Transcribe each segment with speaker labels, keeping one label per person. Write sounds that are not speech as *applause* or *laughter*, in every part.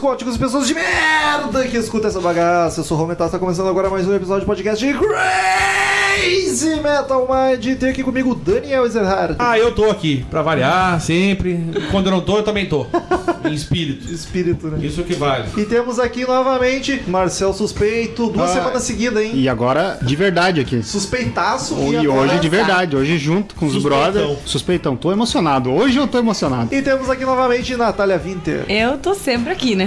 Speaker 1: góticos, pessoas de merda que escutam essa bagaça. Eu sou o Rô Metal, está começando agora mais um episódio de podcast de Crazy Metal Mind. Tem aqui comigo o Daniel Ezerhard.
Speaker 2: Ah, eu tô aqui, pra variar, sempre. Quando eu não tô, eu também tô. Em espírito.
Speaker 1: Espírito, né?
Speaker 2: Isso que
Speaker 3: *laughs*
Speaker 2: vale.
Speaker 1: E temos aqui novamente Marcel Suspeito, duas
Speaker 2: Ah,
Speaker 1: semanas seguidas, hein?
Speaker 3: E agora, de verdade aqui.
Speaker 1: Suspeitaço.
Speaker 3: E hoje de verdade, hoje junto com os
Speaker 2: Suspeitão.
Speaker 3: brothers. Suspeitão, tô emocionado. Hoje eu tô emocionado.
Speaker 1: E temos aqui novamente Natália
Speaker 3: *laughs*
Speaker 1: Winter.
Speaker 4: Eu tô sempre aqui,
Speaker 5: *laughs*
Speaker 4: né?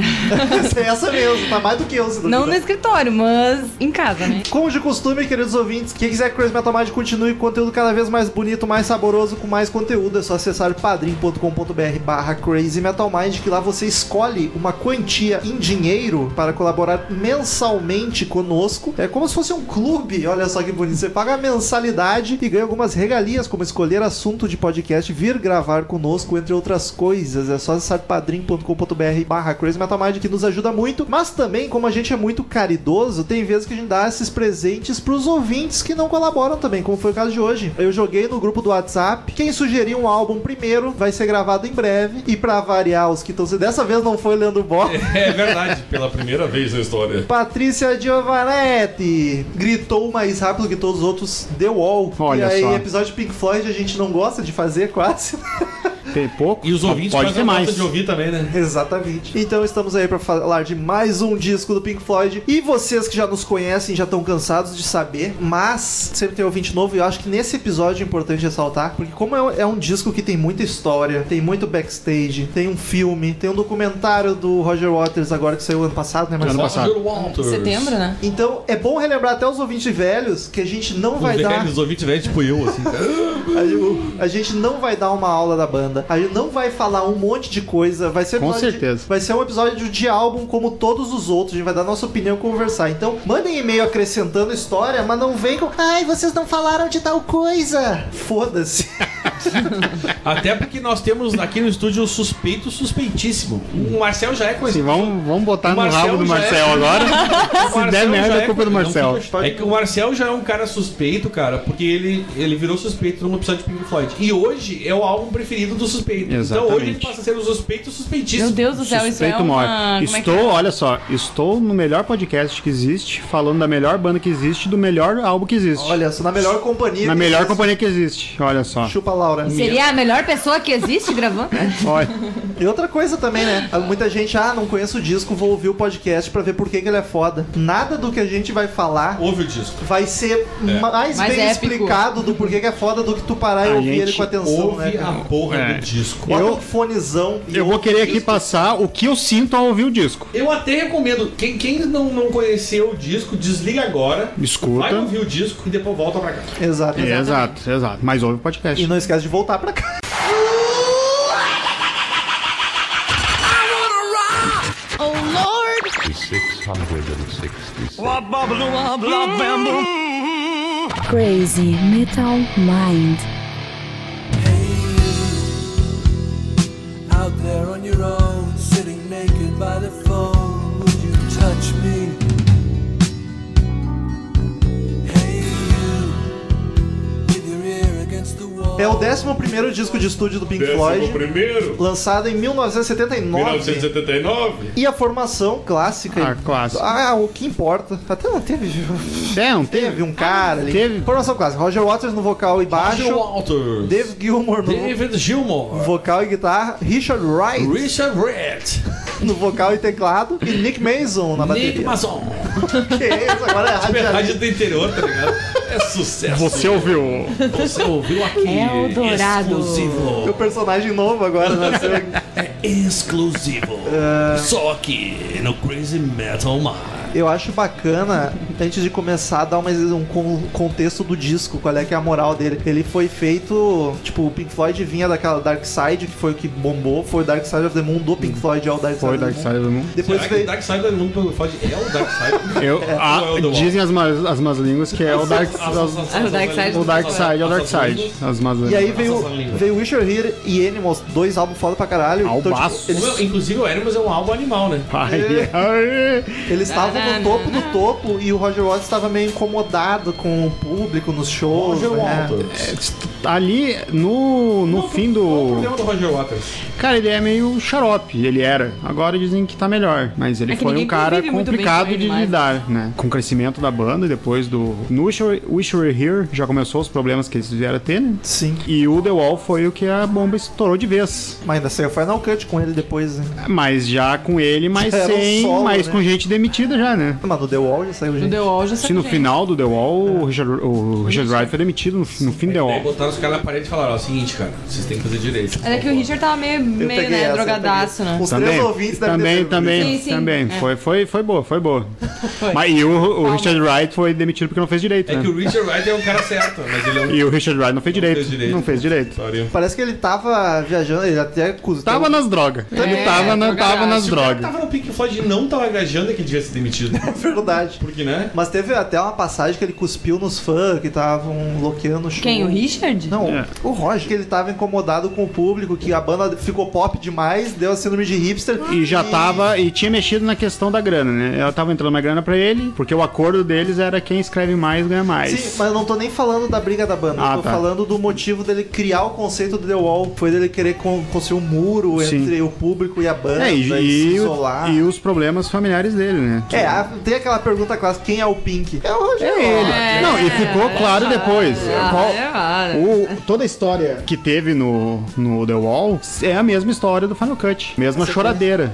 Speaker 1: Essa é essa mesmo, tá mais do que eu, se
Speaker 4: Não no
Speaker 1: duvidar.
Speaker 4: escritório, mas em casa, né?
Speaker 1: Como de costume, queridos ouvintes, quem quiser que Crazy Metal Mind continue com conteúdo cada vez mais bonito, mais saboroso, com mais conteúdo, é só acessar padrim.com.br barra Crazy Metal Mind, que lá você escolhe uma quantia em dinheiro para colaborar mensalmente conosco. É como se fosse um clube, olha só que bonito. Você paga a mensalidade e ganha algumas regalias, como escolher assunto de podcast, vir gravar conosco, entre outras coisas. É só acessar padrim.com.br barra Crazy Metal Mind, que nos ajuda muito. Mas também, como a gente é muito caridoso, tem vezes que a gente dá esses presentes pros ouvintes que não colaboram também, como foi o caso de hoje. Eu joguei no grupo do WhatsApp. Quem sugerir um álbum primeiro vai ser gravado em breve. E pra variar os que estão... Dessa vez não foi Leandro
Speaker 3: *laughs*
Speaker 1: Bob.
Speaker 2: É verdade, pela primeira vez na história.
Speaker 1: Patrícia Giovanetti gritou mais rápido que todos os outros The Wall.
Speaker 3: Olha
Speaker 1: e aí,
Speaker 3: só.
Speaker 1: episódio de Pink Floyd a gente não gosta de fazer quase.
Speaker 3: Tem pouco.
Speaker 2: E os
Speaker 3: mas
Speaker 2: ouvintes
Speaker 3: pode
Speaker 2: fazem
Speaker 3: ter
Speaker 2: a
Speaker 3: mais.
Speaker 2: falta de ouvir também, né?
Speaker 1: Exatamente. Então estamos aí pra falar de mais um disco do Pink Floyd. E vocês que já nos conhecem já estão cansados de saber, mas sempre tem ouvinte novo e eu acho que nesse episódio é importante ressaltar, porque como é um, é um disco que tem muita história, tem muito backstage, tem um filme, tem um documentário do Roger Waters agora que saiu ano passado, né, Marcelo?
Speaker 3: Ano passado.
Speaker 2: Roger Waters.
Speaker 4: Setembro, né?
Speaker 1: Então é bom relembrar até os ouvintes velhos que a gente não
Speaker 2: Os
Speaker 1: vai dar
Speaker 2: velhos, os ouvintes velhos, tipo eu,
Speaker 3: *laughs*
Speaker 2: assim.
Speaker 1: a gente- A gente não vai dar uma aula da banda. A gente não vai falar um monte de coisa. Vai ser um
Speaker 3: Com
Speaker 1: episódio
Speaker 3: certeza.
Speaker 1: De, vai ser um episódio de álbum como todos os outros. A gente vai dar nossa opinião e conversar. Então, mandem e-mail acrescentando história, mas não vem com. Ai, vocês não falaram de tal coisa. Foda-se. *laughs*
Speaker 2: Até porque nós temos aqui no estúdio o suspeito suspeitíssimo. O Marcel já é
Speaker 3: Sim,
Speaker 2: conhecido.
Speaker 3: vamos, vamos botar
Speaker 2: O
Speaker 3: no
Speaker 2: Marcel
Speaker 3: rabo do
Speaker 2: já é-
Speaker 3: Marcel agora.
Speaker 2: *laughs* O Marcel
Speaker 3: Se der
Speaker 2: já
Speaker 3: merda, é culpa do
Speaker 2: não,
Speaker 3: Marcel.
Speaker 2: culpa- É que o Marcel já é um cara suspeito, cara, porque ele, ele virou suspeito num episódio de Pink Floyd. E hoje é o álbum preferido do suspeito. Então hoje ele
Speaker 3: Exatamente.
Speaker 2: passa a ser o suspeito
Speaker 4: Meu
Speaker 2: suspeitíssimo.
Speaker 4: Deus do céu, isso é
Speaker 3: Suspeito
Speaker 4: uma...
Speaker 3: mor.
Speaker 4: Como é que
Speaker 3: Estou,
Speaker 4: é?
Speaker 3: olha só, estou no melhor podcast que existe, falando da melhor banda que existe, do melhor álbum que existe.
Speaker 1: Olha, só na melhor companhia.
Speaker 3: na
Speaker 1: que
Speaker 3: melhor
Speaker 1: existe.
Speaker 3: companhia que existe. Olha só.
Speaker 1: Chupa Laura.
Speaker 4: Seria a melhor pessoa que existe
Speaker 5: *laughs*
Speaker 4: gravando?
Speaker 3: Olha,
Speaker 1: E outra coisa também, né? Muita gente, ah, não conheço o disco, vou ouvir o podcast pra ver por que, que ele é foda. Nada do que a gente vai falar
Speaker 2: Ouve o disco.
Speaker 1: vai ser mais,
Speaker 4: Mais
Speaker 1: bem
Speaker 4: épico.
Speaker 1: explicado do porquê que é foda do que tu parar e
Speaker 3: É. A
Speaker 1: ouvir ele
Speaker 3: gente
Speaker 1: com atenção, né?
Speaker 2: Ouve
Speaker 1: cara?
Speaker 2: a porra
Speaker 3: É.
Speaker 2: do disco.
Speaker 1: Bota
Speaker 3: Eu-
Speaker 1: um fonezão e
Speaker 3: eu vou querer aqui passar o que eu sinto ao ouvir o disco.
Speaker 2: Eu até recomendo, quem, quem não, não conheceu o disco, desliga agora, vai
Speaker 3: Escuta.
Speaker 2: ouvir o disco e depois volta pra cá.
Speaker 1: Exato.
Speaker 3: Exato, exato. Mas ouve o podcast.
Speaker 1: E não esquece de voltar pra cá.
Speaker 6: Crazy Metal Mind.
Speaker 7: Out there on your own, sitting naked by the phone, would you touch me? Hey, you, with your ear against the wall.
Speaker 1: É o 11 disco de estúdio do Pink Floyd,
Speaker 2: primeiro,
Speaker 1: lançado em 1979.
Speaker 2: 1979.
Speaker 1: E a formação clássica.
Speaker 3: Ah, clássico.
Speaker 1: Ah, o que importa. Até não teve.
Speaker 3: É, não teve.
Speaker 1: Teve um cara ali.
Speaker 3: Teve.
Speaker 1: Formação clássica. Roger Waters no vocal e baixo.
Speaker 2: Roger Walters.
Speaker 1: David Gilmour no
Speaker 2: David Gilmour.
Speaker 1: vocal e guitarra. Richard Wright
Speaker 2: Richard Red.
Speaker 1: no vocal e teclado. E Nick Mason na bateria.
Speaker 2: Nick Mason.
Speaker 1: Que isso, agora é
Speaker 2: Rádio
Speaker 1: rádio.
Speaker 2: do interior, tá ligado? É sucesso.
Speaker 3: Você ouviu?
Speaker 2: Você ouviu aqui.
Speaker 5: É
Speaker 4: Eldorado.
Speaker 1: Meu
Speaker 2: Exclusivo.
Speaker 1: personagem novo agora nasceu.
Speaker 2: É exclusivo. Só aqui no Crazy Metal Mind.
Speaker 1: Eu acho bacana, antes de começar, dar uma- um con- contexto do disco, qual é que é a moral dele. Ele foi feito, tipo, o Pink Floyd vinha daquela Dark Side, que foi o que bombou, foi o Dark Side of the Moon do Pink Floyd ao Dark
Speaker 3: Hum. Foi
Speaker 1: Side.
Speaker 3: Dark
Speaker 1: of the
Speaker 3: Side of the Moon.
Speaker 1: Moon. Depois
Speaker 2: Será que o
Speaker 1: veio.
Speaker 2: Dark Side of the Moon pelo Floyd é o Dark Side?
Speaker 3: Eu, ah,
Speaker 2: Ou é o The Wall?
Speaker 3: dizem as, mas- as mazalinguas que é o Dark, as-
Speaker 4: o Dark Side.
Speaker 3: o Dark Side, é o Dark Side. As mazalinguas.
Speaker 1: E aí veio,
Speaker 2: Nossa, essa língua.
Speaker 1: veio Wish You're Here e Animals, dois álbuns foda pra caralho. Então, tipo,
Speaker 3: Albaço.
Speaker 1: eles-
Speaker 2: Meu, Inclusive o Animals é um álbum animal, né?
Speaker 3: Ai,
Speaker 1: É.
Speaker 3: ai.
Speaker 1: Eles estavam no topo do topo e o Roger Waters estava meio incomodado com o público nos shows. né?
Speaker 2: É,
Speaker 3: ali no, no fim
Speaker 2: Qual o
Speaker 3: do.
Speaker 2: problema do Roger Waters?
Speaker 3: Cara, ele é meio xarope, ele era. Agora dizem que tá melhor, mas ele
Speaker 5: É que
Speaker 3: foi um
Speaker 5: ninguém
Speaker 3: cara
Speaker 5: convive muito bem com
Speaker 3: complicado
Speaker 5: ele
Speaker 3: de
Speaker 5: mais.
Speaker 3: lidar, né? Com o crescimento da banda, depois do. No Wish You Were- Wish You Were Here já começou os problemas que eles vieram a ter, né?
Speaker 1: Sim.
Speaker 3: E o The Wall foi o que a bomba estourou de vez.
Speaker 1: Mas ainda saiu Final Cut com ele depois, né?
Speaker 3: Mas já com ele, mas
Speaker 1: Era um
Speaker 3: sem.
Speaker 1: solo,
Speaker 3: mas
Speaker 1: né?
Speaker 3: com gente demitida já, né?
Speaker 1: Ah, Mano, The Wall já saiu,
Speaker 5: No
Speaker 1: gente.
Speaker 5: The Wall já
Speaker 3: Se no
Speaker 5: saiu,
Speaker 3: final do The Wall, o Richard, o Richard Wright foi demitido no, no fim do The
Speaker 2: Daí
Speaker 3: Wall.
Speaker 2: botaram os caras na parede e falaram, ó, é seguinte, cara, vocês têm que fazer direito.
Speaker 5: gente. É que o Richard tava meio,
Speaker 1: Eu
Speaker 5: meio
Speaker 1: peguei
Speaker 5: né,
Speaker 1: essa, eu
Speaker 5: drogadaço,
Speaker 1: peguei.
Speaker 5: né?
Speaker 1: Os
Speaker 3: Também,
Speaker 1: três ouvintes devem ter
Speaker 3: também,
Speaker 1: percebido
Speaker 3: também,
Speaker 5: Sim, sim.
Speaker 3: também.
Speaker 5: É.
Speaker 3: Foi, foi, foi boa, foi boa.
Speaker 5: *laughs* Foi.
Speaker 3: Mas e o, o Richard Wright foi demitido porque não fez direito,
Speaker 2: É
Speaker 3: né?
Speaker 2: que o Richard Wright é um cara certo, mas ele é
Speaker 3: *laughs*
Speaker 2: um...
Speaker 3: E o Richard Wright não fez
Speaker 2: Não
Speaker 3: direito.
Speaker 2: fez direito.
Speaker 3: Não fez direito.
Speaker 2: Sorry.
Speaker 1: Parece que ele tava viajando, ele até acusou.
Speaker 3: Tava nas drogas. Ele
Speaker 5: É,
Speaker 3: tava, na-
Speaker 5: drogadaço.
Speaker 3: tava nas
Speaker 2: Se o cara
Speaker 3: drogas.
Speaker 2: tava no Pink Floyd e não tava viajando, é que devia ser demitido.
Speaker 3: *laughs*
Speaker 1: verdade.
Speaker 2: Porque, né?
Speaker 1: Mas teve até uma passagem que ele cuspiu nos fãs que estavam bloqueando o show.
Speaker 5: Quem, o Richard?
Speaker 1: Não,
Speaker 3: É.
Speaker 1: o Roger. Que ele tava incomodado com o público, que a banda ficou pop demais, deu a síndrome de hipster.
Speaker 3: E já tava. E tinha mexido na questão da grana, né? Ela tava entrando uma grana pra ele, porque o acordo deles era quem escreve mais ganha mais.
Speaker 1: Sim, mas eu não tô nem falando da briga da banda,
Speaker 3: Ah,
Speaker 1: eu tô
Speaker 3: tá.
Speaker 1: falando do motivo dele criar o conceito do The Wall, foi dele querer con- construir um muro
Speaker 3: Sim.
Speaker 1: entre o público e a banda,
Speaker 3: É, e,
Speaker 1: se
Speaker 3: e, o-
Speaker 1: isolar.
Speaker 3: e os problemas familiares dele, né?
Speaker 1: É, a- tem aquela pergunta clássica, quem é o Pink? É o Roger.
Speaker 3: É ele.
Speaker 5: É.
Speaker 3: Não, e ficou claro depois.
Speaker 5: Ah,
Speaker 3: Qual-
Speaker 5: é claro.
Speaker 3: o- toda a história que teve no, no The Wall é a mesma história do Final Cut. Mesma choradeira.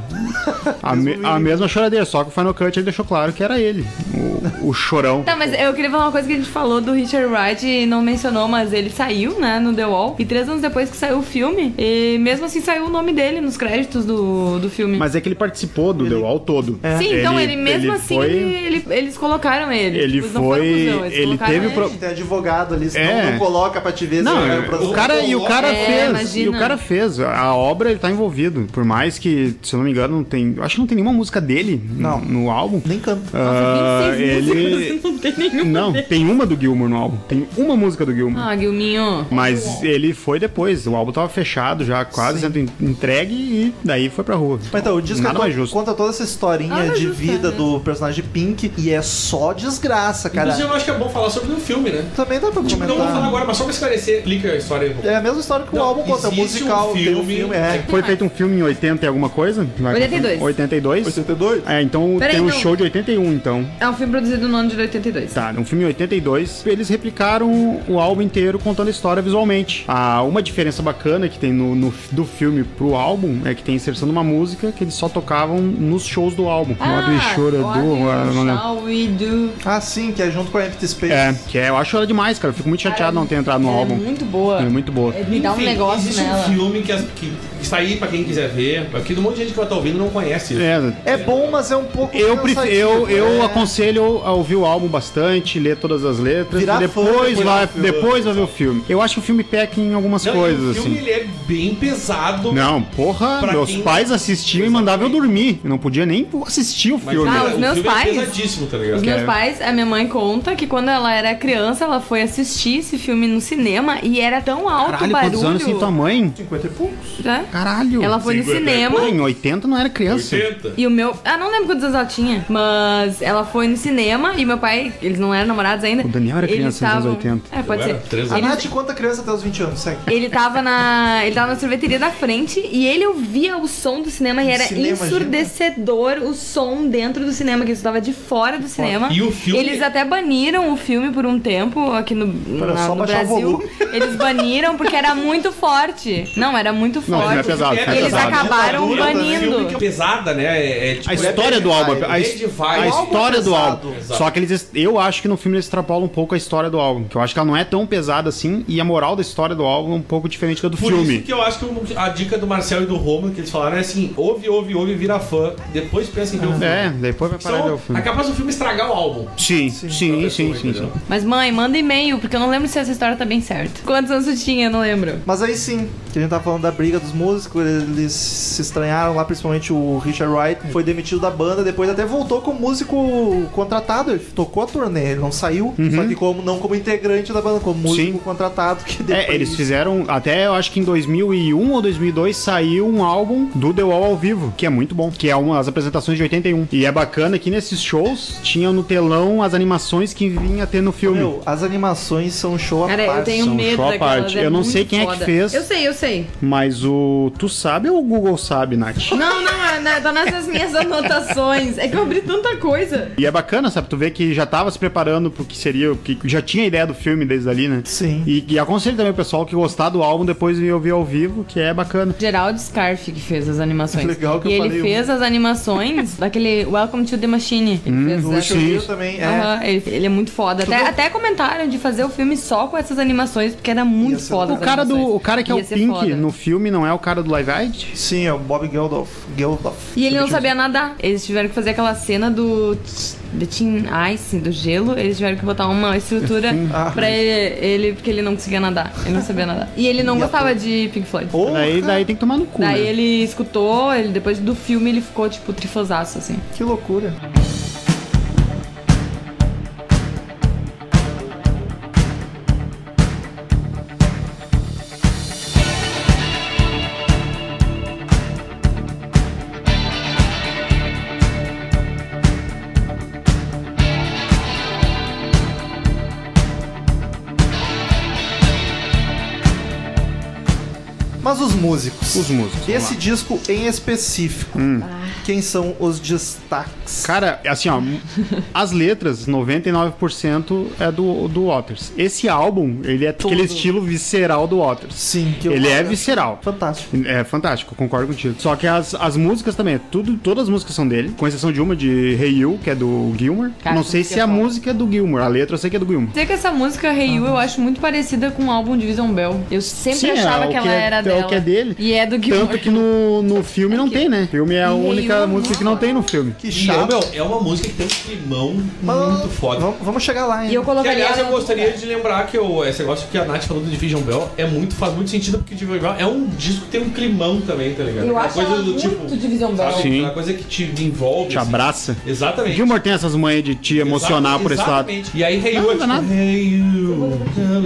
Speaker 3: A, me- a mesma choradeira, só que o Final Cut ele deixou claro que era ele. O, o chorão.
Speaker 5: Tá, mas eu queria falar uma coisa que a gente falou do Richard Wright e não mencionou, mas ele saiu, né, no The Wall. E três anos depois que saiu o filme, e mesmo assim saiu o nome dele nos créditos do, do filme.
Speaker 3: Mas é que ele participou do The Wall todo.
Speaker 5: Sim, então ele
Speaker 3: É,
Speaker 5: mesmo
Speaker 3: ele
Speaker 5: assim,
Speaker 3: foi-
Speaker 5: ele- ele- eles colocaram ele.
Speaker 3: Ele
Speaker 5: Tipo, eles não foram
Speaker 3: foi-
Speaker 5: cuzão, eles
Speaker 3: ele
Speaker 5: colocaram
Speaker 3: teve pro-
Speaker 1: Tipo, Tem advogado ali, senão
Speaker 3: É.
Speaker 1: não coloca pra te ver
Speaker 3: Não, é,
Speaker 1: se vai É, o
Speaker 3: o
Speaker 1: processo.
Speaker 3: cara e o cara
Speaker 5: É,
Speaker 3: fez, e o
Speaker 5: imagina.
Speaker 3: cara fez. A obra ele tá envolvido, por mais que, se eu não me engano, não tem, acho que não tem nenhuma música dele no-
Speaker 1: Não.
Speaker 3: no álbum.
Speaker 1: Nem canta.
Speaker 3: Ah,
Speaker 5: Nossa, 26
Speaker 3: ele
Speaker 1: *laughs*
Speaker 5: Não tem nenhum.
Speaker 3: não, tem uma do Gilmour no álbum. Tem uma música do Gilmour.
Speaker 5: Ah, é. Guilminho.
Speaker 3: Mas ele foi depois, o álbum tava fechado já, quase sendo en- entregue e daí foi pra rua.
Speaker 1: Mas então, o disco
Speaker 3: Nada
Speaker 1: é to-
Speaker 3: mais justo.
Speaker 1: conta toda essa historinha
Speaker 5: Nada
Speaker 1: de
Speaker 5: justo,
Speaker 1: vida
Speaker 5: né?
Speaker 1: do personagem Pink e é só desgraça, cara.
Speaker 2: Inclusive, eu acho que é bom falar sobre o filme, né?
Speaker 1: Também dá pra
Speaker 2: Tipo,
Speaker 1: comentar.
Speaker 2: não vou falar agora, mas só pra esclarecer, explica a história.
Speaker 1: É a mesma história que o
Speaker 2: Não,
Speaker 1: álbum conta, é
Speaker 2: existe
Speaker 1: musical,
Speaker 2: um
Speaker 1: tem um
Speaker 2: filme-
Speaker 1: filme, é.
Speaker 5: Ah.
Speaker 3: Foi feito um filme em 80 e alguma coisa? Vai
Speaker 5: 82.
Speaker 3: 82.
Speaker 1: 82?
Speaker 3: É, então
Speaker 5: Peraí,
Speaker 3: tem um
Speaker 5: então.
Speaker 3: show de 81 então.
Speaker 5: É um filme produzido no ano de 82.
Speaker 3: Tá, um filme em 82. Eles replicaram o álbum inteiro contando a história visualmente. Ah, uma diferença bacana que tem no, no- do filme pro álbum é que tem inserção de uma música que eles só tocavam nos shows do álbum.
Speaker 5: Ah,
Speaker 3: Modo e chorador. ah, não lembro.
Speaker 5: Shall we do?
Speaker 1: Ah, sim, que é junto com a Empty Space.
Speaker 3: É, que é, eu acho ela demais, cara. Eu fico muito chateado não ter entrado no
Speaker 5: Ela é
Speaker 3: álbum.
Speaker 5: muito boa.
Speaker 3: Ela é muito boa.
Speaker 5: Me dá um
Speaker 2: Enfim,
Speaker 5: negócio
Speaker 2: existe
Speaker 5: nela.
Speaker 2: um filme que, as- que está aí pra quem quiser ver, porque um monte de gente que vai estar ouvindo não conhece.
Speaker 3: É,
Speaker 1: É bom, mas é um pouco.
Speaker 3: Eu, pref-
Speaker 1: cansativo,
Speaker 3: eu, eu
Speaker 1: é.
Speaker 3: aconselho a ouvir o álbum bastante, ler todas as letras
Speaker 1: Virar
Speaker 3: e
Speaker 1: fã,
Speaker 3: depois,
Speaker 1: depois
Speaker 3: vai,
Speaker 1: do filme.
Speaker 3: depois vai ver o filme. Eu acho que o filme peca em algumas
Speaker 2: Não, e o
Speaker 3: coisas,
Speaker 2: filme
Speaker 3: assim.
Speaker 2: ele é bem pesado.
Speaker 3: Não, porra,
Speaker 2: Pra
Speaker 3: meus
Speaker 2: quem-
Speaker 3: pais assistiam e mandavam eu dormir. Eu não podia nem assistir o
Speaker 2: mas
Speaker 3: filme.
Speaker 5: Ah,
Speaker 2: cara,
Speaker 5: os
Speaker 2: o
Speaker 5: meus
Speaker 2: filme
Speaker 5: pais-
Speaker 2: é pesadíssimo, tá ligado?
Speaker 5: Os
Speaker 3: É.
Speaker 5: meus pais, a minha mãe conta que quando ela era criança, ela foi assistir esse filme no cinema e era tão alto
Speaker 3: Caralho,
Speaker 5: o barulho.
Speaker 3: quantos anos
Speaker 2: então?
Speaker 3: tem tua mãe?
Speaker 1: 50 e poucos.
Speaker 5: né?
Speaker 3: Caralho.
Speaker 5: Ela foi no
Speaker 2: 50 e
Speaker 5: cinema.
Speaker 3: Pô, em 80 não era criança.
Speaker 2: 80.
Speaker 5: E o meu. Ah, não lembro quantos anos ela tinha. Mas ela foi no cinema e meu pai. Eles não eram namorados ainda.
Speaker 3: O Daniel era
Speaker 5: Eles
Speaker 3: criança nos anos
Speaker 5: estavam-
Speaker 3: 80.
Speaker 5: É, pode
Speaker 2: Eu
Speaker 5: ser.
Speaker 2: era três
Speaker 1: A
Speaker 2: anos.
Speaker 1: Nath conta criança até os 20 anos, segue.
Speaker 5: Ele tava na. Ele tava na sorveteria da frente e ele ouvia o som do cinema e era
Speaker 1: Cinema,
Speaker 5: ensurdecedor o som dentro do cinema, que isso tava de fora do cinema.
Speaker 2: E o filme-
Speaker 5: Eles até baniram o filme por um tempo aqui no,
Speaker 1: Pra
Speaker 5: na-
Speaker 1: só
Speaker 5: no
Speaker 1: baixar o
Speaker 5: Brasil.
Speaker 1: volume.
Speaker 5: *laughs* Eles baniram porque era muito forte. Não, era muito
Speaker 3: Não,
Speaker 5: forte.
Speaker 3: não é pesado, não é
Speaker 5: Eles
Speaker 3: pesado.
Speaker 5: acabaram
Speaker 2: É um filme
Speaker 5: banindo.
Speaker 2: que é pesada, né? É, é, tipo,
Speaker 3: A história do álbum, a, his-
Speaker 2: Bad Vibes.
Speaker 3: a
Speaker 2: O álbum
Speaker 3: história
Speaker 1: é
Speaker 3: do
Speaker 1: pesado.
Speaker 3: álbum.
Speaker 2: Exato.
Speaker 3: Só que eles, est- eu acho que no filme eles extrapolam um pouco a história do álbum. Que eu acho que ela não é tão pesada assim e a moral da história do álbum é um pouco diferente da do
Speaker 2: Por
Speaker 3: filme.
Speaker 2: isso que eu acho que a dica do Marcel e do Romulo que eles falaram é assim: ouve, ouve, ouve, vira fã, depois pensa em ver o filme.
Speaker 3: É, depois vai parar de ver o
Speaker 2: Então, é
Speaker 3: filme.
Speaker 2: capaz do filme estragar o álbum.
Speaker 3: Sim, sim, sim, sim, sim.
Speaker 2: Entendeu?
Speaker 5: Mas mãe, manda e-mail, porque eu não lembro se essa história tá bem certa. Quantos anos tu tinha? Eu não lembro.
Speaker 1: Mas aí sim, que a gente tá falando da briga dos músico, eles se estranharam lá, principalmente o Richard Wright, foi demitido da banda, depois até voltou como músico contratado, ele tocou a turnê, ele não saiu, só que como, não como integrante da banda, como músico
Speaker 3: Uhum. Sim.
Speaker 1: contratado. Que depois...
Speaker 3: É, eles fizeram, até eu acho que em 2001 ou 2002 saiu um álbum do The Wall ao vivo, que é muito bom, que é uma das apresentações de 81. E é bacana que nesses shows tinham no telão as animações que vinha ter no filme.
Speaker 1: Meu, as animações são um show à
Speaker 5: Cara, eu
Speaker 1: parte.
Speaker 5: tenho
Speaker 3: são
Speaker 5: medo
Speaker 3: show à
Speaker 5: daquelas.
Speaker 3: parte.
Speaker 5: é
Speaker 3: Eu não sei
Speaker 5: muito
Speaker 3: quem é que
Speaker 5: foda.
Speaker 3: fez.
Speaker 5: Eu sei, eu sei.
Speaker 3: Mas o. Tu sabe ou o Google sabe, Nath?
Speaker 5: Não, não, é, na- tá nessas minhas anotações. É que eu abri tanta coisa.
Speaker 3: E é bacana, sabe? Tu vê que já tava se preparando pro que seria, que já tinha a ideia do filme desde ali, né?
Speaker 1: Sim.
Speaker 3: E, e aconselho também o pessoal que gostar do álbum depois me ouvir ao vivo, que é bacana.
Speaker 5: Gerald Scarfe que fez as animações.
Speaker 1: Legal que
Speaker 5: e
Speaker 1: eu
Speaker 5: ele
Speaker 1: falei
Speaker 5: fez as animações daquele Welcome to the Machine. Ele
Speaker 3: Hum,
Speaker 5: fez
Speaker 1: O
Speaker 5: as-
Speaker 1: Rio Rio um também é.
Speaker 5: Aham, ele, ele é muito foda. Até, até comentaram de fazer o filme só com essas animações, porque era muito
Speaker 1: Ia ser
Speaker 5: foda.
Speaker 3: O
Speaker 5: as
Speaker 3: cara, do,
Speaker 5: animações.
Speaker 3: o cara que é
Speaker 5: Ia
Speaker 3: o
Speaker 5: ser
Speaker 3: Pink
Speaker 5: foda.
Speaker 3: no filme não é o cara do Live Aid?
Speaker 1: Sim, é o Bob Geldof. Geldof.
Speaker 5: E ele não
Speaker 1: Deixa eu-
Speaker 5: sabia nadar. Eles tiveram que fazer aquela cena do. t- The Teen Ice, do gelo. Eles tiveram que botar uma estrutura
Speaker 1: Ah.
Speaker 5: pra ele, ele. Porque ele não conseguia nadar. Ele não sabia nadar. E ele não
Speaker 1: E a
Speaker 5: gostava
Speaker 1: porra.
Speaker 5: de Pink Floyd.
Speaker 1: Porra!
Speaker 3: Daí, daí tem que tomar no cu.
Speaker 5: Daí
Speaker 3: né?
Speaker 5: ele escutou, ele, depois do filme ele ficou, tipo, trifosaço, assim.
Speaker 1: Que loucura. Mas os músicos.
Speaker 3: Os músicos. vamos
Speaker 1: Esse
Speaker 3: lá. Hum.
Speaker 1: disco em específico, quem são os destaques?
Speaker 3: Cara, assim, ó, as letras, 99% é do, do Waters. Esse álbum, ele é aquele estilo visceral do Waters.
Speaker 1: Sim, que eu-
Speaker 3: Ele é visceral.
Speaker 1: Fantástico.
Speaker 3: É fantástico, concordo contigo. Só que as, as músicas também, tudo, todas as músicas são dele, com exceção de uma de Hey You, que é do Gilmore.
Speaker 5: Cara,
Speaker 3: Não
Speaker 5: essa
Speaker 3: sei
Speaker 5: música
Speaker 3: se
Speaker 5: é
Speaker 3: a
Speaker 5: foda.
Speaker 3: música é do Gilmore, a letra eu sei que é do Gilmore.
Speaker 5: Dizer que essa música Hey You eu acho muito parecida com o álbum Division Bell. Eu sempre
Speaker 3: Ah, Sim, é,
Speaker 5: achava
Speaker 3: o
Speaker 5: que ela
Speaker 3: que é-
Speaker 5: era
Speaker 3: é o
Speaker 5: dela.
Speaker 3: que é dele.
Speaker 5: E é do Gilmore.
Speaker 3: Tanto que no, no filme não tem, né? O filme é a
Speaker 5: E Hey
Speaker 3: única
Speaker 5: You,
Speaker 3: música que não tem no filme.
Speaker 1: Que
Speaker 2: E é,
Speaker 1: chato.
Speaker 2: meu, é uma música que tem um climão
Speaker 1: Mas-
Speaker 2: muito foda.
Speaker 1: Vamos, vamos chegar lá, hein?
Speaker 5: E eu
Speaker 2: Que,
Speaker 5: colocaria
Speaker 2: aliás, eu
Speaker 3: né?
Speaker 5: ela no-
Speaker 3: É.
Speaker 2: gostaria de lembrar que eu, esse negócio que a Nath falou do Division Bell é muito, faz muito sentido, porque o Division Bell é um disco que tem um climão também, tá ligado?
Speaker 5: Eu
Speaker 2: Uma tipo,
Speaker 5: acho ela muito Division Bell.
Speaker 2: sabe?
Speaker 3: Sim.
Speaker 2: Uma coisa que te envolve.
Speaker 3: Te
Speaker 2: assim.
Speaker 3: abraça.
Speaker 2: Exatamente.
Speaker 3: Gilmore tem essas manhas de te emocionar
Speaker 2: Exato-
Speaker 3: por esse lado.
Speaker 2: exatamente. E aí, hey, you,
Speaker 3: Não,
Speaker 2: é
Speaker 3: não
Speaker 2: tipo,
Speaker 3: dá nada.
Speaker 2: hey, you.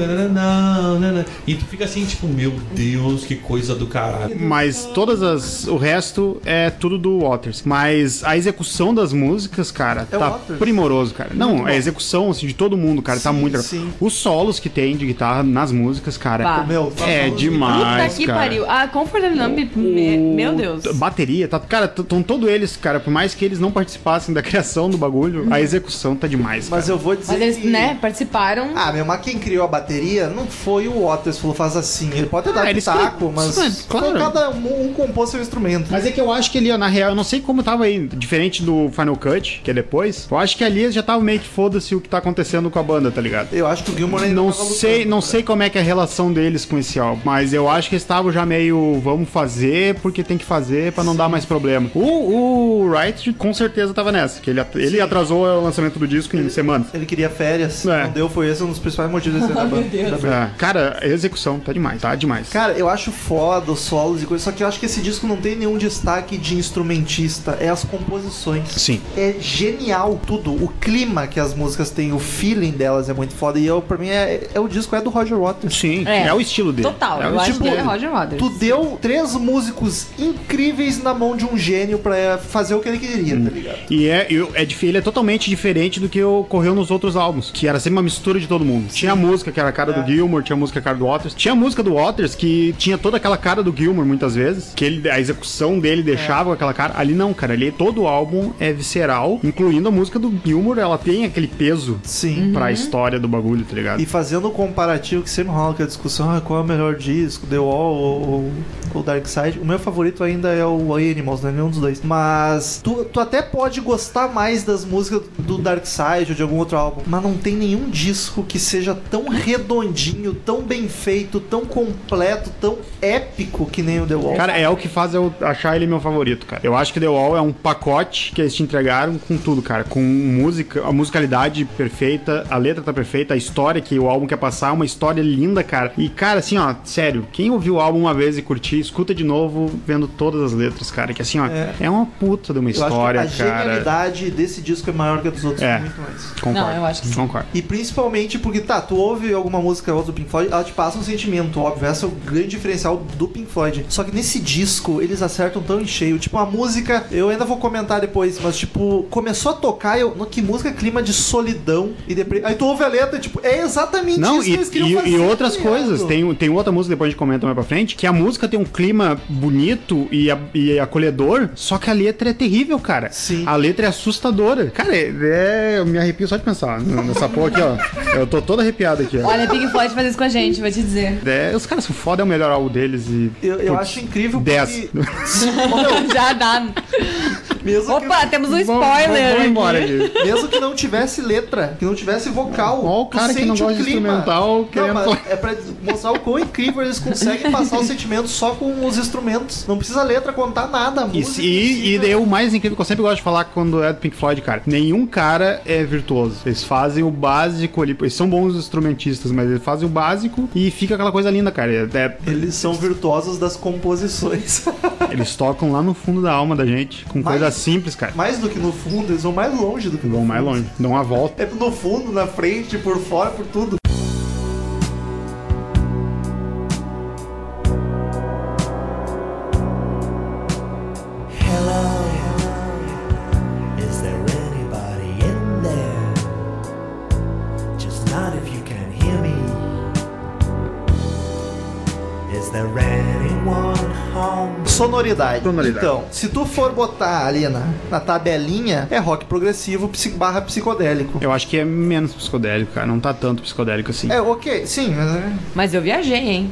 Speaker 2: nananana. E tu fica assim, tipo, meu Deus, que coisa do caralho.
Speaker 3: Mas todas as. O resto é tudo do Waters. Mas a execução das músicas, cara,
Speaker 1: É o
Speaker 3: tá
Speaker 1: Waters.
Speaker 3: primoroso, cara. Não,
Speaker 1: Muito
Speaker 3: a
Speaker 1: bom.
Speaker 3: execução assim, de todo mundo, cara, tá
Speaker 1: Sim,
Speaker 3: muito.
Speaker 1: sim.
Speaker 3: Os solos que tem de guitarra nas músicas, cara.
Speaker 5: Bah.
Speaker 1: Meu, tá
Speaker 3: É
Speaker 5: Puta
Speaker 3: demais,
Speaker 5: que
Speaker 3: cara.
Speaker 5: pariu. Ah, Comfort and Numb, me- meu Deus.
Speaker 3: T- Bateria, tá, cara, estão todos eles, cara, por mais que eles não participassem da *laughs* criação do bagulho, a execução tá demais, cara.
Speaker 1: mas eu vou dizer.
Speaker 5: Mas eles,
Speaker 1: que-
Speaker 5: né, participaram.
Speaker 1: Ah, meu, mas quem criou a bateria não foi o Waters, falou, faz assim. Ele pode ter
Speaker 3: Ah,
Speaker 1: dado
Speaker 3: eles
Speaker 1: pitaco,
Speaker 3: cri-
Speaker 1: mas.
Speaker 3: Sim, claro.
Speaker 1: Cada um, um compôs seu instrumento.
Speaker 3: Mas é que eu acho que ali, ó, na real, eu não sei como tava aí, diferente do Final Cut, que é depois, eu acho que ali já tava meio que foda-se o que tá acontecendo com a banda, tá ligado?
Speaker 1: Eu acho que o Gilmore ainda
Speaker 3: Não
Speaker 1: tava
Speaker 3: sei,
Speaker 1: lutando. né?
Speaker 3: não sei como é que é a relação deles com esse álbum, mas eu acho que eles estavam já meio vamos fazer porque tem que fazer pra não dar mais problema. O, o Wright com certeza tava nessa, que ele, at- ele atrasou o lançamento do disco em semanas.
Speaker 1: Ele queria férias,
Speaker 3: É.
Speaker 1: não deu, foi esse um dos principais motivos
Speaker 5: *laughs* Ah,
Speaker 1: desse da banda. da banda.
Speaker 3: É, cara, a execução tá demais, tá demais.
Speaker 1: Cara, eu acho foda os solos e coisa, só que eu acho que esse disco não tem nenhum destaque de instrumentista, é as composições.
Speaker 3: Sim.
Speaker 1: É genial tudo, o clima que as músicas têm, o feeling delas é muito foda. E eu, pra mim, é, é o disco é do Roger Waters.
Speaker 3: Sim, é,
Speaker 5: É.
Speaker 3: o estilo dele.
Speaker 5: Total,
Speaker 3: é o
Speaker 5: eu acho
Speaker 3: estilo
Speaker 5: que é
Speaker 3: dele.
Speaker 5: Roger Waters.
Speaker 1: Tu deu três músicos incríveis na mão de um gênio pra fazer o que ele queria, tá ligado?
Speaker 3: E é, eu- é, dif- ele é totalmente diferente do que ocorreu nos outros álbuns, que era sempre uma mistura de todo mundo. Tinha a música que era a cara do Gilmore, tinha a música que era a cara do Waters. Tinha a música do Waters que tinha toda aquela cara do Gilmore muitas vezes, que ele, a execução dele deixava aquela cara. Ali não, cara, ali todo o álbum é visceral, incluindo a música do Gilmore, ela tem aquele peso
Speaker 1: Sim.
Speaker 3: pra história do bagulho, tá ligado?
Speaker 1: E fazendo o comparativo que sempre rola que a discussão, ah, qual é o melhor disco, The Wall ou, ou, ou Dark Side. O meu favorito ainda é o Animals, não é nenhum dos dois. Mas tu, tu até pode gostar mais das músicas do Dark Side ou de algum outro álbum, mas não tem nenhum disco que seja tão redondinho, tão bem feito, tão completo, tão épico que nem o The Wall.
Speaker 3: Cara, é o que faz eu achar ele meu favorito, cara. Eu acho que The Wall é um pacote que eles te entregaram com tudo, cara. Com música, a musicalidade perfeita, a letra tá perfeita, a história que o álbum quer passar, uma história linda, cara. E, cara, assim, ó, sério, quem ouviu o álbum uma vez e curtir, escuta de novo vendo todas as letras, cara. Que assim, ó, é, uma puta de uma
Speaker 1: Eu
Speaker 3: história,
Speaker 1: acho que a
Speaker 3: cara.
Speaker 1: genialidade desse disco é maior que a dos outros
Speaker 3: É.
Speaker 1: muito mais.
Speaker 3: Concordo.
Speaker 5: Não, eu acho que sim.
Speaker 3: Concordo.
Speaker 1: E principalmente porque, tá, tu ouve alguma música outra do Pink Floyd, ela te passa um sentimento, óbvio. Esse é o grande diferencial do Pink Floyd. Só que nesse disco, eles acertam tão em cheio. Tipo, a música, eu ainda vou comentar depois, mas tipo, começou a tocar, eu. no- Que música clima de solidão e depressão. Aí tu ouve a letra, tipo, é exatamente
Speaker 3: Não,
Speaker 1: isso
Speaker 3: e,
Speaker 1: que eles queriam
Speaker 3: e-
Speaker 1: fazer.
Speaker 3: e outras
Speaker 1: tá ligado?
Speaker 3: coisas. Tem, tem outra música, depois a gente comenta mais pra frente, que a música tem um clima bonito e, a- e acolhedor, só que a letra é terrível, cara.
Speaker 1: Sim.
Speaker 3: A letra é assustadora. Cara, é, é- eu me arrepio só de pensar n- nessa porra aqui, ó. Eu tô todo arrepiado aqui, ó.
Speaker 5: Olha, Pink Floyd faz isso com a gente, vou te dizer.
Speaker 3: É, os caras são foda, é o melhor álbum deles e...
Speaker 1: Eu, eu
Speaker 3: putz,
Speaker 1: acho incrível
Speaker 3: dez.
Speaker 1: porque.
Speaker 5: *laughs* Já dá.
Speaker 1: Mesmo que-
Speaker 3: é
Speaker 5: Opa, temos um
Speaker 3: Vamos- vamos-
Speaker 5: spoiler.
Speaker 3: vamos embora
Speaker 5: aqui.
Speaker 3: aqui.
Speaker 1: Mesmo que não tivesse letra, que não tivesse vocal.
Speaker 3: Ó o
Speaker 1: tu
Speaker 3: cara que não
Speaker 1: sente o
Speaker 3: gosta de
Speaker 1: clima.
Speaker 3: instrumental
Speaker 1: Não,
Speaker 3: querendo
Speaker 1: mas
Speaker 3: falar.
Speaker 1: é pra mostrar o quão incrível eles conseguem passar os sentimentos só com os instrumentos. Não precisa letra contar nada. a
Speaker 3: E,
Speaker 1: música
Speaker 3: se- e,
Speaker 1: em si,
Speaker 3: e
Speaker 1: né?
Speaker 3: daí o mais incrível que eu sempre gosto de falar quando é do Pink Floyd, cara. Nenhum cara é virtuoso. Eles fazem o básico ali. Eles são bons instrumentistas, mas eles fazem o básico e fica aquela coisa linda, cara. É- é-
Speaker 1: Eles são virtuosos das composições. *laughs*
Speaker 3: eles tocam lá no fundo da alma da gente, com
Speaker 1: Mas-
Speaker 3: coisa simples, cara.
Speaker 1: mais do que no fundo, eles vão mais longe do que no
Speaker 3: Vão mais
Speaker 1: fundo.
Speaker 3: longe, dão uma volta.
Speaker 1: É no fundo, na frente, por fora, por tudo.
Speaker 8: Hello. Is there anybody in there? Just not if you can hear me. Is there anyone home?
Speaker 1: Sonoridade.
Speaker 3: Sonoridade.
Speaker 1: Então, se tu for botar ali na, na tabelinha, é rock progressivo psi- barra psicodélico.
Speaker 3: Eu acho que é menos psicodélico, cara. Não tá tanto psicodélico assim.
Speaker 1: É, ok, sim, mas é-
Speaker 4: Mas eu viajei,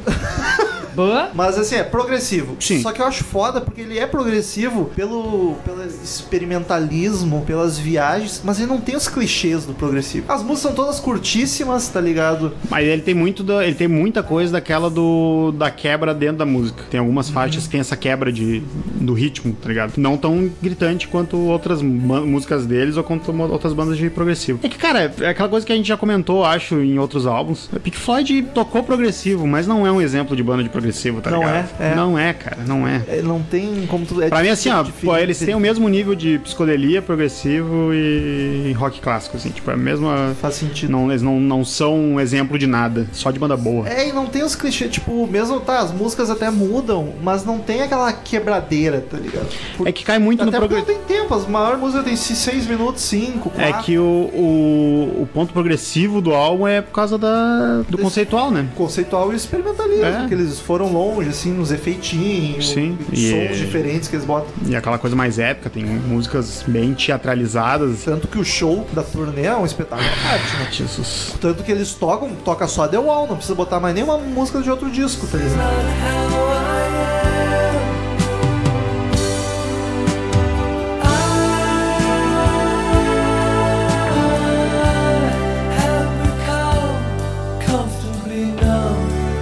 Speaker 4: hein?
Speaker 3: *laughs*
Speaker 4: Boa.
Speaker 1: Mas assim, é progressivo.
Speaker 3: Sim.
Speaker 1: Só que eu acho foda porque ele é progressivo pelo, pelo experimentalismo, pelas viagens, mas ele não tem os clichês do progressivo. As músicas são todas curtíssimas, tá ligado?
Speaker 3: Mas ele tem muito da- ele tem muita coisa daquela do da quebra dentro da música. Tem algumas faixas que tem essa quebra de do ritmo, tá ligado? Não tão gritante quanto outras ma- músicas deles ou quanto mo- outras bandas de progressivo. É que cara, é aquela coisa que a gente já comentou, acho, em outros álbuns. Pink Floyd tocou progressivo, mas não é um exemplo de banda de progressivo, tá
Speaker 1: Não
Speaker 3: ligado?
Speaker 1: é, é.
Speaker 3: Não é, cara, não é.
Speaker 1: É, não tem como tu. É
Speaker 3: Pra mim, assim, ó,
Speaker 1: difícil
Speaker 3: pô, eles
Speaker 1: de-
Speaker 3: têm o mesmo nível de psicodelia, progressivo e rock clássico, assim, tipo, é a mesma.
Speaker 1: Faz sentido.
Speaker 3: Não, eles não, não são um exemplo de nada, só de banda boa.
Speaker 1: É, e não tem os clichês, tipo, mesmo, tá, as músicas até mudam, mas não tem aquela quebradeira, tá ligado? Por-
Speaker 3: É que cai muito no
Speaker 1: tá até porque
Speaker 3: progressivo.
Speaker 1: não tem tempo, as maiores músicas tem 6 minutos, 5,
Speaker 3: É que o, o, o ponto progressivo do álbum é por causa da, do conceitual, né?
Speaker 1: conceitual e experimentalismo,
Speaker 3: É.
Speaker 1: que eles foram longe, assim, nos efeitinhos,
Speaker 3: Sim,
Speaker 1: sons
Speaker 3: e é-
Speaker 1: diferentes que eles botam.
Speaker 3: E aquela coisa mais épica, tem músicas bem teatralizadas.
Speaker 1: Tanto que o show da turnê é um espetáculo à parte, né?
Speaker 3: Jesus.
Speaker 1: Tanto que eles tocam, toca só The Wall, não precisa botar mais nenhuma música de outro disco, tá ligado?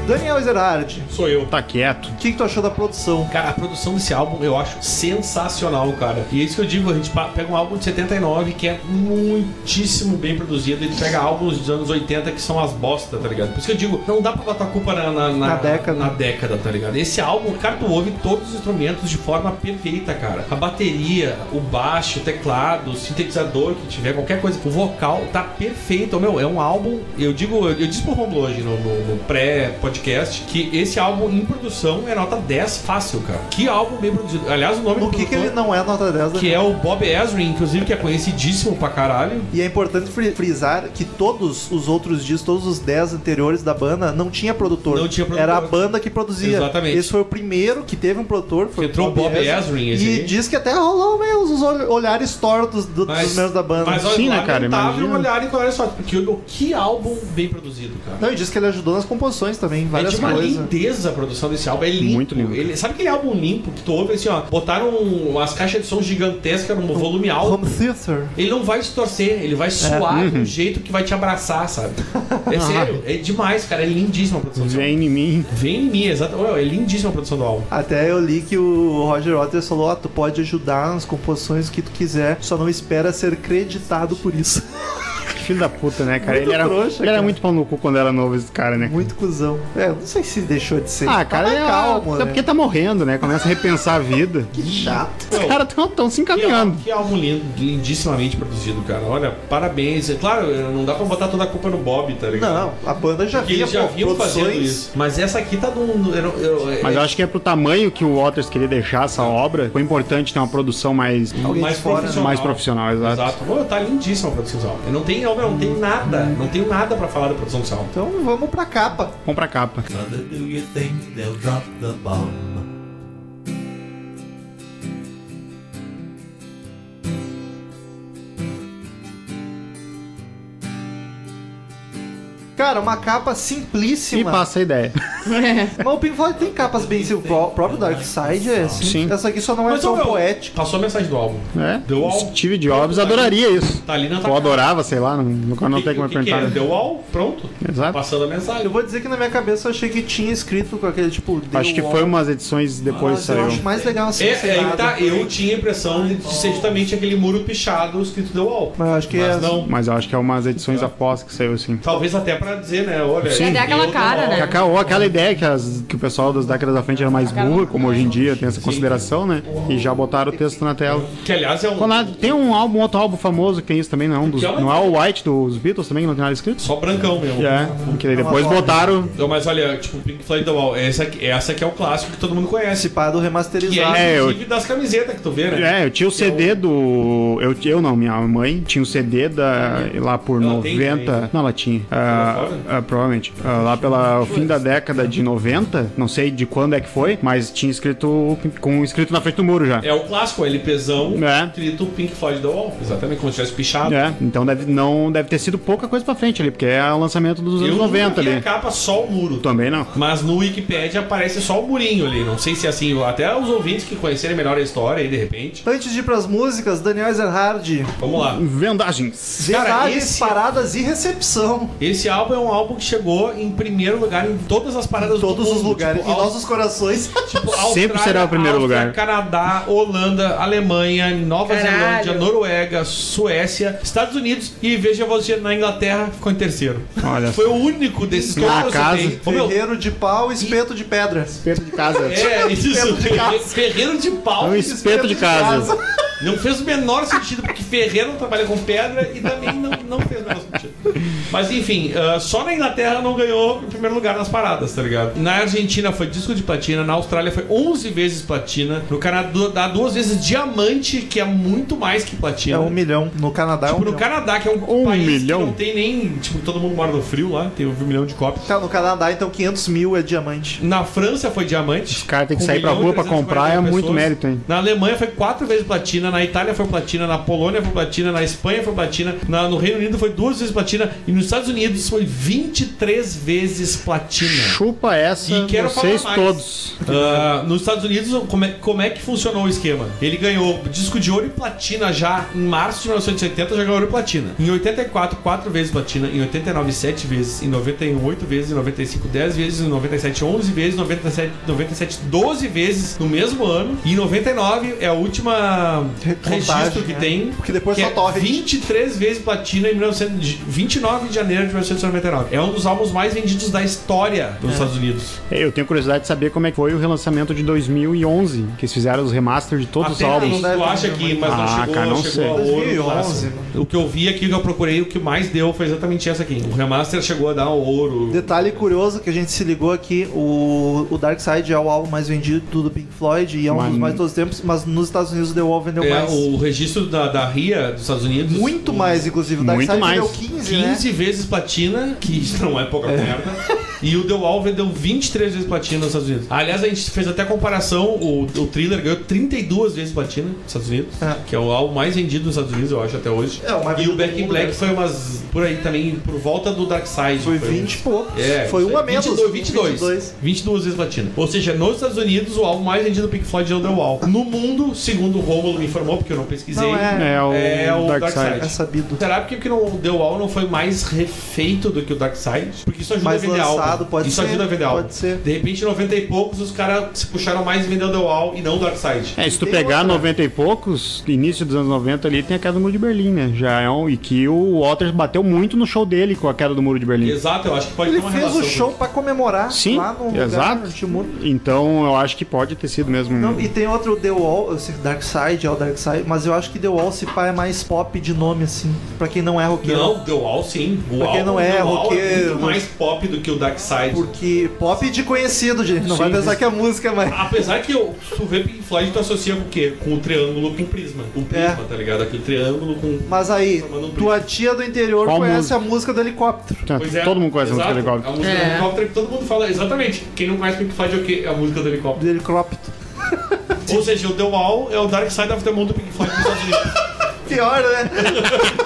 Speaker 1: Daniel Ezerhard,
Speaker 2: Sou eu.
Speaker 3: Tá quieto.
Speaker 1: o que, que tu achou da produção?
Speaker 2: Cara, a produção desse álbum eu acho sensacional, cara. E é isso que eu digo, a gente pa- pega um álbum de 79 que é muitíssimo bem produzido, ele pega álbuns dos anos 80 que são as bosta, tá ligado? Por isso que eu digo, não dá pra botar a culpa na, na,
Speaker 1: Na década. né?
Speaker 2: na década, tá ligado? Esse álbum, cara, tu ouve todos os instrumentos de forma perfeita, cara. A bateria, o baixo, o teclado, o sintetizador que tiver, qualquer coisa, o vocal tá perfeito. Meu, é um álbum, eu digo, eu, eu disse pro Romulo hoje no, no- no pré-podcast que esse álbum em produção é nota 10 fácil, cara. Que álbum bem produzido. Aliás, o nome
Speaker 1: No
Speaker 2: do
Speaker 1: que, que ele
Speaker 2: produtor,
Speaker 1: não é nota 10 da
Speaker 2: que é o Bob Ezrin, inclusive, que é conhecidíssimo pra caralho.
Speaker 1: E é importante fri- frisar que todos os outros discos, todos os 10 anteriores da banda, não tinha produtor.
Speaker 2: Não tinha produtor.
Speaker 1: Era a banda que produzia.
Speaker 2: Exatamente.
Speaker 1: Esse foi o primeiro que teve um produtor. Foi
Speaker 2: Entrou o Bob Ezrin, esse
Speaker 1: E
Speaker 2: aí.
Speaker 1: diz que até rolou meio os ol- olhares tortos do- dos membros da banda.
Speaker 2: Mas olha, é
Speaker 3: Sim, né, cara?
Speaker 2: lamentável
Speaker 3: Imagina.
Speaker 2: olharem com olha só, porque olha, que álbum bem produzido, cara.
Speaker 1: Não, e diz que ele ajudou nas composições também. Várias
Speaker 2: é uma
Speaker 1: coisa.
Speaker 2: lindeza a produção desse álbum. É limpo.
Speaker 3: Muito limpo.
Speaker 2: Ele, sabe aquele álbum limpo que tu ouve assim, ó? Botaram as caixas de som gigantescas num volume alto.
Speaker 1: Home Theater.
Speaker 2: Ele não vai se torcer, ele vai suar
Speaker 1: É.
Speaker 2: de um jeito que vai te abraçar,
Speaker 1: *laughs*
Speaker 2: sabe? É sério, é demais, cara. É lindíssima a produção do álbum.
Speaker 3: Vem em mim. *laughs*
Speaker 2: Vem em mim, exato. Ué, É lindíssima a produção do álbum.
Speaker 1: Até eu li que o Roger Waters falou: Ó, tu pode ajudar nas composições que tu quiser, só não espera ser creditado por isso. *laughs*
Speaker 3: Que filho da puta, né, cara?
Speaker 1: Muito
Speaker 3: ele era,
Speaker 1: trouxa,
Speaker 3: ele era
Speaker 1: cara.
Speaker 3: muito pau no cu quando era novo, esse cara, né?
Speaker 1: Muito cuzão. É, não sei se deixou de ser.
Speaker 3: Ah, cara,
Speaker 1: Tá
Speaker 3: é,
Speaker 1: calmo,
Speaker 3: é porque tá morrendo, né? Começa a repensar a vida.
Speaker 1: Que chato.
Speaker 3: Os caras estão se
Speaker 2: Que álbum,
Speaker 3: encaminhando.
Speaker 2: que álbum lindo, lindissimamente produzido, cara. Olha, parabéns. É Claro, não dá pra botar toda a culpa no Bob, tá ligado?
Speaker 1: Não, a banda já
Speaker 2: Porque
Speaker 1: vinha,
Speaker 2: eles já
Speaker 1: pô,
Speaker 2: vinham fazendo
Speaker 1: produções-
Speaker 2: isso. Mas essa aqui tá de um. Eu, eu- eu-
Speaker 3: Mas eu acho que é pro tamanho que o Waters queria deixar essa obra. Foi importante ter uma produção mais,
Speaker 1: Alguém
Speaker 2: mais
Speaker 1: de fora, né?
Speaker 2: profissional.
Speaker 3: mais profissional, exato.
Speaker 2: Exato. Pô, tá lindíssima a produção desse álbum. Eu Não tem, eu não tem nada. Não tenho nada pra falar da produção desse álbum.
Speaker 1: Então vamos pra capa.
Speaker 3: Compra a capa.
Speaker 8: Mother, do you think they'll drop the bomb?
Speaker 1: Cara, uma capa
Speaker 3: E
Speaker 1: simplíssima.
Speaker 3: passa a ideia.
Speaker 1: Mas o Pink Floyd tem capas bem simples. O próprio Dark Side é assim.
Speaker 3: Sim.
Speaker 1: Essa aqui só não é
Speaker 2: Mas,
Speaker 1: tão
Speaker 2: ô, meu,
Speaker 1: poética.
Speaker 2: Passou a mensagem do álbum.
Speaker 3: É?
Speaker 2: The Wall.
Speaker 3: Steve Jobs adoraria isso.
Speaker 2: Tá ali na tua cara.
Speaker 3: Ou adorava, sei lá, não, não, não
Speaker 2: O que-
Speaker 3: tem como
Speaker 2: o que, que é?
Speaker 3: perguntar.
Speaker 2: Deu all, pronto.
Speaker 3: Exato.
Speaker 2: Passando a mensagem.
Speaker 1: Eu vou dizer que na minha cabeça eu achei que tinha escrito com aquele tipo. The
Speaker 3: Acho que
Speaker 1: Wall.
Speaker 3: foi umas edições depois
Speaker 1: Mas eu
Speaker 3: saiu.
Speaker 1: acho mais legal assim.
Speaker 2: É, é, aí
Speaker 1: encerrado.
Speaker 2: tá, eu tinha a impressão de ser justamente aquele muro pichado escrito The Wall.
Speaker 1: Mas eu acho que é-
Speaker 2: Mas não.
Speaker 3: Mas eu acho que é umas edições
Speaker 2: Tá.
Speaker 3: após que saiu, assim.
Speaker 2: Talvez até pra dizer, né? Olha,
Speaker 3: Sim.
Speaker 2: eu
Speaker 4: Cadê aquela
Speaker 2: The
Speaker 4: cara,
Speaker 2: Wall.
Speaker 4: né?
Speaker 3: Cacá, ou aquela ideia que, as- que o pessoal das décadas da frente era mais burro, como hoje em dia tem essa consideração, né? E já botaram o texto na tela.
Speaker 2: Que aliás é um.
Speaker 3: Quando a- Tem um álbum, outro álbum famoso que tem isso também, não? Dos,
Speaker 2: Que é uma-
Speaker 3: não é o White dos Beatles também, que não tem nada escrito?
Speaker 2: Só brancão mesmo.
Speaker 3: É, que daí depois
Speaker 1: É uma
Speaker 3: botaram.
Speaker 2: Não, mas olha, tipo, Pink Floyd The Wall. Essa aqui, essa aqui é o clássico que todo mundo conhece.
Speaker 1: participado
Speaker 2: Que
Speaker 1: remasterizado.
Speaker 2: é,
Speaker 3: É, eu-
Speaker 2: inclusive, das camisetas que tu vê, né?
Speaker 3: É, eu tinha o CD do. Eu, eu não, minha mãe tinha o CD da. lá por
Speaker 2: Ela tem
Speaker 3: 90.
Speaker 2: também.
Speaker 3: não, ela tinha. Ah,
Speaker 2: fora?
Speaker 3: ah, provavelmente. Ah, lá pelo fim da década de 90, não sei de quando é que foi, mas tinha escrito. com escrito na frente do muro já.
Speaker 2: É o clássico, o LPzão,
Speaker 3: É.
Speaker 2: escrito Pink Floyd The Wall. Exatamente, como se tivesse pichado.
Speaker 3: É, então deve, não, deve ter sido pouca coisa pra frente ali, porque é o lançamento dos
Speaker 2: Eu
Speaker 3: anos 90
Speaker 2: vi
Speaker 3: ali.
Speaker 2: a capa só o muro.
Speaker 3: Também não.
Speaker 2: Mas no Wikipedia aparece só o murinho ali. Não sei se é assim, até os ouvintes que conhecerem melhor a história aí, de repente.
Speaker 1: Antes de ir pras músicas, Daniel Ezerhard.
Speaker 2: Vamos lá.
Speaker 3: Vendagens.
Speaker 1: Detalhes,
Speaker 2: esse- é
Speaker 1: paradas e recepção.
Speaker 2: Esse álbum é um álbum que chegou em primeiro lugar em todas as paradas
Speaker 1: Em todos
Speaker 2: do mundo,
Speaker 1: os lugares.
Speaker 2: tipo,
Speaker 1: em
Speaker 2: Aus-
Speaker 1: nossos corações.
Speaker 2: tipo,
Speaker 3: Sempre será o primeiro
Speaker 2: Áustria,
Speaker 3: lugar.
Speaker 2: Canadá, Holanda, Alemanha, Nova
Speaker 4: Caralho.
Speaker 2: Zelândia, Noruega, Suécia, Estados Unidos e veja você na Inglaterra ficou em terceiro.
Speaker 3: Olha
Speaker 2: Foi o único desses
Speaker 3: Na
Speaker 2: todos que eu
Speaker 3: casa.
Speaker 2: citei. *laughs* Ô, meu,
Speaker 1: Ferreiro de pau, espeto de pedra.
Speaker 3: Espeto de casa.
Speaker 2: É, isso.
Speaker 1: de casa.
Speaker 2: Ferreiro de
Speaker 3: É
Speaker 2: pau.
Speaker 3: um espeto de casa.
Speaker 2: Não fez o menor sentido, porque Ferreira não trabalha com pedra e também não, não fez o menor sentido. Mas enfim, ah, só na Inglaterra não ganhou o primeiro lugar nas paradas, tá ligado? Na Argentina foi disco de platina, na Austrália foi 11 vezes platina, no Canadá duas vezes diamante, que é muito mais que platina.
Speaker 1: É um milhão. No Canadá é um
Speaker 2: Tipo, no
Speaker 1: milhão.
Speaker 2: Canadá, que é um,
Speaker 3: Um
Speaker 2: país
Speaker 3: milhão?
Speaker 2: que não tem nem. Tipo, todo mundo mora no frio lá, tem um milhão de cópias.
Speaker 1: Tá, no Canadá, então 500 mil é diamante.
Speaker 2: Na França foi diamante.
Speaker 3: Os caras têm que
Speaker 2: com
Speaker 3: sair pra
Speaker 2: 1 milhão
Speaker 3: rua pra
Speaker 2: e 340
Speaker 3: comprar, é muito
Speaker 2: pessoas.
Speaker 3: mérito, hein?
Speaker 2: Na Alemanha foi quatro vezes platina, na Itália foi platina, na Polônia foi platina, na Espanha foi platina, na- no Reino Unido foi duas vezes platina e nos Estados Unidos foi 23 vezes platina.
Speaker 3: Chupa essa,
Speaker 2: E quero
Speaker 3: vocês
Speaker 2: falar mais.
Speaker 3: todos.
Speaker 2: Ah, nos Estados Unidos, como é, como é que funcionou o esquema? Ele ganhou disco de ouro e platina já em março de 1980, já ganhou ouro e platina. Em 84, quatro vezes platina. Em 89, sete vezes. Em 91, oito vezes. Em 95, 10 vezes. Em 97, 11 vezes. Em 97, 97, 12 vezes no mesmo ano. E em 99 é a última
Speaker 1: Recontagem,
Speaker 2: registro que
Speaker 1: né?
Speaker 2: tem.
Speaker 1: Porque depois
Speaker 2: que
Speaker 1: só
Speaker 2: é
Speaker 1: torre.
Speaker 2: 23 vezes platina em 1900 de- 29 de janeiro de 1999. É um dos álbuns mais vendidos da história
Speaker 1: É.
Speaker 2: dos Estados Unidos.
Speaker 3: É, Eu tenho curiosidade de saber como é que foi o relançamento de 2011, que eles fizeram os remasters de todos os
Speaker 2: Até então,
Speaker 3: álbuns.
Speaker 2: aí, Tu acha
Speaker 1: Não
Speaker 2: que,
Speaker 1: deve
Speaker 2: mas não
Speaker 3: Ah,
Speaker 2: chegou,
Speaker 3: cara, não
Speaker 2: chegou
Speaker 3: sei.
Speaker 2: a ouro,
Speaker 1: 2011,
Speaker 2: classe. O que eu vi aqui, que eu procurei, o que mais deu foi exatamente essa aqui. O remaster chegou a dar ouro.
Speaker 1: Detalhe curioso que a gente se ligou aqui, o, o Dark Side é o álbum mais vendido do Pink Floyd e é um
Speaker 3: Mas-
Speaker 1: dos mais de todos os tempos, mas nos Estados Unidos o The Wall vendeu
Speaker 2: É,
Speaker 1: mais.
Speaker 2: o registro da, da RIA dos Estados Unidos.
Speaker 1: Muito
Speaker 2: o-
Speaker 1: mais, inclusive. O Dark
Speaker 3: Muito
Speaker 1: Side
Speaker 3: mais.
Speaker 1: vendeu 15, né?
Speaker 2: 15 vezes platina, que não é pouca merda. E o The Wall vendeu 23 vezes platina nos Estados Unidos. Aliás, a gente fez até a comparação, o, o Thriller ganhou 32 vezes platina nos Estados Unidos,
Speaker 1: É.
Speaker 2: que é o álbum mais vendido nos Estados Unidos, eu acho, até hoje.
Speaker 1: É, o mais
Speaker 2: e
Speaker 1: vendido
Speaker 2: o Back
Speaker 1: do
Speaker 2: in
Speaker 1: mundo,
Speaker 2: Black
Speaker 1: né?
Speaker 2: foi umas, por aí também, por volta do Dark Side.
Speaker 1: Foi
Speaker 2: um
Speaker 1: 20 e poucos.
Speaker 2: É,
Speaker 1: foi um a menos.
Speaker 2: 22, 22, 22.
Speaker 1: 22.
Speaker 2: vezes platina. Ou seja, nos Estados Unidos, o álbum mais vendido do Pink Floyd é o The Wall. No mundo, segundo o Romulo me informou, porque eu não pesquisei,
Speaker 1: Não, é.
Speaker 3: É o,
Speaker 2: É o
Speaker 3: Dark,
Speaker 2: Dark
Speaker 3: Side.
Speaker 1: É sabido.
Speaker 2: Será porque que não, o The Wall não foi mais refeito do que o Dark Side? Porque isso ajuda
Speaker 1: Mais
Speaker 2: a vender
Speaker 1: lançado,
Speaker 2: álbum.
Speaker 1: pode
Speaker 2: isso
Speaker 1: ser,
Speaker 2: ajuda a vender álbum.
Speaker 1: pode ser.
Speaker 2: De repente, em 90 e poucos, os caras se puxaram mais e vendeu The Wall e não o Dark Side.
Speaker 3: É, se tu
Speaker 1: Tem
Speaker 3: pegar
Speaker 1: outra.
Speaker 3: 90 e poucos, início dos anos 90 ali, tem a queda do Muro de Berlim, né? Já é um. E que o Waters bateu muito no show dele com a queda do Muro de Berlim.
Speaker 2: Exato, eu acho que pode
Speaker 1: Ele
Speaker 2: ter uma
Speaker 1: fez
Speaker 2: então, relação.
Speaker 1: o show pra comemorar
Speaker 3: Sim,
Speaker 1: lá no
Speaker 3: exato.
Speaker 1: lugar de Muro.
Speaker 3: Então eu acho que pode ter sido mesmo.
Speaker 1: Não, e tem outro The Wall, eu sei que Dark Side é o Dark Side, mas eu acho que The Wall se pá é mais pop de nome, assim, pra quem não é roqueiro.
Speaker 2: Não, The Wall sim. O
Speaker 1: Pra quem
Speaker 2: álbum
Speaker 1: não é
Speaker 2: The Wall
Speaker 1: roqueiro,
Speaker 2: é muito mais pop do que o Dark Side.
Speaker 1: Porque pop de conhecido, gente. Não vai pensar que é música, mas.
Speaker 2: Apesar que eu, se tu vê Pink Floyd, tu associa com o quê? Com o triângulo com o prisma. O prisma, tá ligado? Aquele triângulo com.
Speaker 1: Mas aí,
Speaker 2: Formando um
Speaker 1: tua tia do interior
Speaker 3: Qual
Speaker 1: conhece
Speaker 3: música?
Speaker 1: a música do helicóptero.
Speaker 3: Tá,
Speaker 2: Pois é,
Speaker 3: Todo mundo conhece
Speaker 2: exato.
Speaker 3: a música do helicóptero.
Speaker 2: A música do
Speaker 5: É.
Speaker 2: helicóptero que todo mundo fala, exatamente. Quem não conhece Pink Floyd é o quê? É a música do helicóptero.
Speaker 1: Do helicóptero.
Speaker 2: Ou seja, o The Wall é o Dark Side of the Moon do Pink Floyd dos Estados Unidos.
Speaker 1: Pior, né?
Speaker 2: *laughs*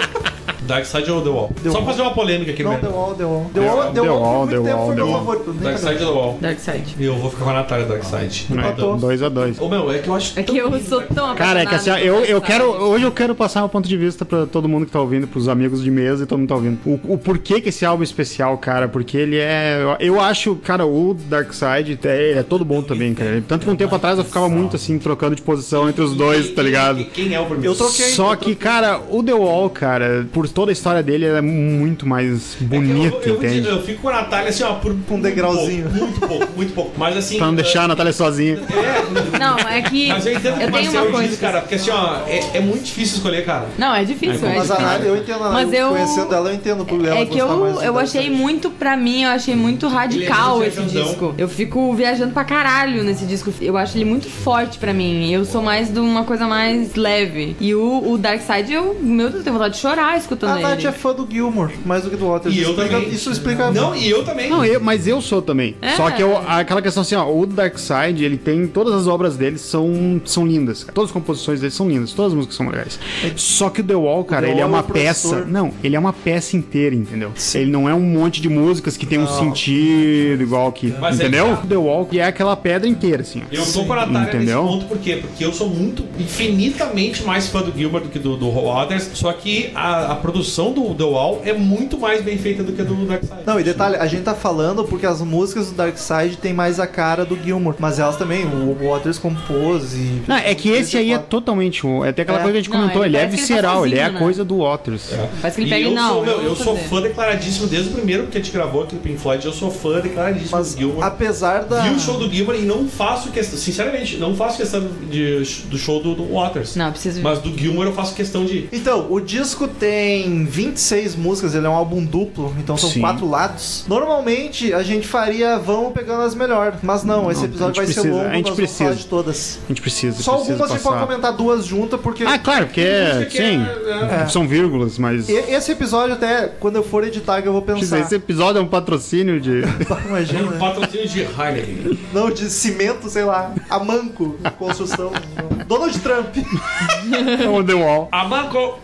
Speaker 2: Dark Side ou The Wall?
Speaker 1: The
Speaker 2: Só
Speaker 1: Wall.
Speaker 2: pra fazer uma polêmica aqui,
Speaker 1: Não, The
Speaker 2: velho.
Speaker 1: Wall, The Wall. The Wall,
Speaker 3: The Wall,
Speaker 1: por muito
Speaker 3: The
Speaker 1: tempo
Speaker 3: Wall,
Speaker 1: foi
Speaker 3: The
Speaker 1: meu
Speaker 3: Wall.
Speaker 1: favorito. Nem
Speaker 2: Dark
Speaker 1: cadê?
Speaker 2: Side ou The Wall?
Speaker 5: *laughs* Dark Side.
Speaker 2: Eu vou ficar com a Natália Dark Side.
Speaker 1: Empatou.
Speaker 3: É um Dois a dois.
Speaker 2: Ô meu, é que eu acho.
Speaker 5: É que eu sou tão
Speaker 3: Cara, é que assim, ó,
Speaker 5: apaixonada
Speaker 3: eu,
Speaker 5: por
Speaker 3: eu
Speaker 5: Dark
Speaker 3: quero.
Speaker 5: Side.
Speaker 3: Hoje eu quero passar meu ponto de vista pra todo mundo que tá ouvindo, pros amigos de mesa e todo mundo que tá ouvindo. O, o porquê que esse álbum é especial, cara? Porque ele é. eu- Eu acho, cara, o Dark Side é, é todo bom também, cara. Tanto que um tempo atrás eu ficava muito assim, trocando de posição entre os dois, tá ligado?
Speaker 2: Quem é o primeiro?
Speaker 1: Eu troquei.
Speaker 3: Só
Speaker 1: eu
Speaker 3: que, cara, o The Wall, cara, por toda a história dele, ele é muito mais
Speaker 2: É que eu-
Speaker 3: bonito,
Speaker 2: eu, vou te-
Speaker 3: entende?
Speaker 2: eu fico com a Natália assim, ó, por
Speaker 1: Um degrauzinho.
Speaker 2: Muito pouco, muito pouco, muito pouco. Mas assim.
Speaker 3: Pra não deixar a Natália sozinha.
Speaker 2: É,
Speaker 5: Não, é que.
Speaker 2: mas eu entendo o que o
Speaker 5: tenho uma
Speaker 2: Marcelo
Speaker 5: coisa.
Speaker 2: diz, cara, porque assim, ó, é, é muito difícil escolher, cara.
Speaker 5: Não, é difícil. é
Speaker 1: Mas a
Speaker 3: Tá
Speaker 5: difícil.
Speaker 1: Nádia, eu entendo a
Speaker 5: Mas
Speaker 1: Nádia.
Speaker 5: eu-
Speaker 1: Conhecendo ela, eu entendo por ela
Speaker 5: É que
Speaker 1: gostar mais
Speaker 5: eu,
Speaker 1: do
Speaker 5: eu
Speaker 1: Dark
Speaker 5: achei
Speaker 1: Side.
Speaker 5: muito, pra mim, eu achei muito radical
Speaker 2: Ele é
Speaker 5: esse
Speaker 2: viajandão.
Speaker 5: disco. Eu fico viajando pra caralho nesse disco. Eu acho ele muito forte pra mim. Eu sou mais de uma coisa mais leve. E o, o Dark Side, eu, meu Deus, eu tenho vontade de chorar escutando
Speaker 1: A Nath
Speaker 5: ele.
Speaker 1: é fã do Gilmore, mais do que do Waters.
Speaker 2: E eu
Speaker 1: Explica-
Speaker 2: também.
Speaker 1: Isso explica.
Speaker 2: Não, e eu também.
Speaker 3: Não, eu- mas eu sou também.
Speaker 5: É.
Speaker 3: Só que eu, aquela questão assim, ó, o Dark Side, ele tem. Todas as obras dele são, são lindas. cara. Todas as composições dele são lindas, todas as músicas são legais. Só que o The Wall, cara,
Speaker 1: É. The
Speaker 3: ele é
Speaker 1: Wall é
Speaker 3: uma
Speaker 1: o professor.
Speaker 3: peça. Não, ele é uma peça inteira, entendeu? Ele não é um monte de músicas que tem um sentido igual que.
Speaker 2: Mas é
Speaker 3: entendeu?
Speaker 2: que-
Speaker 3: O The Wall que é aquela pedra inteira, assim. ó.
Speaker 2: Eu tô com a Natália
Speaker 3: Entendeu?
Speaker 2: nesse ponto, por quê? Porque eu sou muito, infinitamente mais fã do Gilbert do que do, do Waters, só que a, a produção do The Wall é muito mais bem feita do que a do Dark Side.
Speaker 1: Não, e detalhe, a gente tá falando porque as músicas do Dark Side tem mais a cara do Gilmore, mas elas também, o Waters compôs e.
Speaker 3: Não, é que esse aí é
Speaker 1: todo.
Speaker 3: totalmente. um- É até aquela
Speaker 1: É.
Speaker 3: coisa que a gente
Speaker 5: Não,
Speaker 3: comentou,
Speaker 5: ele
Speaker 3: ele, é
Speaker 5: parece que ele tá
Speaker 3: visceral, ele é a
Speaker 5: sozinho, né?
Speaker 3: coisa do Waters.
Speaker 5: Parece que ele
Speaker 2: E
Speaker 5: pega
Speaker 2: eu
Speaker 5: ele, não,
Speaker 2: Sou, meu,
Speaker 5: eu
Speaker 2: eu
Speaker 5: vou
Speaker 2: sou
Speaker 5: fazer.
Speaker 2: fã declaradíssimo desde o primeiro que a gente gravou aqui do Pink Floyd. Eu sou fã declaradíssimo
Speaker 1: Mas
Speaker 2: do Gilmore.
Speaker 1: apesar da.
Speaker 2: Vi o show do Gilmore e não faço questão, sinceramente, não faço questão de, do show do, do Waters.
Speaker 5: Não, eu preciso.
Speaker 2: Mas do Gilmore eu faço questão de.
Speaker 1: Então, o disco tem 26 músicas, ele é um álbum duplo, então são
Speaker 3: Sim.
Speaker 1: quatro lados. Normalmente a gente faria vamos pegando as melhores, mas não, esse
Speaker 3: Não,
Speaker 1: episódio vai
Speaker 3: a gente
Speaker 1: ser
Speaker 3: precisa,
Speaker 1: longo,
Speaker 3: a gente
Speaker 1: nós vamos falar
Speaker 3: precisa.
Speaker 1: de todas.
Speaker 3: A gente precisa.
Speaker 1: Só
Speaker 3: precisa
Speaker 1: algumas a gente pode
Speaker 3: passar.
Speaker 1: comentar duas juntas, porque
Speaker 3: Ah, claro, porque é.
Speaker 2: que é-
Speaker 3: Sim. São vírgulas, mas.
Speaker 1: e- esse é um episódio até, quando eu for editar, que eu vou
Speaker 3: Deixa eu ver,
Speaker 1: pensar.
Speaker 3: Esse é episódio é um patrocínio de.
Speaker 1: Imagina,
Speaker 2: Um
Speaker 1: né?
Speaker 2: patrocínio de Heineken.
Speaker 1: *laughs* Não, de cimento, sei lá. A manco,
Speaker 3: *laughs*
Speaker 1: construção. não. Donald Trump.
Speaker 3: On um the Wall.
Speaker 2: A Marco!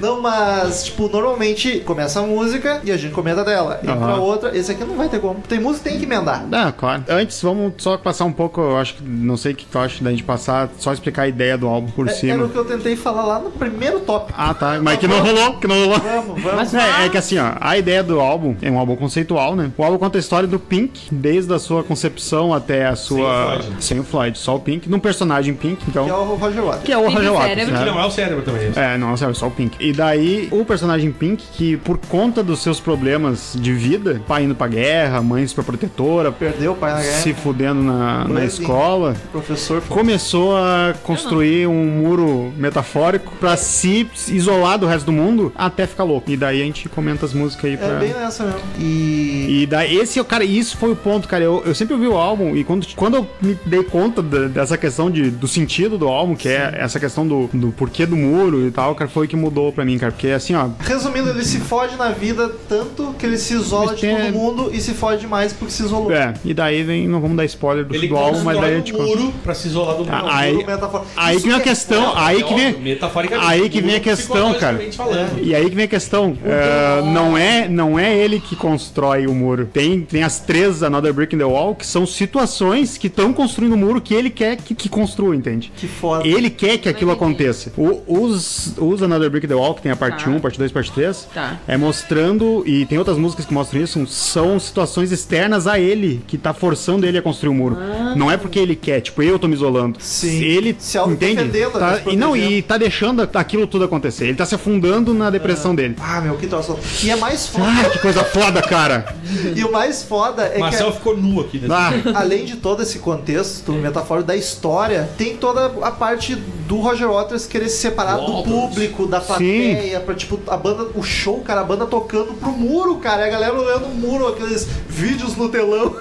Speaker 1: Não, mas, tipo, normalmente começa a música e a gente comenta dela. Entra
Speaker 3: Aham.
Speaker 1: outra. Esse aqui não vai ter como. Tem música, tem que emendar.
Speaker 3: Ah, claro. Antes, vamos só passar um pouco, eu acho que. Não sei o que eu acho da gente passar, só explicar a ideia do álbum por
Speaker 1: É, era
Speaker 3: cima.
Speaker 1: o que eu tentei falar lá no primeiro tópico.
Speaker 3: Ah, tá. Mas que não rolou, que não rolou.
Speaker 1: Vamos, vamos.
Speaker 3: É, é que assim, ó, a ideia do álbum é um álbum conceitual, né? O álbum conta a história do Pink, desde a sua concepção até a sua.
Speaker 2: o Floyd.
Speaker 3: Sem o Floyd, só o Pink, num personagem Pink,
Speaker 1: Que é
Speaker 3: então.
Speaker 1: o Roger Waters.
Speaker 3: Que é o
Speaker 5: Pink
Speaker 3: Roger Waters.
Speaker 5: Cérebro,
Speaker 3: né?
Speaker 2: Que não é o cérebro também.
Speaker 3: É, não, sério, só o Pink. E daí, o personagem Pink, que por conta dos seus problemas de vida, pai indo pra guerra, mãe superprotetora,
Speaker 1: Perdeu o pai na guerra.
Speaker 3: se fudendo na, na
Speaker 1: Bullying.
Speaker 3: escola,
Speaker 1: Professor.
Speaker 3: começou a construir um muro metafórico pra se isolar do resto do mundo até ficar louco. E daí a gente comenta as músicas aí
Speaker 1: É
Speaker 3: pra.
Speaker 1: bem nessa mesmo. E.
Speaker 3: E daí, esse, cara, isso foi o ponto, cara. Eu, eu sempre ouvi o álbum e quando, quando eu me dei conta da- dessa questão de, do sentido do álbum, que é essa questão do, do porquê do muro e tal, cara, foi o que mudou pra mim, cara, porque assim, ó,
Speaker 1: Resumindo, ele se fode na vida tanto que ele se isola
Speaker 3: Mas
Speaker 1: de
Speaker 3: tem-
Speaker 1: todo mundo e se fode demais porque se isolou.
Speaker 3: é, e daí vem, não vamos dar spoiler do,
Speaker 2: Ele
Speaker 3: do álbum, mas daí a
Speaker 2: constrói
Speaker 3: gente
Speaker 2: um muro pra se isolar do mundo.
Speaker 3: Ah,
Speaker 1: Não,
Speaker 3: aí-
Speaker 1: juro, metafora-
Speaker 3: Aí
Speaker 1: Isso
Speaker 3: que vem a
Speaker 1: é-
Speaker 3: questão, aí que
Speaker 2: óbvio,
Speaker 3: vem.
Speaker 2: Metaforicamente.
Speaker 3: Aí que vem a questão, cara.
Speaker 2: psicologicamente Falando.
Speaker 3: E aí que vem a questão, é, não, é, não é ele que constrói o muro. Tem, tem as três Another Brick in the Wall, que são situações que estão construindo o muro que ele quer que, que construa, entende?
Speaker 1: Que foda.
Speaker 3: Ele quer que aquilo aconteça. O- os, os Another Brick in the Wall, que tem a parte
Speaker 5: Tá.
Speaker 3: 1, parte 2, parte 3,
Speaker 5: Tá.
Speaker 3: é mostrando, e tem outras músicas que mostram isso, são situações externas a ele, que tá forçando ele a construir o muro. Não é porque ele quer, tipo, eu tô me isolando.
Speaker 1: Sim.
Speaker 3: Ele,
Speaker 1: Se
Speaker 3: entende?
Speaker 1: autodefendendo,
Speaker 3: Tá-
Speaker 1: né, se
Speaker 3: e não, e
Speaker 1: protegendo.
Speaker 3: tá deixando aquilo tudo acontecer. Ele tá se afundando na depressão dele.
Speaker 1: Ah, meu, que troço. E é mais foda.
Speaker 3: Ah, que coisa foda, cara!
Speaker 1: e o mais foda é que.
Speaker 2: Marcel ficou nu aqui né? nesse
Speaker 3: Ah,
Speaker 1: além de todo esse contexto metafórico da história, tem toda a parte do Roger Waters querer se separar do
Speaker 2: Waters.
Speaker 1: público, da plateia, pra, tipo, a banda, o show, cara, a banda tocando pro muro, cara, e a galera olhando o muro, aqueles vídeos no telão.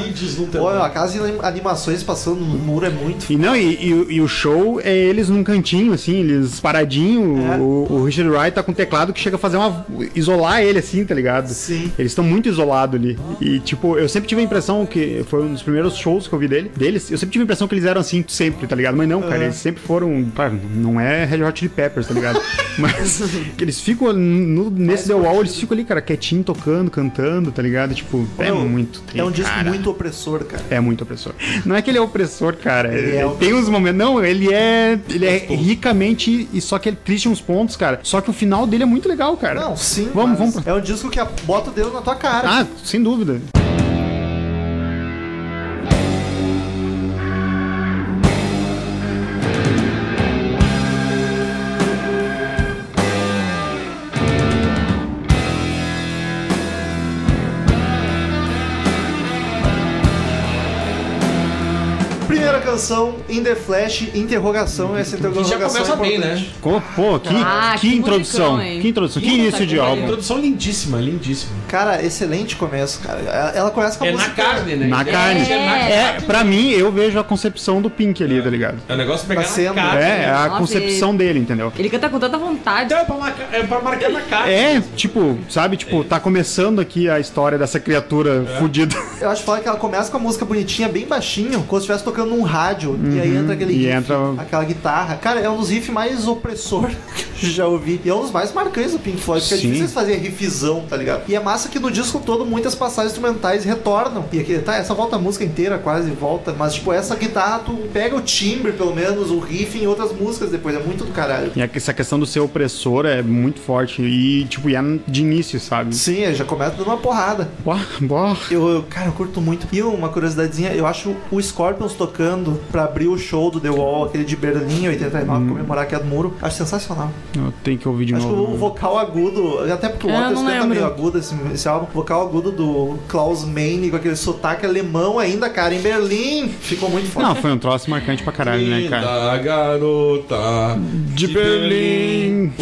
Speaker 2: vídeos no
Speaker 1: Olha,
Speaker 2: telão.
Speaker 1: aquelas anim- animações passando no muro é muito
Speaker 3: E não, e, e o- e o show é eles num cantinho, assim, eles paradinho.
Speaker 1: É.
Speaker 3: O, o Richard Wright tá com um teclado que chega a fazer uma. isolar ele, assim, tá ligado?
Speaker 1: Sim.
Speaker 3: Eles estão muito isolados ali. E, tipo, eu sempre tive a impressão que foi um dos primeiros shows que eu vi dele, deles. Eu sempre tive a impressão que eles eram assim, sempre, tá ligado? Mas não, cara, eles sempre foram. Cara, não é Red Hot Chili Peppers,
Speaker 1: *laughs*
Speaker 3: tá ligado? Mas que eles ficam no- nesse The Wall, eles ficam ali, cara, quietinho, tocando, cantando, tá ligado? Tipo, é
Speaker 1: Meu,
Speaker 3: muito triste.
Speaker 1: É um disco
Speaker 3: cara.
Speaker 1: muito opressor, cara.
Speaker 3: É muito opressor. Não é que ele é opressor, cara.
Speaker 1: Ele é
Speaker 3: Ele tem uns momentos. Não, ele é. Ele é ricamente. E só que ele triste em uns pontos, cara. Só que o final dele é muito legal, cara.
Speaker 1: Não, sim. mas
Speaker 3: Vamos, vamos
Speaker 1: É um disco que a- bota o dedo na tua cara.
Speaker 3: Ah, sem dúvida.
Speaker 1: Primeira canção, In The Flash, interrogação. Essa
Speaker 2: Hum, Que
Speaker 1: interrogação
Speaker 2: já começa
Speaker 1: é
Speaker 2: bem, né?
Speaker 1: importante.
Speaker 3: Co- Pô, que,
Speaker 5: Ah,
Speaker 3: que,
Speaker 5: que
Speaker 3: introdução.
Speaker 5: musicão, hein? tá
Speaker 3: que introdução. Que
Speaker 2: Puta
Speaker 3: início de
Speaker 2: que pariu,
Speaker 3: álbum.
Speaker 2: Introdução lindíssima, lindíssima.
Speaker 1: Cara, excelente começo, cara. Ela ela começa com a
Speaker 2: É na
Speaker 1: música.
Speaker 2: carne, né?
Speaker 3: Na
Speaker 2: É,
Speaker 3: carne.
Speaker 2: É, na
Speaker 3: É,
Speaker 2: carne.
Speaker 3: pra mim, eu vejo a concepção do Pink ali, tá ligado?
Speaker 2: É o negócio pegar
Speaker 1: Tá sendo,
Speaker 2: na carne. né?
Speaker 3: É, é a
Speaker 5: Ah, Nossa,
Speaker 3: concepção dele, entendeu?
Speaker 5: Ele canta com tanta vontade.
Speaker 2: Então é pra, marcar, é pra marcar na carne.
Speaker 3: É, tipo, sabe, tipo, tá começando aqui a história dessa criatura
Speaker 1: É.
Speaker 3: fudida.
Speaker 1: Eu acho foda que ela começa com a música bonitinha, bem baixinho, como se estivesse tocando num rádio. E aí entra aquele
Speaker 3: Uhum. E
Speaker 1: riff,
Speaker 3: entra-
Speaker 1: aquela guitarra. Cara, é um dos riffs mais opressor *laughs* que eu já ouvi. E é um dos mais marcantes do Pink Floyd, porque é
Speaker 3: Sim.
Speaker 1: difícil eles fazerem riffzão, tá ligado? E é massa que no disco todo muitas passagens instrumentais retornam. E aqui, tá, essa volta a música inteira quase volta, mas tipo, essa guitarra tu pega o timbre, pelo menos, o riff em outras músicas depois, é muito do caralho.
Speaker 3: E a- essa questão do ser opressor é muito forte. E, tipo, e é de início, sabe?
Speaker 1: Sim, aí já começa dando uma porrada.
Speaker 3: Boa, boa.
Speaker 1: Eu, eu- cara, eu curto muito. E uma curiosidadezinha, eu acho o Scorpions tocando pra abrir o show do The Wall, aquele de Berlim, 89, comemorar a queda do muro. Acho sensacional.
Speaker 3: Eu tenho que ouvir Uhum. de
Speaker 1: acho que o
Speaker 3: novo.
Speaker 1: vocal agudo, até porque o
Speaker 5: Ah,
Speaker 1: Waters
Speaker 5: não
Speaker 1: canta
Speaker 5: lembro.
Speaker 1: meio agudo esse, esse álbum, o vocal agudo do Klaus Meine com aquele sotaque alemão ainda, cara, em Berlim. Ficou muito forte.
Speaker 3: Não, foi um troço marcante pra caralho, né, cara?
Speaker 2: Linda garota
Speaker 3: De Berlim.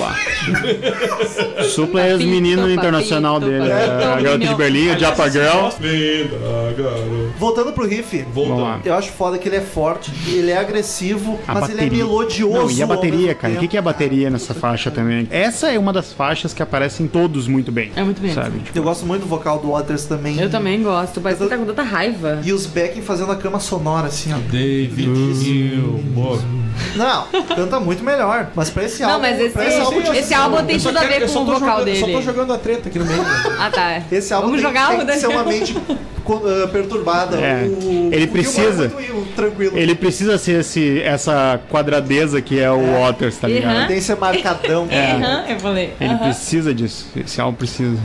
Speaker 3: Supla é os
Speaker 5: Papito,
Speaker 3: meninos
Speaker 5: papito,
Speaker 3: internacional
Speaker 1: É,
Speaker 3: dele.
Speaker 5: papito,
Speaker 1: então,
Speaker 3: né? A
Speaker 5: papito,
Speaker 3: garota de
Speaker 5: meu.
Speaker 3: Berlim, a Japa Girl.
Speaker 2: Linda garota.
Speaker 1: Voltando pro riff.
Speaker 3: Vamos lá.
Speaker 2: Voltando.
Speaker 1: Eu acho foda que ele é forte, ele é agressivo,
Speaker 3: A
Speaker 1: mas
Speaker 3: bateria.
Speaker 1: ele é melodioso.
Speaker 3: Não, e a
Speaker 1: ao
Speaker 3: bateria,
Speaker 1: mesmo
Speaker 3: cara? O que,
Speaker 1: tempo.
Speaker 3: que é a bateria nessa faixa também? Essa é uma das faixas que aparecem todos muito bem.
Speaker 5: É muito bem.
Speaker 3: Sabe?
Speaker 1: Eu gosto muito do vocal do Waters também.
Speaker 5: Eu também gosto. Parece que ele tá com tanta raiva.
Speaker 1: E os Beckham fazendo a cama sonora, assim, ó.
Speaker 2: David
Speaker 3: Hum.
Speaker 2: Gilmour.
Speaker 1: Não, canta muito melhor. Mas pra esse álbum.
Speaker 5: Não, mas esse,
Speaker 1: pra esse álbum,
Speaker 5: esse álbum tem
Speaker 2: Eu só
Speaker 5: tudo a
Speaker 2: quero-
Speaker 5: ver
Speaker 2: eu
Speaker 5: com
Speaker 2: só
Speaker 5: o
Speaker 2: tô
Speaker 5: vocal
Speaker 2: jogando-
Speaker 5: dele.
Speaker 2: Eu só tô jogando a treta aqui no meio. né?
Speaker 5: Ah, tá.
Speaker 1: esse álbum
Speaker 5: Vamos
Speaker 1: tem,
Speaker 5: jogar
Speaker 1: tem
Speaker 5: o
Speaker 1: que ser uma
Speaker 5: Daniel. *laughs*
Speaker 1: mente co- eh, perturbada.
Speaker 3: É.
Speaker 1: O-
Speaker 3: Ele
Speaker 1: o
Speaker 3: precisa-
Speaker 1: Gilmore é muito tranquilo.
Speaker 3: Ele precisa ser esse, essa quadradeza que é o Waters, tá ligado?
Speaker 1: tem que ser marcadão.
Speaker 3: É.
Speaker 5: Aham, eu falei.
Speaker 3: Ele
Speaker 5: É. aham.
Speaker 3: precisa disso. Esse álbum precisa.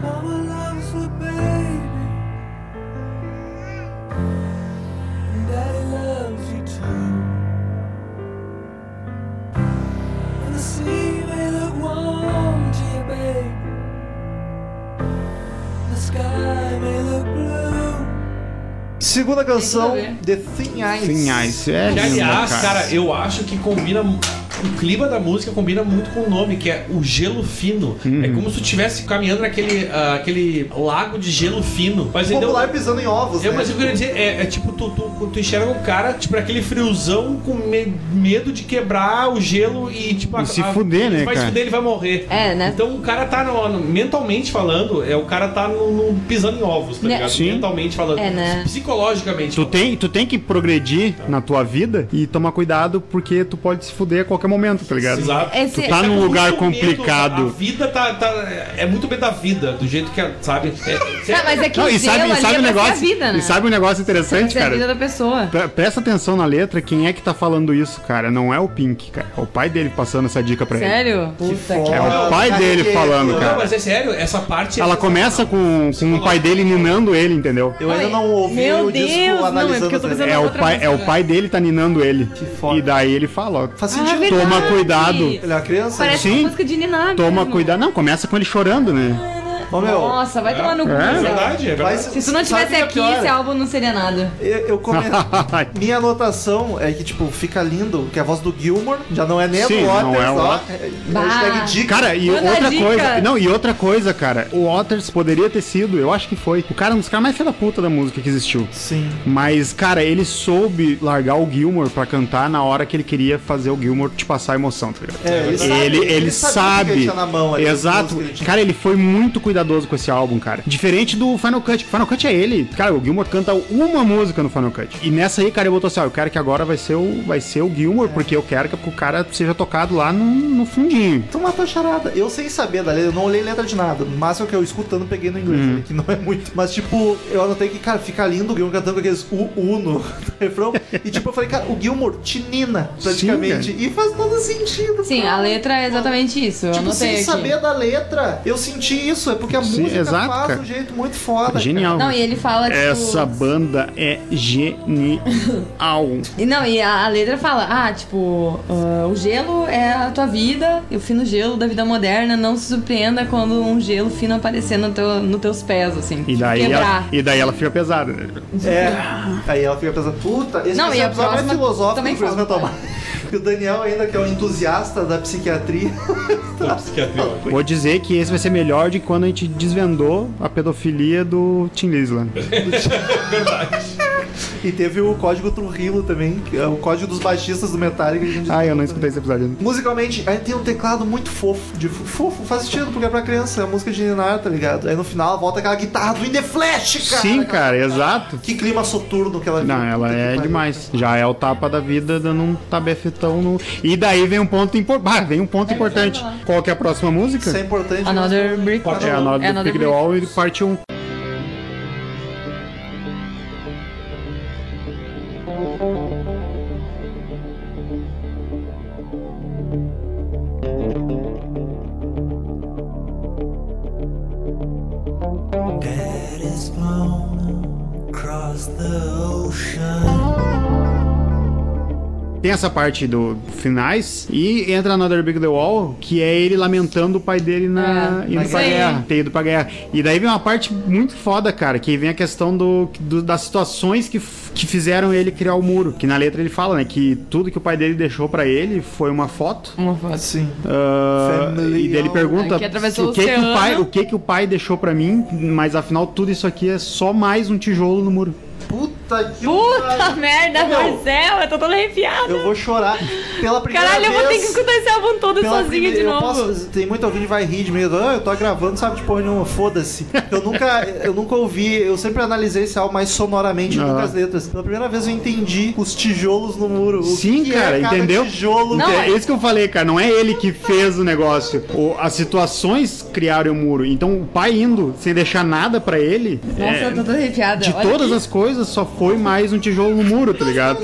Speaker 7: Mama loves her baby. And Daddy loves you too. And the sea may look warm to you, babe. The sky may look blue.
Speaker 1: Segunda canção,
Speaker 5: Tem
Speaker 1: The Thin Ice.
Speaker 3: Sim, ah, isso é
Speaker 2: *laughs* Que,
Speaker 3: lindo,
Speaker 2: aliás,
Speaker 5: né,
Speaker 3: cara.
Speaker 2: cara, eu acho que combina. o clima da música combina muito com o nome, que é o gelo fino. É
Speaker 3: Uhum.
Speaker 2: como se tu estivesse caminhando naquele ah, aquele lago de gelo fino. Mas ele
Speaker 1: Popular pisando em ovos,
Speaker 2: é,
Speaker 1: né?
Speaker 2: mas eu queria dizer, é, é tipo, tu, tu, tu enxerga um cara, tipo, naquele friozão com me- medo de quebrar o gelo e, tipo,
Speaker 3: E se fuder,
Speaker 2: ele
Speaker 3: né,
Speaker 2: vai se
Speaker 3: cara?
Speaker 2: fuder, ele vai morrer.
Speaker 5: É, né?
Speaker 2: Então o cara tá, no- no- mentalmente falando, é o cara tá no, no- pisando em ovos, tá
Speaker 5: Né?
Speaker 2: ligado?
Speaker 3: Sim.
Speaker 2: Mentalmente falando.
Speaker 5: É, né?
Speaker 2: Psicologicamente.
Speaker 3: Tu tem, tu tem que progredir na tua vida e tomar cuidado porque tu pode se fuder a qualquer momento, tá ligado?
Speaker 2: Exato.
Speaker 5: Esse- é
Speaker 3: Tu tá num
Speaker 2: muito
Speaker 3: lugar
Speaker 2: medo,
Speaker 3: complicado.
Speaker 2: a vida tá, tá- É muito bem da vida, do jeito que é, sabe? É,
Speaker 5: Tá, mas é que
Speaker 3: Não,
Speaker 5: o
Speaker 3: e
Speaker 5: gelo
Speaker 3: sabe, e
Speaker 5: ali
Speaker 3: sabe
Speaker 5: é
Speaker 3: um
Speaker 5: pra ser
Speaker 3: negócio,
Speaker 5: a vida, né?
Speaker 3: e sabe um negócio
Speaker 5: *laughs*
Speaker 3: interessante,
Speaker 5: Essa é a vida
Speaker 3: cara?
Speaker 5: da pessoa.
Speaker 3: Pre- Presta atenção na letra, quem é que tá falando isso, cara? Não é o Pink, cara. É o pai dele passando essa dica pra ele.
Speaker 5: Sério? Puta que
Speaker 3: É
Speaker 1: Ah,
Speaker 3: o pai
Speaker 1: carreguei,
Speaker 3: dele falando,
Speaker 1: não,
Speaker 2: Não,
Speaker 3: cara.
Speaker 2: mas é sério, essa parte.
Speaker 3: Ela começa com, com o pai dele ninando ele, entendeu?
Speaker 1: Eu ainda não ouvi
Speaker 5: Meu
Speaker 1: o disco
Speaker 5: Deus, não, é
Speaker 1: analisando
Speaker 5: porque eu tô
Speaker 1: as
Speaker 5: pensando-
Speaker 1: letras.
Speaker 3: É o
Speaker 5: outra
Speaker 3: pai,
Speaker 5: música
Speaker 3: é o
Speaker 5: agora.
Speaker 3: pai dele tá ninando ele.
Speaker 1: Que foda.
Speaker 3: E daí ele fala, ó, "Ah,
Speaker 1: Faz sentido.
Speaker 5: verdade.
Speaker 3: toma cuidado.
Speaker 1: Ele é uma criança?
Speaker 5: Parece
Speaker 3: Sim.
Speaker 5: uma música de Niná
Speaker 3: Toma
Speaker 5: mesmo.
Speaker 3: cuidado. Não, começa com ele chorando, né?
Speaker 1: Ô, meu,
Speaker 5: Nossa, vai tomar no cu.
Speaker 2: É
Speaker 3: É?
Speaker 5: Zé.
Speaker 2: verdade, é
Speaker 1: vai
Speaker 2: verdade.
Speaker 5: Se tu não
Speaker 1: sabe
Speaker 5: tivesse
Speaker 1: que é
Speaker 5: aqui,
Speaker 1: pior?
Speaker 5: esse álbum não seria nada.
Speaker 1: Eu, eu come- Minha anotação é que, tipo, fica lindo, que a voz do Gilmore já não é nem a
Speaker 3: Sim,
Speaker 1: do Waters,
Speaker 3: não é o
Speaker 1: ó.
Speaker 3: Waters.
Speaker 1: É- é
Speaker 5: Bah.
Speaker 1: Hashtag dica.
Speaker 3: *laughs* Cara, e
Speaker 5: Manda
Speaker 3: outra
Speaker 5: dica.
Speaker 3: coisa. Não, e outra coisa, cara. O Waters poderia ter sido, eu acho que foi, o cara, um dos caras mais filha da puta da música que existiu.
Speaker 1: Sim.
Speaker 3: Mas, cara, ele soube largar o Gilmore pra cantar na hora que ele queria fazer o Gilmore te passar a emoção, tá ligado?
Speaker 1: É, ele sabe-
Speaker 3: ele, ele,
Speaker 1: ele sabia o que
Speaker 3: sabe.
Speaker 1: ele tinha na mão ali, as
Speaker 3: Exato.
Speaker 1: músicas que ele tinha.
Speaker 3: Cara, ele foi muito cuidadoso com esse álbum, cara. Diferente do Final Cut. Final Cut é ele. Cara, o Gilmore canta uma música no Final Cut. E nessa aí, cara, eu botou assim, ó, eu quero que agora vai ser o, vai ser o Gilmore, porque eu quero que o cara seja tocado lá no, no fundinho.
Speaker 1: Tu matou a charada. Então, Eu sem saber da letra, eu não olhei letra de nada. No máximo que eu escutando, peguei no inglês,
Speaker 3: Hum.
Speaker 1: ali, que não é muito. Mas, tipo, eu anotei que, cara, fica lindo o Gilmore cantando com aqueles U, U no *laughs* refrão. E, tipo, eu falei, cara, o Gilmore te nina, praticamente.
Speaker 3: Sim,
Speaker 1: e faz todo sentido.
Speaker 5: Sim,
Speaker 1: cara.
Speaker 5: a letra é exatamente isso. Eu
Speaker 1: Tipo,
Speaker 5: anotei
Speaker 1: sem
Speaker 5: aqui.
Speaker 1: saber da letra, eu senti isso. É porque a
Speaker 3: Sim,
Speaker 1: música
Speaker 3: exato,
Speaker 1: faz de
Speaker 3: cara.
Speaker 1: um jeito muito foda.
Speaker 3: Genial.
Speaker 5: Não, e ele fala, tipo...
Speaker 3: Essa banda é genial.
Speaker 5: E não, e a, a letra fala, ah, tipo, ah, o gelo é a tua vida, e o fino gelo da vida moderna, não se surpreenda quando um gelo fino aparecer no teu, nos teus pés, assim.
Speaker 3: E
Speaker 5: tipo,
Speaker 3: daí, ela,
Speaker 5: quebrar.
Speaker 3: e daí ela fica pesada. né?
Speaker 1: É. Aí ela fica pensando, puta, esse
Speaker 5: Não, e a
Speaker 1: episódio é
Speaker 5: próxima
Speaker 1: filosófico
Speaker 5: também
Speaker 1: do Crazy
Speaker 5: fala.
Speaker 1: Metal *laughs* E o Daniel ainda, que é um entusiasta da
Speaker 2: *laughs*
Speaker 1: psiquiatria.
Speaker 2: Pô, psiquiatria, ó.
Speaker 3: Vou dizer que esse vai ser melhor de quando a gente desvendou a pedofilia do Tim Lisland.
Speaker 1: E teve o código Trujillo também, que é o código dos baixistas do Metallica. que a gente
Speaker 3: Ah, eu não escutei esse episódio ainda.
Speaker 1: Musicalmente, aí tem um teclado muito fofo. De fo- fofo, faz sentido, porque é pra criança, é música de Ninar, tá ligado? Aí no final volta aquela guitarra do In The Flash, cara!
Speaker 3: Sim, cara, exato.
Speaker 1: Que clima soturno que ela
Speaker 3: Não,
Speaker 1: viu.
Speaker 3: ela
Speaker 1: Puta que
Speaker 3: é
Speaker 1: pariu.
Speaker 3: demais. Já é o tapa da vida dando um tabefetão no. E daí vem um ponto importante. Ah, vem um ponto importante. Qual que é a próxima
Speaker 1: Isso é
Speaker 3: música?
Speaker 1: importante.
Speaker 5: Another brick.
Speaker 3: É a nova
Speaker 5: É
Speaker 3: do
Speaker 5: Another
Speaker 3: Pig the
Speaker 5: Brick.
Speaker 3: Wall e parte 1.
Speaker 7: Dad is blown across the ocean.
Speaker 3: Tem essa parte do finais e entra Another Big The Wall, que é ele lamentando o pai dele na,
Speaker 5: É,
Speaker 3: indo
Speaker 5: mas
Speaker 3: pra
Speaker 5: aí-
Speaker 3: guerra, ter ido pra guerra. E daí vem uma parte muito foda, cara, que vem a questão do, do- das situações que, f- que fizeram ele criar o muro. Que na letra ele fala, né, que tudo que o pai dele deixou pra ele foi uma foto.
Speaker 5: Uma foto.
Speaker 1: Sim.
Speaker 3: Ah,
Speaker 1: Family
Speaker 3: e daí ele
Speaker 1: All-
Speaker 3: pergunta
Speaker 5: Que atravessou
Speaker 3: o que
Speaker 5: o
Speaker 3: que o
Speaker 5: oceano.
Speaker 3: pai, o que que o pai deixou pra mim, mas afinal tudo isso aqui é só mais um tijolo no muro.
Speaker 1: Puta que
Speaker 5: Puta
Speaker 1: pariu.
Speaker 5: merda,
Speaker 1: Não.
Speaker 5: Marcel, eu tô toda arrepiada.
Speaker 1: Eu vou chorar pela primeira
Speaker 5: Caralho, eu
Speaker 1: vez.
Speaker 5: vou ter que escutar esse álbum todo
Speaker 1: Pela
Speaker 5: sozinha
Speaker 1: primeira-
Speaker 5: de
Speaker 1: eu
Speaker 5: novo.
Speaker 1: posso- tem muito alguém que vai rir de mim. Ah, eu tô gravando, sabe de porra nenhuma, foda-se. Eu nunca, eu nunca ouvi, eu sempre analisei esse álbum mais sonoramente do
Speaker 3: Ah.
Speaker 1: que as letras. Pela primeira vez eu entendi os tijolos no muro. O
Speaker 3: Sim,
Speaker 1: que
Speaker 3: cara,
Speaker 1: é cada
Speaker 3: entendeu?
Speaker 1: Tijolo.
Speaker 5: Não,
Speaker 3: Porque
Speaker 5: é-
Speaker 3: é isso que eu falei, cara. Não é ele que fez o negócio. O- as situações criaram o muro. Então o pai indo sem deixar nada pra ele.
Speaker 5: Nossa,
Speaker 3: é,
Speaker 5: eu tô toda arrepiada.
Speaker 3: de
Speaker 5: Olha
Speaker 3: todas
Speaker 5: aqui.
Speaker 3: as coisas, só foi mais um tijolo no muro, tá ligado?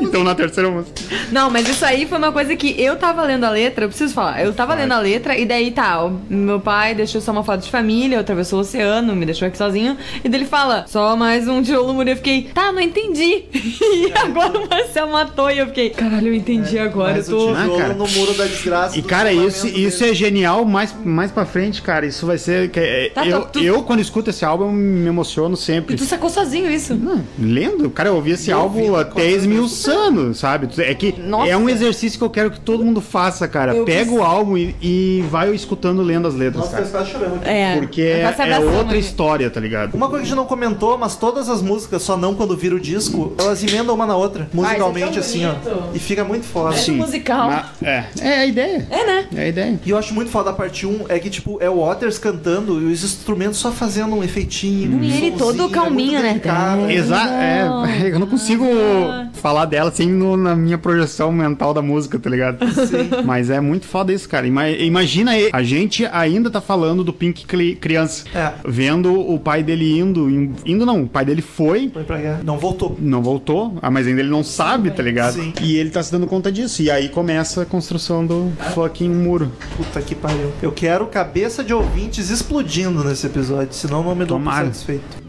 Speaker 3: Então na terceira música.
Speaker 5: Não, mas isso aí foi uma coisa que eu tava lendo a letra, eu preciso falar. Eu tava lendo a letra e daí tá, o meu pai deixou só uma foto de família, eu atravessou o oceano, me deixou aqui sozinho. E daí ele fala, só mais um tijolo no muro. Eu fiquei, tá, não entendi. *laughs* E agora o Marcel matou e eu fiquei, caralho, eu entendi agora. Eu
Speaker 1: Mas o
Speaker 5: tô...
Speaker 1: tijolo
Speaker 3: Ah, cara.
Speaker 1: no muro da desgraça.
Speaker 3: E
Speaker 1: do
Speaker 3: cara,
Speaker 1: julgamento
Speaker 3: isso,
Speaker 1: dele.
Speaker 3: isso é genial mais, mais pra frente, cara. Isso vai ser. que- é,
Speaker 5: Tá,
Speaker 3: eu,
Speaker 5: tu- tu-
Speaker 3: eu, quando escuto esse álbum, eu me emociono
Speaker 5: E
Speaker 3: sempre.
Speaker 5: tu sacou sozinho isso.
Speaker 3: Não, Hum, lendo. Cara, eu ouvi esse
Speaker 2: Eu
Speaker 3: álbum
Speaker 2: ouvi,
Speaker 3: há
Speaker 2: concordo.
Speaker 3: 10 mil anos, sabe? É que
Speaker 5: Nossa.
Speaker 3: é um exercício que eu quero que todo mundo faça, cara.
Speaker 5: Eu
Speaker 3: Pega
Speaker 5: quis-
Speaker 3: o álbum e, e vai escutando lendo as letras,
Speaker 1: Nossa,
Speaker 3: cara.
Speaker 1: eu quase tá chorando aqui.
Speaker 5: É. né?
Speaker 3: Porque
Speaker 5: Agora se
Speaker 3: é,
Speaker 5: abraçando
Speaker 3: outra
Speaker 5: aqui.
Speaker 3: história, tá ligado?
Speaker 1: Uma coisa que a gente não comentou, mas todas as músicas, só não quando vira o disco, elas emendam uma na outra,
Speaker 4: isso
Speaker 1: musicalmente,
Speaker 4: é
Speaker 1: assim,
Speaker 4: tão
Speaker 1: ó.
Speaker 4: bonito.
Speaker 1: E fica muito foda.
Speaker 3: Sim.
Speaker 5: musical.
Speaker 3: Ma- Assim, é. é a ideia.
Speaker 5: É, né?
Speaker 3: É a ideia.
Speaker 1: E eu acho muito foda a parte 1 é que, tipo, é o Waters cantando e os instrumentos só fazendo um efeitinho. um
Speaker 5: Hum. E ele todo
Speaker 1: somzinho, é
Speaker 5: calminho,
Speaker 1: muito
Speaker 5: né?
Speaker 1: delicado.
Speaker 3: Exato. É, *laughs* eu não consigo falar dela sem no- na minha projeção mental da música, tá
Speaker 5: *laughs*
Speaker 3: ligado? Mas é muito foda isso, cara. Ima- imagina aí, a gente ainda tá falando do Pink cli- criança.
Speaker 1: É.
Speaker 3: Vendo o pai dele indo, in- indo não, o pai dele foi,
Speaker 1: Foi pra guerra. Não voltou.
Speaker 3: não voltou, ah, mas ainda ele não sabe, tá ligado?
Speaker 1: Sim.
Speaker 3: E ele tá se dando conta disso. E aí começa a construção do fucking muro.
Speaker 1: Puta que pariu. Eu quero cabeça de ouvintes explodindo nesse episódio, senão eu não me dou por
Speaker 3: Tomara.
Speaker 1: satisfeito.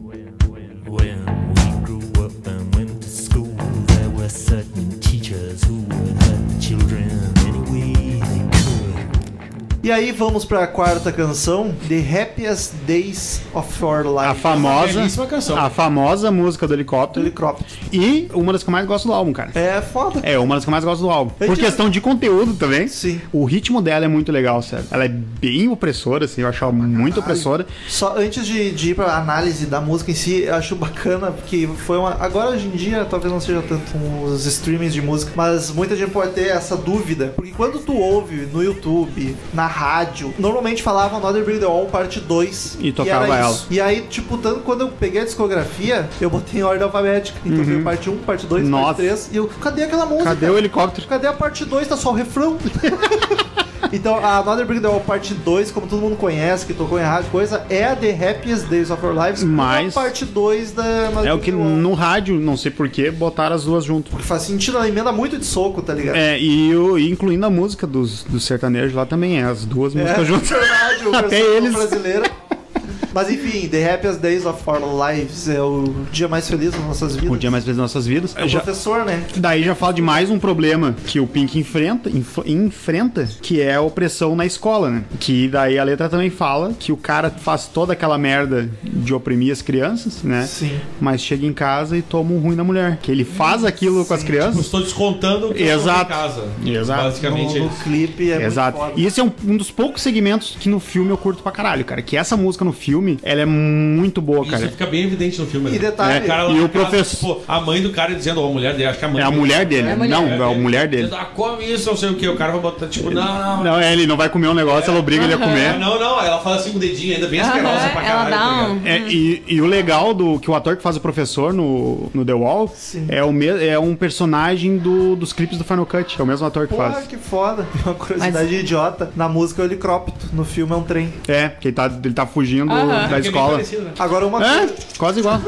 Speaker 8: When we grew up and went to school, there were certain teachers who would hurt the children any way they could.
Speaker 1: E aí vamos pra quarta canção, The Happiest Days of Your
Speaker 3: A
Speaker 1: Life.
Speaker 3: famosa.
Speaker 2: belíssima é canção.
Speaker 3: A famosa música do
Speaker 1: Billy
Speaker 3: helicóptero.
Speaker 1: Croft.
Speaker 3: E uma das que eu mais gosto do álbum, cara.
Speaker 1: É foda.
Speaker 3: É uma das que eu mais gosto do álbum.
Speaker 1: Eu
Speaker 3: Por
Speaker 1: digo-
Speaker 3: questão de conteúdo também.
Speaker 1: Sim.
Speaker 3: O ritmo dela é muito legal, sério. Ela é bem opressora, assim. Eu acho ela muito opressora.
Speaker 1: Só antes de, de ir pra análise da música em si, eu acho bacana, porque foi uma. Agora hoje em dia, talvez não seja tanto com os streamings de música, mas muita gente pode ter essa dúvida. Porque quando tu ouve no YouTube, na rádio, normalmente falava Another Brick the Wall parte 2.
Speaker 3: E tocava
Speaker 1: era
Speaker 3: ela.
Speaker 1: isso. E aí, tipo, tanto quando eu peguei a discografia, eu botei em ordem alfabética. Então veio parte 1, parte 2,
Speaker 3: Uhum. Nossa.
Speaker 1: parte 3. E eu, cadê aquela música?
Speaker 3: Cadê o helicóptero?
Speaker 1: Cadê a parte 2? Tá só o
Speaker 3: *laughs*
Speaker 1: refrão. então, a Another Brick in the Wall parte 2, como todo mundo conhece, que tocou em rádio, coisa, é a The Happiest Days of Our Lives, com
Speaker 3: Mas-
Speaker 1: a parte 2 da Another
Speaker 3: É o
Speaker 1: Brick
Speaker 3: que
Speaker 1: in the Wall.
Speaker 3: no rádio, não sei porquê, botaram as duas junto.
Speaker 1: Porque faz sentido, ela emenda muito de soco, tá ligado?
Speaker 3: É, e o- e incluindo a música dos, dos sertanejos lá também, é as duas músicas juntas.
Speaker 1: verdade, o
Speaker 3: Até
Speaker 1: versão
Speaker 3: eles.
Speaker 1: brasileira. Mas enfim, The Happiest Days of Our Lives é o dia mais feliz das nossas vidas.
Speaker 3: O Um dia mais feliz das nossas vidas.
Speaker 1: É o
Speaker 3: Já-
Speaker 1: professor, né?
Speaker 3: Daí já fala de mais um problema que o Pink enfrenta, inf- enfrenta, que é a opressão na escola, né? Que daí a letra também fala que o cara faz toda aquela merda de oprimir as crianças, né?
Speaker 1: Sim.
Speaker 3: Mas chega em casa e toma um ruim na mulher. Que ele faz aquilo com as
Speaker 2: Eu *laughs*
Speaker 3: crianças.
Speaker 2: estou descontando o que eu
Speaker 3: Exato.
Speaker 2: faço em casa.
Speaker 3: Exato.
Speaker 2: Basicamente
Speaker 1: no,
Speaker 2: é
Speaker 1: no
Speaker 2: isso.
Speaker 1: clipe é
Speaker 3: Exato.
Speaker 1: muito foda.
Speaker 3: E esse é um, um dos poucos segmentos que no filme eu curto pra caralho, cara. Que essa música no filme, ela é muito boa,
Speaker 2: Isso é
Speaker 3: cara. É,
Speaker 2: fica bem evidente no filme. né?
Speaker 1: E detalhe,
Speaker 2: O cara lá
Speaker 3: E
Speaker 2: na
Speaker 3: o
Speaker 2: casa,
Speaker 3: professor-
Speaker 2: tipo, a mãe do cara dizendo, ou a mulher dele, acho que a mãe
Speaker 3: É a
Speaker 2: dele.
Speaker 3: mulher dele. Não, é a mulher dele.
Speaker 2: Dizendo, Ah, come isso, não sei o que. O cara vai botar, tipo, não, não.
Speaker 3: Não, é, ele não vai comer um negócio, ela obriga ele a comer.
Speaker 2: Não, não, não, ela fala assim com o dedinho, ainda bem asquerosa pra caralho.
Speaker 5: Ela
Speaker 2: tá
Speaker 5: dá um.
Speaker 3: É, e, e o legal do que o ator que faz o professor no, no The Wall
Speaker 1: Sim.
Speaker 3: é, o me, é um personagem do, dos clipes do Final Cut. É o mesmo ator que
Speaker 1: Porra,
Speaker 3: faz.
Speaker 1: que foda. *laughs* É Uma curiosidade idiota. Na música é o helicóptero, no filme é um trem.
Speaker 3: É, que ele tá, ele tá fugindo
Speaker 2: é
Speaker 3: da escola.
Speaker 2: né?
Speaker 1: Agora, uma,
Speaker 3: É, quase igual.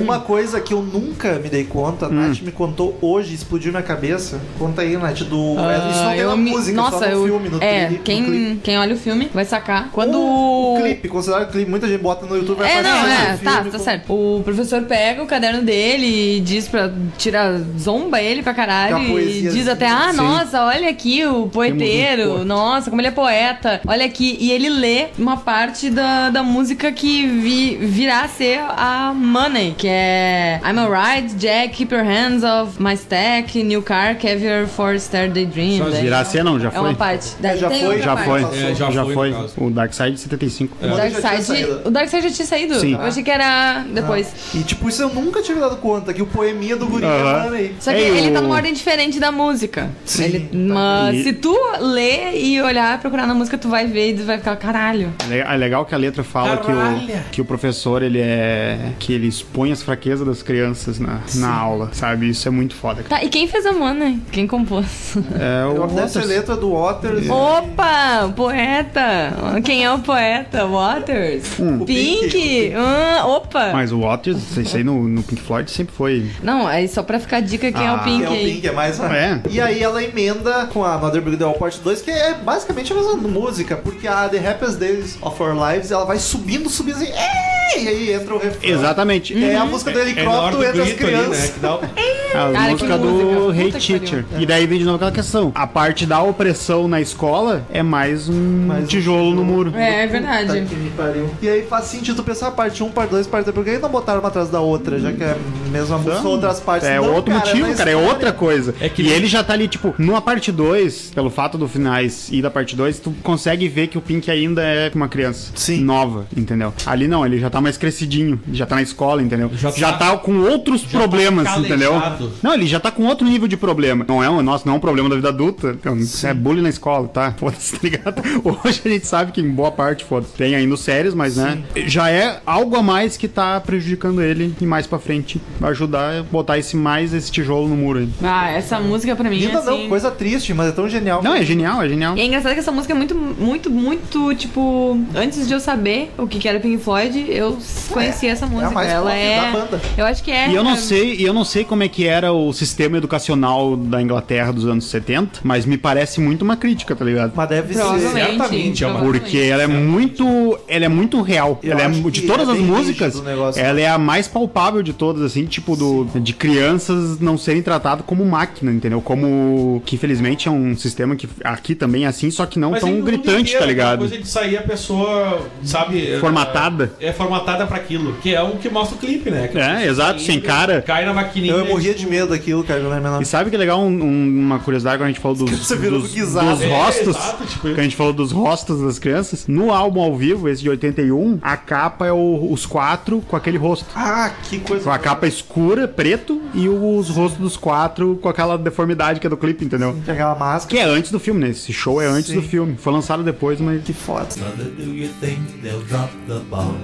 Speaker 1: uma coisa que eu nunca me dei conta,
Speaker 5: Hum.
Speaker 1: a Nath me contou hoje, explodiu minha cabeça. Conta aí, Nath, do.
Speaker 5: Ah,
Speaker 1: É, isso não tem
Speaker 5: eu
Speaker 1: na
Speaker 5: me-
Speaker 1: música,
Speaker 5: Nossa,
Speaker 1: só no
Speaker 5: eu...
Speaker 1: filme, no
Speaker 5: é,
Speaker 1: trailer, no clipe.
Speaker 5: quem, quem olha o filme vai sacar. Quando
Speaker 1: O
Speaker 5: o...
Speaker 1: clipe, considera o clipe, muita gente bota no YouTube vai
Speaker 5: É,
Speaker 1: fazer
Speaker 5: não,
Speaker 1: isso,
Speaker 5: é,
Speaker 1: o
Speaker 5: tá,
Speaker 1: filme,
Speaker 5: tá
Speaker 1: com-
Speaker 5: certo. O professor pega o caderno dele e diz pra tirar zomba ele pra caralho
Speaker 1: Dá
Speaker 5: e
Speaker 1: poesia,
Speaker 5: diz
Speaker 1: assim.
Speaker 5: até, ah,
Speaker 3: Sim.
Speaker 5: nossa, olha aqui o
Speaker 3: Temos um
Speaker 5: poeteiro,
Speaker 3: poeta.
Speaker 5: nossa, como ele é poeta, olha aqui. E ele lê uma parte da, da música que vi, virá a ser a Money, que é I'm Alright, Jack, Keep Your Hands Off My Stack, New Car, Caviar for Star Daydream.
Speaker 2: Só
Speaker 5: Daí-
Speaker 3: Virar a cena, não, já
Speaker 5: É uma
Speaker 3: foi.
Speaker 5: parte. Daí
Speaker 1: já
Speaker 5: tem
Speaker 1: foi,
Speaker 5: outra
Speaker 3: Já
Speaker 5: parte.
Speaker 3: foi,
Speaker 2: É, já
Speaker 3: já,
Speaker 2: foi,
Speaker 3: foi.
Speaker 2: no caso.
Speaker 3: O Dark Side 75.
Speaker 5: O
Speaker 1: Mas
Speaker 5: Dark,
Speaker 1: já tinha
Speaker 5: Side,
Speaker 1: saído.
Speaker 5: o Dark Side já tinha saído.
Speaker 3: Sim.
Speaker 5: Eu achei que era depois.
Speaker 1: E tipo, isso eu nunca tinha me dado conta, que o poeminha do guri é
Speaker 3: Aham.
Speaker 1: mano, aí.
Speaker 5: Só que
Speaker 3: Ei,
Speaker 5: ele tá
Speaker 3: o-
Speaker 5: numa ordem diferente da música.
Speaker 1: Sim,
Speaker 5: Ele-
Speaker 1: tá.
Speaker 5: mas
Speaker 3: E-
Speaker 5: se tu ler e olhar, procurar na música, tu vai ver e tu vai ficar, caralho.
Speaker 3: É le- É legal que a letra fala que
Speaker 2: Caralho!
Speaker 3: o, que o professor, ele é... Que ele expõe as fraquezas das crianças na, na aula, sabe? Isso é muito foda, cara.
Speaker 5: Tá, e quem fez a Mana? Quem compôs?
Speaker 3: É o
Speaker 1: Deve
Speaker 3: Waters.
Speaker 1: a letra do Waters.
Speaker 5: *laughs* Opa, o poeta! Quem é o poeta? Waters?
Speaker 1: O
Speaker 5: Pink?
Speaker 1: Pink.
Speaker 5: Ah, opa!
Speaker 3: Mas o Waters, isso aí no, no Pink Floyd sempre foi...
Speaker 5: Não, é só pra ficar a dica quem é
Speaker 3: Ah.
Speaker 5: o
Speaker 1: Que
Speaker 5: Pink
Speaker 1: é o
Speaker 5: aí.
Speaker 1: Pink, é mais uma-
Speaker 3: É.
Speaker 1: E aí ela emenda com a Mother Big Deal Part 2, que é basicamente a mesma música, porque a The Happiest Days of Our Lives, ela vai subindo, subindo assim, "Ei!" e aí entra o refrão.
Speaker 3: Exatamente.
Speaker 1: É
Speaker 5: Uhum.
Speaker 1: a música do
Speaker 2: É na hora
Speaker 1: helicóptero
Speaker 2: do
Speaker 1: entre as
Speaker 2: grito ali,
Speaker 1: crianças.
Speaker 2: né? Que dá o...
Speaker 3: A
Speaker 5: Cara,
Speaker 3: música
Speaker 5: que
Speaker 3: do
Speaker 5: música.
Speaker 3: Hey
Speaker 5: Puta que
Speaker 3: Teacher. E daí vem de novo aquela questão. A parte da opressão na escola é mais um
Speaker 1: Mais um
Speaker 3: tijolo no muro.
Speaker 5: É, é verdade.
Speaker 3: Tá
Speaker 1: Puta que me pariu. E aí faz sentido pensar parte 1, parte 2, parte 3. Por que não botaram uma atrás da outra? Já que é a mesma música, são outras partes.
Speaker 3: É
Speaker 1: Não,
Speaker 3: outro motivo,
Speaker 1: na
Speaker 3: cara, é
Speaker 1: história-
Speaker 3: outra coisa.
Speaker 2: É que-
Speaker 3: E ele já tá ali, tipo, numa parte 2, pelo fato do finais e da parte 2, tu consegue ver que o Pink ainda é uma criança
Speaker 1: Sim.
Speaker 3: nova, entendeu? Ali não, ele já tá mais crescidinho, já tá na escola, entendeu?
Speaker 2: Já
Speaker 3: Já,
Speaker 2: tá-
Speaker 3: tá, com outros
Speaker 2: já tá
Speaker 3: problemas, entendeu?
Speaker 2: calejado.
Speaker 3: Não, ele já tá com outro nível de problema. Não é um, nossa, não é um problema da vida adulta. Então, É bullying na escola, tá? *laughs* Foda-se, tá ligado? Hoje a gente sabe que em boa parte, foda-se, tem ainda os sérios, mas né? Já é algo a mais que tá prejudicando ele e mais pra frente vai ajudar a botar esse mais esse tijolo no muro aí.
Speaker 5: Ah, essa música pra mim é
Speaker 1: Linda
Speaker 5: assim...
Speaker 1: não, coisa triste, mas é tão genial.
Speaker 3: Não, é genial, é genial.
Speaker 5: E é engraçado que essa música é muito, muito, muito, tipo... Antes de eu saber o que que era Pink Floyd, eu conhecia essa música.
Speaker 1: É, mais
Speaker 5: Ela
Speaker 1: pop
Speaker 5: é...
Speaker 1: da banda.
Speaker 5: Eu acho que é...
Speaker 3: E eu não sei, e eu não sei como é que era o sistema educacional da Inglaterra dos anos 70, mas me parece muito uma crítica, tá ligado?
Speaker 1: Mas deve ser.
Speaker 5: Provavelmente.
Speaker 2: certamente é uma-
Speaker 5: provavelmente.
Speaker 3: Porque ela é muito. Ela é muito real.
Speaker 1: Eu
Speaker 3: ela é,
Speaker 1: acho que
Speaker 3: de todas
Speaker 1: é
Speaker 3: as
Speaker 1: bem
Speaker 3: músicas,
Speaker 1: rígido o negócio.
Speaker 3: ela é a mais palpável de todas, assim, tipo, do, de crianças não serem tratadas como máquina, entendeu? Como. Que infelizmente é um sistema que aqui também é assim, só que não
Speaker 2: Mas um aí
Speaker 3: tão
Speaker 2: no mundo
Speaker 3: gritante,
Speaker 2: inteiro,
Speaker 3: tá
Speaker 2: aquela
Speaker 3: ligado?
Speaker 2: é Coisa de sair a pessoa, sabe... é-
Speaker 3: Formatada.
Speaker 2: É formatada pra aquilo, que é o que mostra o clipe, né? Que
Speaker 3: É,
Speaker 2: a pessoa
Speaker 3: exato,
Speaker 2: saindo,
Speaker 3: sem cara.
Speaker 2: Cai na maquininha.
Speaker 1: Eu morria de medo daquilo, cara, quando eu era menor.
Speaker 3: E sabe que é legal um- um- uma curiosidade quando a gente falou dos,
Speaker 1: *laughs* Você virou
Speaker 3: dos,
Speaker 1: buguizado.
Speaker 3: dos
Speaker 1: É,
Speaker 3: rostos?
Speaker 2: exato, tipo-
Speaker 3: que a gente falou dos rostos das crianças. No álbum ao vivo, esse de 81, a capa é o- os quatro com aquele rosto.
Speaker 1: Ah, que coisa.
Speaker 3: Com a capa escura, preto, e os rostos dos quatro com aquela deformidade que é do clipe, entendeu?
Speaker 1: Que Aquela máscara.
Speaker 3: Que é antes do filme, né? Esse show é antes
Speaker 1: Sim.
Speaker 3: do filme. Foi lançado depois, mas.
Speaker 1: Que foda.
Speaker 7: Mother, do you think they'll drop the bomb?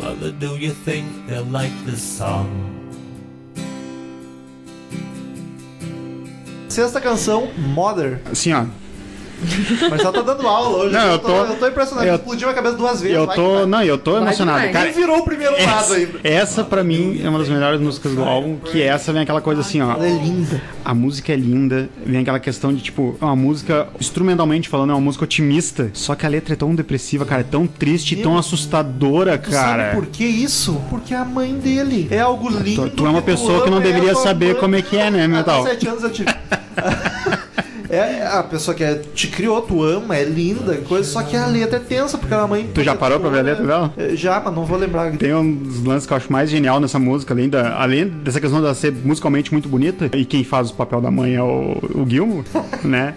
Speaker 7: Mother, do you think they'll like this song?
Speaker 1: Sexta canção, Mother.
Speaker 3: Assim, ó.
Speaker 1: Mas ela tá dando aula hoje.
Speaker 3: Não, eu tô-
Speaker 1: eu tô impressionado.
Speaker 3: eu-
Speaker 1: Explodiu a cabeça duas vezes.
Speaker 3: Eu
Speaker 1: vai
Speaker 3: tô.
Speaker 1: que vai.
Speaker 3: Não, eu tô emocionado.
Speaker 5: demais.
Speaker 3: Cara, é
Speaker 1: Nem virou o primeiro lado
Speaker 3: essa,
Speaker 1: ainda.
Speaker 3: essa pra mim é uma das melhores músicas do álbum. Que essa vem aquela coisa assim, ó.
Speaker 1: Ela é linda.
Speaker 3: A música é linda, vem aquela questão de, tipo, é uma música, instrumentalmente falando, é uma música otimista. Só que a letra é tão depressiva, cara, é tão triste, tão assustadora,
Speaker 1: Tu
Speaker 3: cara.
Speaker 1: Sabe por que isso? Porque a mãe dele é algo lindo.
Speaker 3: Tu, tu é uma
Speaker 1: que
Speaker 3: pessoa que não
Speaker 1: ama, é a
Speaker 3: deveria
Speaker 1: tua
Speaker 3: saber
Speaker 1: mãe.
Speaker 3: como é que é, né,
Speaker 1: Até
Speaker 3: Metal?
Speaker 1: sete anos eu tive. *laughs* É a pessoa que é- te criou, tu ama, é linda, coisa, só que a letra é tensa, porque a mãe.
Speaker 3: Tu já parou pra ver a letra dela?
Speaker 1: É, Já, mas não vou lembrar.
Speaker 3: Tem um dos lances que eu acho mais genial nessa música, além, da, além dessa questão dela ser musicalmente muito bonita, e quem faz o papel da mãe é o, o Gilmo, né?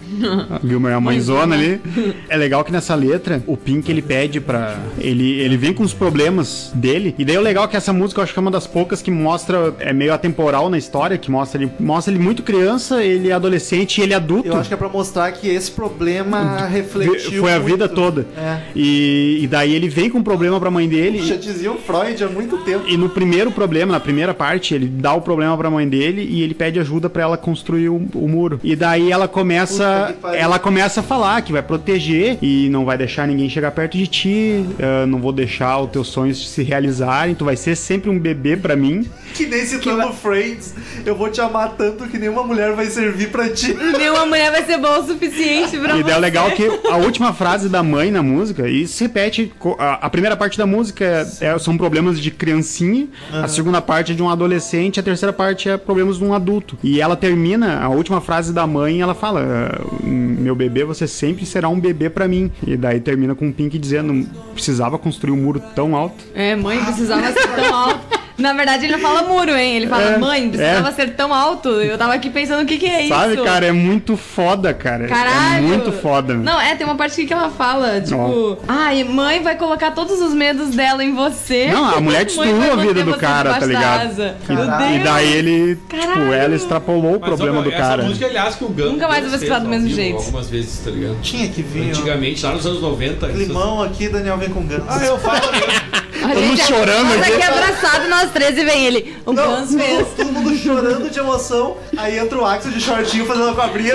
Speaker 3: O Gilmo é a mãezona ali. É legal que nessa letra, o Pink ele pede pra. Ele, ele vem com os problemas dele, e daí o legal é que essa música eu acho que é uma das poucas que mostra. É meio atemporal na história, que mostra ele, mostra ele muito criança, ele é adolescente e ele é adulto.
Speaker 1: Eu acho que é pra mostrar que esse problema refletiu.
Speaker 3: Foi a
Speaker 1: muito.
Speaker 3: vida toda.
Speaker 1: É.
Speaker 3: E, e daí ele vem com um problema pra mãe dele.
Speaker 1: *laughs* Já dizia o Freud há muito tempo.
Speaker 3: E no primeiro problema, na primeira parte, ele dá o problema pra mãe dele e ele pede ajuda pra ela construir o, o muro. E daí ela
Speaker 1: Puta
Speaker 3: começa,
Speaker 1: que pariu.
Speaker 3: ela começa a falar que vai proteger e não vai deixar ninguém chegar perto de ti, ah, não vou deixar os teus sonhos se realizarem, tu vai ser sempre um bebê pra mim.
Speaker 1: Que nem citando Friends, eu vou te amar tanto que nenhuma mulher vai servir pra ti.
Speaker 5: Nenhuma mulher amanhã vai ser bom o suficiente pra
Speaker 3: E daí
Speaker 5: você.
Speaker 3: é legal que a última frase da mãe na música, e se repete, co- a, a primeira parte da música é- é- são problemas de criancinha, a segunda parte é de um adolescente, a terceira parte é problemas de um adulto. E ela termina, a última frase da mãe, ela fala, "Ah, meu bebê, você sempre será um bebê pra mim. E daí termina com o Pink dizendo, precisava construir um muro tão alto.
Speaker 5: É, mãe, precisava ser tão alto. Na verdade, ele não fala muro, hein? Ele fala,
Speaker 3: É,
Speaker 5: mãe, precisava
Speaker 3: é.
Speaker 5: ser tão alto. Eu tava aqui pensando o que que é isso.
Speaker 3: Sabe, cara, é muito foda, cara.
Speaker 5: Caralho!
Speaker 3: É muito foda. meu.
Speaker 5: Não, é, tem uma parte que ela fala, tipo, ai, mãe vai colocar todos os medos dela em você.
Speaker 3: Não, a mulher destruiu
Speaker 5: *laughs* Mãe vai
Speaker 3: a vida
Speaker 5: manter
Speaker 3: do
Speaker 5: você
Speaker 3: cara, tá
Speaker 5: debaixo da
Speaker 3: ligado?
Speaker 5: asa.
Speaker 1: Caralho.
Speaker 5: Meu
Speaker 3: E
Speaker 5: Deus.
Speaker 3: daí ele, tipo,
Speaker 5: Caralho.
Speaker 3: ela extrapolou o
Speaker 2: Mas,
Speaker 3: problema
Speaker 2: ó,
Speaker 3: do
Speaker 2: essa
Speaker 3: cara. né?
Speaker 2: música, aliás, que o Guns
Speaker 5: Nunca mais
Speaker 2: Guns
Speaker 5: vai escutar
Speaker 2: fez
Speaker 5: do
Speaker 2: ao
Speaker 5: mesmo
Speaker 2: vivo
Speaker 5: jeito.
Speaker 2: Algumas vezes, tá ligado?
Speaker 1: Tinha que vir. ó.
Speaker 2: Antigamente, lá nos anos 90. essas-
Speaker 1: Limão aqui, Daniel vem com ganso.
Speaker 2: Ah, eu falo
Speaker 5: *laughs*
Speaker 2: mesmo.
Speaker 5: A
Speaker 3: Todo mundo
Speaker 5: gente-
Speaker 3: chorando
Speaker 5: Nós
Speaker 3: aqui.
Speaker 5: aqui abraçado, nós três, e vem ele. Um O
Speaker 1: Não,
Speaker 5: Guns fez.
Speaker 1: todo mundo chorando de emoção. Aí entra o Axel de shortinho fazendo a cobrinha.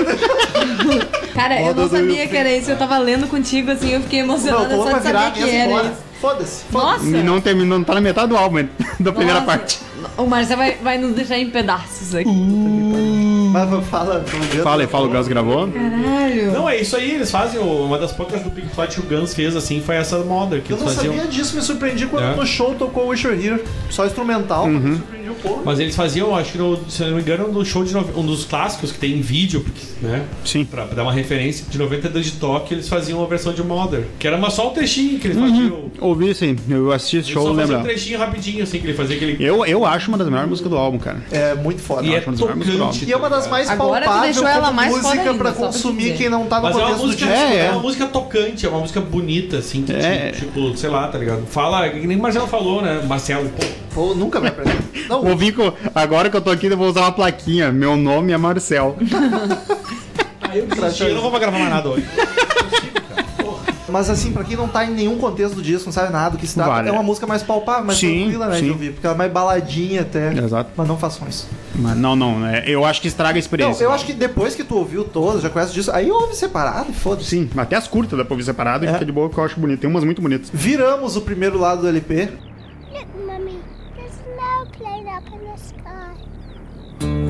Speaker 5: Cara, eu
Speaker 3: Moda
Speaker 5: não
Speaker 3: do
Speaker 5: sabia
Speaker 3: Will
Speaker 5: que era isso. Eu tava lendo contigo, assim, eu fiquei
Speaker 1: Não,
Speaker 5: emocionada
Speaker 1: o
Speaker 5: só
Speaker 1: vai
Speaker 5: de
Speaker 1: virar
Speaker 5: saber que é, né?
Speaker 1: mesmo,
Speaker 5: era
Speaker 1: bora.
Speaker 5: isso.
Speaker 1: Foda-se. Foda
Speaker 5: Nossa!
Speaker 3: E não terminou, não tá na metade do álbum, *laughs* da primeira
Speaker 5: Nossa.
Speaker 3: parte.
Speaker 5: O Marcia vai, vai nos deixar em pedaços aqui.
Speaker 1: Mas fala, pelo menos.
Speaker 3: Fala aí, fala, o Gus gravou.
Speaker 5: Caralho.
Speaker 2: Não, é isso aí, eles fazem. o- Uma das poucas do Pink Floyd que o Guns fez assim foi essa moda que
Speaker 1: Eu
Speaker 2: eles
Speaker 1: não
Speaker 2: faziam.
Speaker 1: sabia disso, me surpreendi quando
Speaker 2: É. Uhum.
Speaker 1: no show tocou Wish You're Here, só instrumental. Me surpreendi o povo.
Speaker 2: Mas eles faziam, acho que, no- se eu não me engano, no show de nove- um dos clássicos que tem em vídeo, porque, né?
Speaker 3: Sim.
Speaker 2: Pra dar uma referência, de 92 de Tóquio, eles faziam uma versão de Mother, que era uma, só um trechinho que eles faziam. Eles
Speaker 3: Ouvi sim, eu assisti esse Uhum. show,
Speaker 2: só faziam um
Speaker 3: lembra?
Speaker 2: trechinho rapidinho, assim, que ele fazia aquele.
Speaker 3: Eu, eu acho uma das melhores músicas do álbum, cara.
Speaker 1: É muito foda.
Speaker 2: E é
Speaker 3: acho uma das melhores músicas do álbum.
Speaker 2: tocante. né?
Speaker 1: E é uma das mais
Speaker 5: Agora tu
Speaker 1: palpáveis
Speaker 5: deixou ela mais foda
Speaker 1: música
Speaker 5: ainda,
Speaker 1: pra
Speaker 5: só pra te
Speaker 1: consumir
Speaker 5: dizer.
Speaker 1: quem não tá no
Speaker 2: Mas é uma,
Speaker 1: contexto do
Speaker 2: música,
Speaker 1: disco. né?
Speaker 3: disco,
Speaker 2: é,
Speaker 3: é.
Speaker 2: uma música tocante, é uma música bonita, assim, que
Speaker 3: É.
Speaker 2: tipo, tipo, sei lá, tá ligado? Fala, que nem o Marcelo falou, né? Marcelo, pô,
Speaker 1: Ou nunca vai aprender. Não,
Speaker 3: Vou vir com. Agora que eu tô aqui, eu vou usar uma plaquinha. Meu nome é Marcel.
Speaker 1: Ah,
Speaker 2: aí eu desisti, eu não vou mais gravar mais nada hoje.
Speaker 3: *laughs*
Speaker 1: mas assim, pra quem não tá em nenhum contexto do disco, não sabe nada do que se trata,
Speaker 3: Vale.
Speaker 1: é uma música mais palpável, mais
Speaker 3: Sim,
Speaker 1: tranquila, né,
Speaker 3: sim.
Speaker 1: de ouvir. Porque ela é mais baladinha até.
Speaker 3: Exato.
Speaker 1: Mas não façam isso.
Speaker 3: Mas não, não, é, eu acho que estraga a
Speaker 1: Não,
Speaker 3: experiência.
Speaker 1: eu acho que depois que tu ouviu todas, já conhece disso, aí ouve separado e foda-se.
Speaker 3: Sim, até as curtas dá pra ouvir
Speaker 1: É.
Speaker 3: separado e fica de boa que eu acho bonito. Tem umas muito bonitas.
Speaker 1: Viramos o primeiro lado do LP.
Speaker 9: Look, Mummy, there's snow playing up in the sky.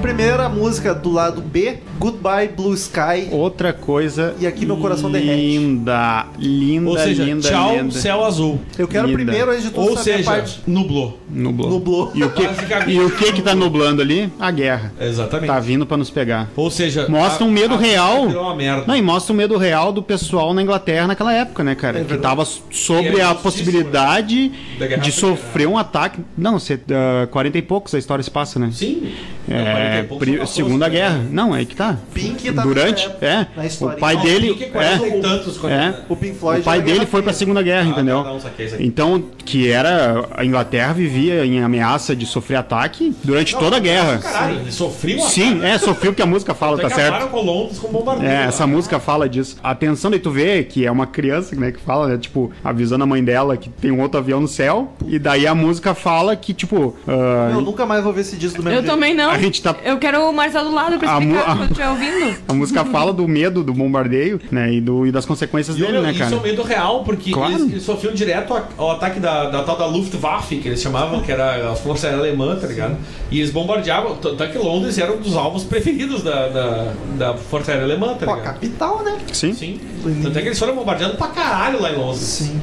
Speaker 1: Primeira música do lado B, Goodbye Blue Sky.
Speaker 3: Outra coisa.
Speaker 1: E aqui meu coração derrete.
Speaker 3: linda, linda,
Speaker 2: Ou seja,
Speaker 3: linda,
Speaker 2: tchau,
Speaker 3: linda.
Speaker 2: céu azul.
Speaker 1: Eu quero
Speaker 3: linda.
Speaker 1: primeiro, antes de tudo,
Speaker 2: Ou
Speaker 1: saber a
Speaker 2: seja,
Speaker 1: parte
Speaker 2: nublou.
Speaker 3: Nublou.
Speaker 1: nublou.
Speaker 3: E o que
Speaker 2: Basicamente.
Speaker 3: e o que que tá nublando ali? A guerra.
Speaker 2: Exatamente.
Speaker 3: Tá vindo pra nos pegar.
Speaker 2: Ou seja,
Speaker 3: Mostra
Speaker 2: a-
Speaker 3: um medo
Speaker 2: a-
Speaker 3: real.
Speaker 2: virou uma merda.
Speaker 3: Não, e mostra o medo real do pessoal na Inglaterra naquela época, né, cara? que
Speaker 1: verdade.
Speaker 3: tava
Speaker 2: É E
Speaker 3: sobre
Speaker 2: é
Speaker 3: a
Speaker 2: justíssimo,
Speaker 3: possibilidade
Speaker 2: Da guerra
Speaker 3: de
Speaker 2: fria,
Speaker 3: sofrer um ataque. Não, você, ah, 40 e poucos a história se passa, né?
Speaker 2: Sim.
Speaker 3: É, pri-
Speaker 2: né?
Speaker 3: Segunda Guerra. Não, é que tá.
Speaker 1: Pink tá nessa
Speaker 3: Durante,
Speaker 1: época,
Speaker 3: é.
Speaker 1: na história.
Speaker 3: O pai
Speaker 1: Não,
Speaker 3: dele.
Speaker 2: é,
Speaker 3: É,
Speaker 2: tantos quanto-
Speaker 3: é.
Speaker 1: O Pink Floyd.
Speaker 3: o pai
Speaker 1: era
Speaker 3: dele
Speaker 1: Guerra
Speaker 3: foi pra
Speaker 1: Fria.
Speaker 3: Segunda Guerra, entendeu?
Speaker 2: Ah, não, tá, saquei, saquei.
Speaker 3: Então, que era. A Inglaterra vivia em ameaça de sofrer ataque durante toda a guerra.
Speaker 2: Caralho, ele sofreu uma-
Speaker 3: Então, Sim, é, sofreu o que a música fala,
Speaker 2: Até
Speaker 3: tá
Speaker 2: que
Speaker 3: certo?
Speaker 2: acabaram com Londres com bombardeio.
Speaker 3: É,
Speaker 2: lá.
Speaker 3: essa música fala disso. A Atenção, daí tu vê que é uma criança, né, que fala, né, tipo, avisando a mãe dela que tem um outro avião no céu. E daí a música fala que, tipo, ah,
Speaker 1: Eu nunca mais vou ver esse disco do mesmo
Speaker 5: Eu
Speaker 1: jeito.
Speaker 5: também não.
Speaker 3: a gente tá...
Speaker 5: Eu quero o Marcelo do lado pra
Speaker 3: A mu-
Speaker 5: explicar
Speaker 3: a-
Speaker 5: quando estiver ouvindo.
Speaker 3: A música fala do medo do bombardeio, né, e, do, e das consequências
Speaker 2: E,
Speaker 3: dele,
Speaker 2: meu,
Speaker 3: né,
Speaker 2: isso é um
Speaker 3: cara?
Speaker 2: medo real, porque
Speaker 3: Claro.
Speaker 2: eles, eles sofriam direto a- ao ataque da, da tal da Luftwaffe, que eles chamavam, que era a força aérea alemã, tá ligado? E eles bombardeavam, tanto é que Londres era um dos alvos preferidos da, da, da força aérea alemã, tá
Speaker 1: Pô, a
Speaker 2: ligado?
Speaker 1: capital, né?
Speaker 3: Sim.
Speaker 2: Sim. Tanto é que eles foram bombardeados pra caralho lá em Londres. Sim.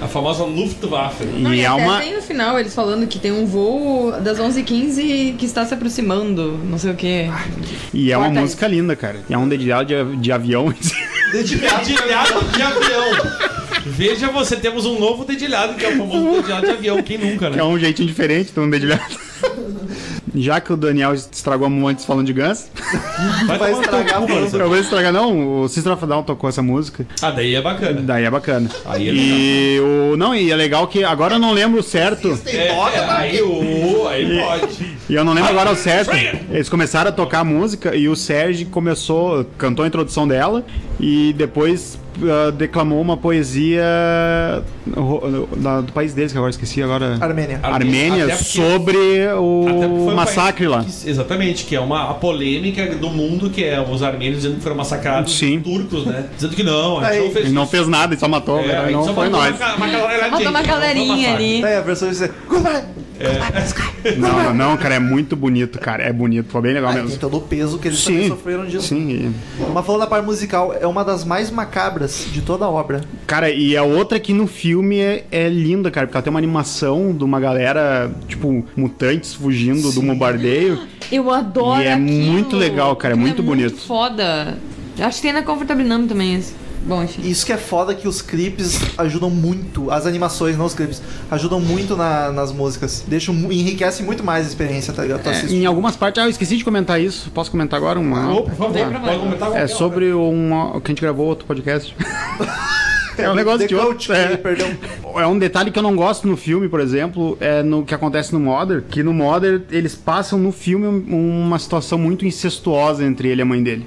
Speaker 2: A famosa Luftwaffe.
Speaker 5: Não,
Speaker 3: E é
Speaker 5: até
Speaker 3: uma...
Speaker 5: tem no final eles falando que tem um voo das 11h15 que está se aproximando, não sei o quê.
Speaker 3: E é uma
Speaker 5: Corta
Speaker 3: música linda, cara. E é um dedilhado de, de avião. *laughs*
Speaker 2: Dedilhado de avião. Veja você, temos um novo dedilhado, que é o famoso dedilhado de avião. Quem nunca,
Speaker 3: que é
Speaker 2: né?
Speaker 3: um jeitinho diferente de um dedilhado. Já que o Daniel estragou a mão antes falando de Guns, *laughs*
Speaker 1: Vai
Speaker 2: tomar no teu
Speaker 1: estragar
Speaker 2: cu,
Speaker 1: a
Speaker 2: mano.
Speaker 3: eu vou estragar. Não, o Sister of a Down tocou essa música.
Speaker 2: Ah, daí é bacana.
Speaker 3: Daí é bacana.
Speaker 2: Aí é
Speaker 3: e o. Não, e é legal que agora eu não lembro certo.
Speaker 2: É, é, aí, o, aí pode.
Speaker 3: E eu não lembro agora o certo. Eles começaram a tocar a música e o Sérgio começou. cantou a introdução dela. E depois ah, declamou uma poesia ro- da- do país deles, que agora esqueci agora.
Speaker 1: Armênia.
Speaker 3: Armênia,
Speaker 2: Até porque-
Speaker 3: sobre
Speaker 2: Até porque
Speaker 3: o
Speaker 2: foi um
Speaker 3: massacre lá.
Speaker 2: país que- exatamente, que é uma a polêmica do mundo, que é os armênios dizendo que foram massacrados
Speaker 3: Sim.
Speaker 2: os turcos, né? Dizendo que não, a gente
Speaker 1: Aí-
Speaker 2: não fez
Speaker 3: Ele não fez nada, ele só matou,
Speaker 2: É, a
Speaker 3: velho,
Speaker 2: gente só
Speaker 3: não foi
Speaker 2: matou
Speaker 3: nós.
Speaker 2: Uma, uma galera de
Speaker 5: Matou uma
Speaker 2: gente, não foi um
Speaker 5: galerinha
Speaker 2: massacre.
Speaker 5: ali.
Speaker 1: Daí É, a versão diz goodbye.
Speaker 3: Não, não, não, cara, é muito bonito, cara. É bonito, foi bem legal
Speaker 1: Aí tem
Speaker 3: mesmo.
Speaker 1: todo o peso que eles também
Speaker 3: Sim,
Speaker 1: sofreram disso.
Speaker 3: sim.
Speaker 1: Mas falando da parte musical, é uma das mais macabras de toda a obra.
Speaker 3: e- Cara, e a outra que no filme é, é linda, cara, porque ela tem uma animação de uma galera, tipo, mutantes fugindo do bombardeio.
Speaker 5: Eu adoro
Speaker 3: E é
Speaker 5: aquilo.
Speaker 3: muito legal, cara, é
Speaker 5: Aquilo
Speaker 3: muito bonito.
Speaker 5: foda. Eu Acho que tem na Comfortable Numb também esse. Bom, enfim.
Speaker 1: Isso que é foda que os clipes ajudam muito, as animações, não os clipes, ajudam muito na- nas músicas. Deixam, mu- enriquecem muito mais a experiência, tá ligado? Tu
Speaker 3: É,
Speaker 1: assiste.
Speaker 3: em algumas partes. Ah, eu esqueci de comentar isso. Posso comentar agora? Uma...
Speaker 2: Ô, por
Speaker 5: Tem
Speaker 2: favor,
Speaker 5: problema.
Speaker 2: pode comentar
Speaker 3: É
Speaker 2: qualquer
Speaker 3: sobre uma... o que a gente gravou outro *laughs* podcast. é um negócio
Speaker 1: The
Speaker 3: de
Speaker 1: Cult
Speaker 3: outro. É.
Speaker 1: Creeper, perdão.
Speaker 3: É um detalhe que eu não gosto no filme, por exemplo, é no que acontece no Mother, que no Mother eles passam no filme um- uma situação muito incestuosa entre ele e a mãe dele.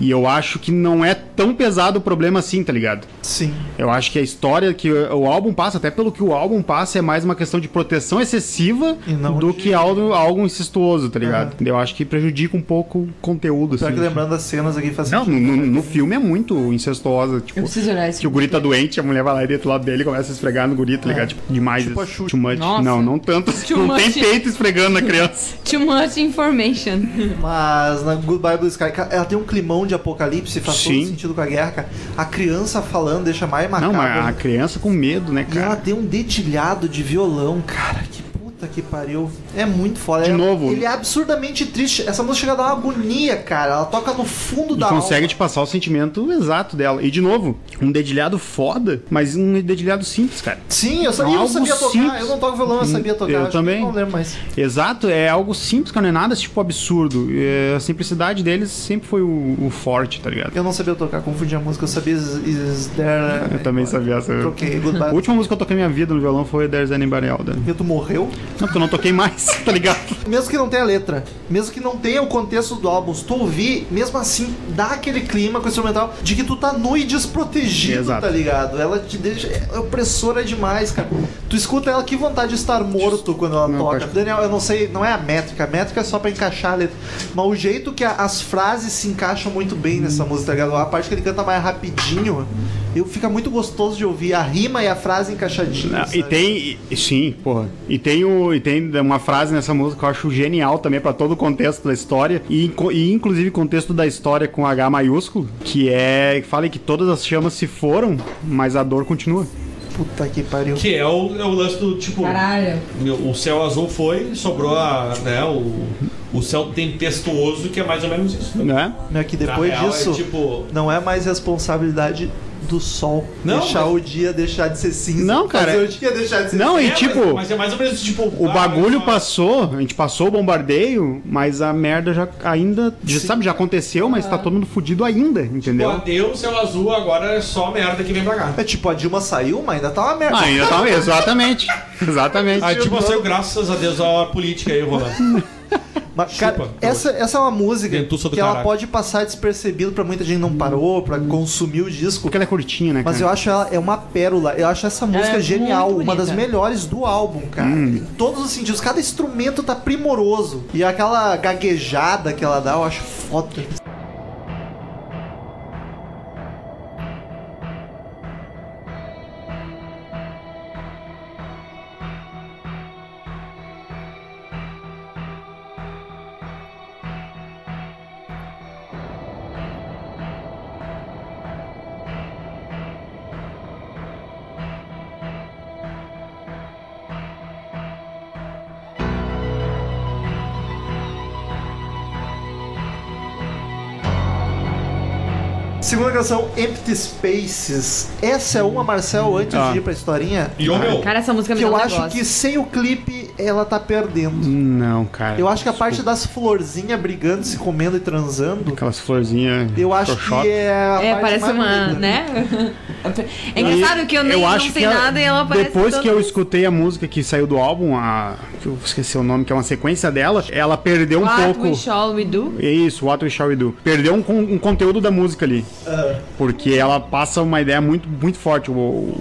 Speaker 3: E eu acho que não é tão pesado o problema assim, tá ligado?
Speaker 1: Sim.
Speaker 3: Eu acho que a história que o álbum passa, até pelo que o álbum passa, é mais uma questão de proteção excessiva
Speaker 1: E não
Speaker 3: do
Speaker 1: de-
Speaker 3: que algo, algo incestuoso, tá ligado? Eu acho que prejudica um pouco o conteúdo,
Speaker 1: Será
Speaker 3: assim.
Speaker 1: que lembrando das cenas aqui faz
Speaker 3: Não,
Speaker 1: sentido?
Speaker 3: no, no- no filme é muito incestuosa, tipo...
Speaker 5: Eu preciso olhar
Speaker 3: Que
Speaker 5: esse.
Speaker 3: o guri tá doente, a mulher vai lá e deita do lado dele e começa a esfregar no guri, tá ligado? Tipo, demais.
Speaker 1: Tipo a
Speaker 3: isso.
Speaker 1: Xuxa.
Speaker 3: Too much.
Speaker 5: Nossa.
Speaker 3: Não, não tanto.
Speaker 5: Too
Speaker 3: não tem
Speaker 5: much.
Speaker 3: peito esfregando na
Speaker 1: *laughs*
Speaker 3: criança.
Speaker 5: Too much information.
Speaker 1: Mas na Goodbye Blue Sky, cara, ela tem um climão de apocalipse, faz todo
Speaker 3: Sim.
Speaker 1: sentido com a guerra, cara. A criança falando deixa mais
Speaker 3: não,
Speaker 1: macabro.
Speaker 3: mas a criança com medo, né,
Speaker 1: E ela
Speaker 3: cara?
Speaker 1: tem um dedilhado de violão, cara. Que puta que pariu. É muito foda.
Speaker 3: De
Speaker 1: É-
Speaker 3: novo.
Speaker 1: Ele é absurdamente triste. Essa música chega a dar uma agonia, cara. Ela toca no fundo
Speaker 3: E
Speaker 1: da
Speaker 3: consegue
Speaker 1: alma.
Speaker 3: te passar o sentimento exato dela. E de novo, um dedilhado foda, mas um dedilhado simples, cara.
Speaker 1: Sim, eu sabia, eu
Speaker 3: Algo
Speaker 1: sabia tocar.
Speaker 3: simples.
Speaker 1: Eu não toco violão, eu sabia
Speaker 3: Hum,
Speaker 1: tocar.
Speaker 3: eu
Speaker 1: Acho que
Speaker 3: também.
Speaker 1: Não lembro mais.
Speaker 3: Exato, é algo simples, cara. Não é nada tipo absurdo. É, a simplicidade deles sempre foi o, o forte, tá ligado?
Speaker 1: Eu não sabia tocar, confundi a música. Eu sabia Is, is there...
Speaker 3: *laughs* Eu também sabia essa.
Speaker 1: É, Troquei,
Speaker 3: A
Speaker 1: goodbye.
Speaker 3: última música que eu toquei na minha vida no violão foi There's Anybody Out There.
Speaker 1: Porque tu morreu?
Speaker 3: Não, porque eu não toquei mais, *laughs* tá ligado?
Speaker 1: Mesmo que não tenha letra, mesmo que não tenha o contexto do álbum, se tu ouvir, mesmo assim, dá aquele clima com o instrumental de que tu tá nu e desprotegido,
Speaker 3: Exato.
Speaker 1: tá ligado? Ela te deixa. É opressora demais, cara. Tu escuta ela, que vontade de estar morto quando ela
Speaker 3: Não,
Speaker 1: toca.
Speaker 3: pode-
Speaker 1: Daniel, eu não sei, não é a métrica, a métrica é só pra encaixar a letra. Mas o jeito que a- as frases se encaixam muito bem nessa música, tá ligado? A parte que ele canta mais rapidinho, eu fica muito gostoso de ouvir a rima e a frase encaixadinha.
Speaker 3: Não,
Speaker 1: sabe?
Speaker 3: e tem. e- e sim, porra. E tem, o, e tem uma frase nessa música que eu acho genial também pra todo o contexto da história. E, inco- e inclusive contexto da história com H maiúsculo, que é. que fala que todas as chamas se foram, mas a dor continua.
Speaker 1: Puta que pariu.
Speaker 2: Que é o, é o lance do tipo.
Speaker 5: Caralho.
Speaker 2: meu, o céu azul foi, sobrou a, né, o, o céu tempestuoso, que é mais ou menos isso. né?
Speaker 3: Né?
Speaker 1: Né, que
Speaker 2: Na
Speaker 1: depois
Speaker 2: real,
Speaker 1: disso.
Speaker 2: É, tipo,
Speaker 1: Não é mais responsabilidade do sol
Speaker 2: Não,
Speaker 1: deixar
Speaker 2: mas-
Speaker 1: o dia deixar de ser cinza.
Speaker 3: Não, cara.
Speaker 1: Fazer o dia deixar de ser
Speaker 3: Não,
Speaker 1: cinza.
Speaker 3: e
Speaker 2: é,
Speaker 3: tipo.
Speaker 2: mas, mas é mais ou menos tipo.
Speaker 3: O
Speaker 2: ah,
Speaker 3: bagulho
Speaker 2: só-
Speaker 3: passou, a gente passou o bombardeio, mas a merda já ainda, já,
Speaker 1: Sim.
Speaker 3: sabe, já aconteceu, mas tá todo mundo fudido ainda,
Speaker 2: Pô,
Speaker 3: entendeu?
Speaker 2: adeus, céu azul, agora é só merda que vem pra cá.
Speaker 1: É tipo, a Dilma saiu, mas ainda tá uma merda.
Speaker 3: Ah, ainda tá, exatamente. *laughs* Exatamente.
Speaker 2: Aí, tipo, saiu graças a Deus a política aí rolando.
Speaker 1: Mas, cara,
Speaker 2: chupa.
Speaker 1: essa, essa é uma música
Speaker 2: Ventu sobre
Speaker 1: que ela
Speaker 2: Tarará.
Speaker 1: pode passar despercebido pra muita gente não parou, pra consumir o disco.
Speaker 3: Porque ela é curtinha, né,
Speaker 1: Mas eu
Speaker 3: cara?
Speaker 1: acho ela é uma pérola. Eu acho essa música
Speaker 5: é
Speaker 1: genial,
Speaker 5: muito
Speaker 1: uma das
Speaker 5: bonita.
Speaker 1: melhores do álbum, cara.
Speaker 3: Hum.
Speaker 1: Em todos os sentidos, cada instrumento tá primoroso. E aquela gaguejada que ela dá, eu acho foda. Segunda canção, Empty Spaces. Essa é uma, Marcel, antes
Speaker 3: Ah.
Speaker 1: de ir pra historinha,
Speaker 2: E ô meu,
Speaker 5: Cara, essa música me
Speaker 1: que
Speaker 5: dá um
Speaker 1: eu acho
Speaker 5: negócio.
Speaker 1: que sem o clipe ela tá perdendo.
Speaker 3: Não, cara.
Speaker 1: Eu acho que a parte das florzinhas brigando, se comendo e transando,
Speaker 3: Aquelas florzinhas.
Speaker 1: eu acho
Speaker 3: xoxota.
Speaker 1: que é a
Speaker 5: É,
Speaker 1: parte
Speaker 5: parece
Speaker 1: mais
Speaker 5: uma,
Speaker 1: bonita.
Speaker 5: né? É engraçado que eu nem não sei
Speaker 3: a-
Speaker 5: nada e ela parece
Speaker 3: é Depois que
Speaker 5: toda-
Speaker 3: eu escutei a música que saiu do álbum, a. que Eu esqueci o nome, que é uma sequência dela, ela perdeu um
Speaker 5: What
Speaker 3: pouco.
Speaker 5: we shall we do?
Speaker 3: É Isso, What We Shall We Do. Perdeu um, con- um conteúdo da música ali.
Speaker 1: Ah.
Speaker 3: Porque ela passa uma ideia muito, muito forte, o- o-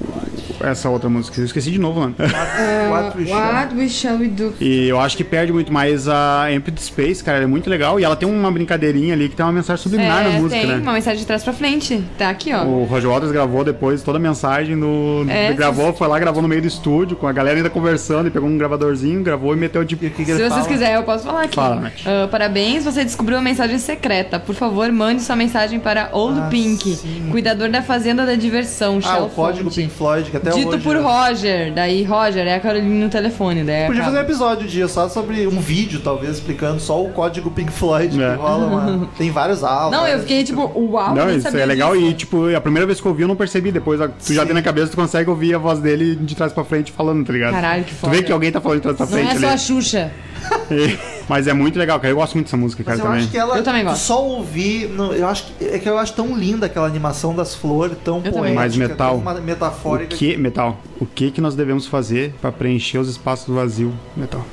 Speaker 3: essa outra música. Eu esqueci de
Speaker 1: *laughs*
Speaker 3: novo, mano.
Speaker 5: É,
Speaker 1: Quatro chá.
Speaker 5: What we shall we do?
Speaker 3: E eu acho que perde muito mais a Empty Space, cara. Ela é muito legal. E ela tem uma brincadeirinha ali que tem uma mensagem subliminar na
Speaker 5: É,
Speaker 3: música,
Speaker 5: tem
Speaker 3: né?
Speaker 5: uma mensagem de trás pra frente. Tá aqui, ó.
Speaker 3: O Roger Waters gravou depois toda a mensagem do.
Speaker 5: É,
Speaker 3: do- gravou, foi lá, gravou no meio do estúdio, com a galera ainda conversando, e pegou um gravadorzinho, gravou e meteu tipo.
Speaker 1: E o que que
Speaker 5: Se
Speaker 1: ele
Speaker 5: vocês
Speaker 1: fala?
Speaker 5: quiserem, eu posso falar aqui.
Speaker 3: Fala, Nath.
Speaker 5: Ah, parabéns, você descobriu uma mensagem secreta. Por favor, mande sua mensagem para Old
Speaker 1: Ah,
Speaker 5: Pink,
Speaker 1: sim.
Speaker 5: cuidador da Fazenda da Diversão,
Speaker 1: Ah,
Speaker 5: Shell
Speaker 1: o código
Speaker 5: Fonte.
Speaker 1: Pink Floyd, que até
Speaker 5: Dito
Speaker 1: hoje... né?
Speaker 5: por Roger. Daí, Roger, é a Carolina no telefone. Daí
Speaker 1: Podia fazer
Speaker 5: acaba.
Speaker 1: um episódio um dia só sobre um vídeo, talvez, explicando só o código Pink Floyd
Speaker 3: É.
Speaker 1: que rola,
Speaker 5: *laughs*
Speaker 1: mano. Tem vários aulas.
Speaker 5: Não, eu fiquei tipo, uau.
Speaker 3: Não,
Speaker 5: nem
Speaker 3: isso
Speaker 5: sabia
Speaker 3: é legal
Speaker 5: disso.
Speaker 3: e, tipo, a primeira vez que eu ouvi eu não percebi. Depois a- tu já
Speaker 1: Sim.
Speaker 3: tem na cabeça, tu consegue ouvir a voz dele de trás pra frente falando, tá ligado?
Speaker 5: Caralho, que
Speaker 3: Tu
Speaker 5: foda.
Speaker 3: vê que alguém tá falando de trás pra
Speaker 5: Não
Speaker 3: frente
Speaker 5: é só a
Speaker 3: ali.
Speaker 5: Xuxa.
Speaker 3: *laughs* Mas é muito legal, cara. Eu gosto muito dessa música, cara,
Speaker 1: Mas eu
Speaker 3: também.
Speaker 1: acho que é ela
Speaker 5: Eu também gosto.
Speaker 1: só ouvir. no- eu acho que, é que eu acho tão linda aquela animação das flores, tão
Speaker 5: também
Speaker 1: poética,
Speaker 3: Mais metal.
Speaker 1: tão uma
Speaker 3: O
Speaker 1: metafórica.
Speaker 3: que, Metal, o que que nós devemos fazer pra preencher os espaços do vazio, Metal?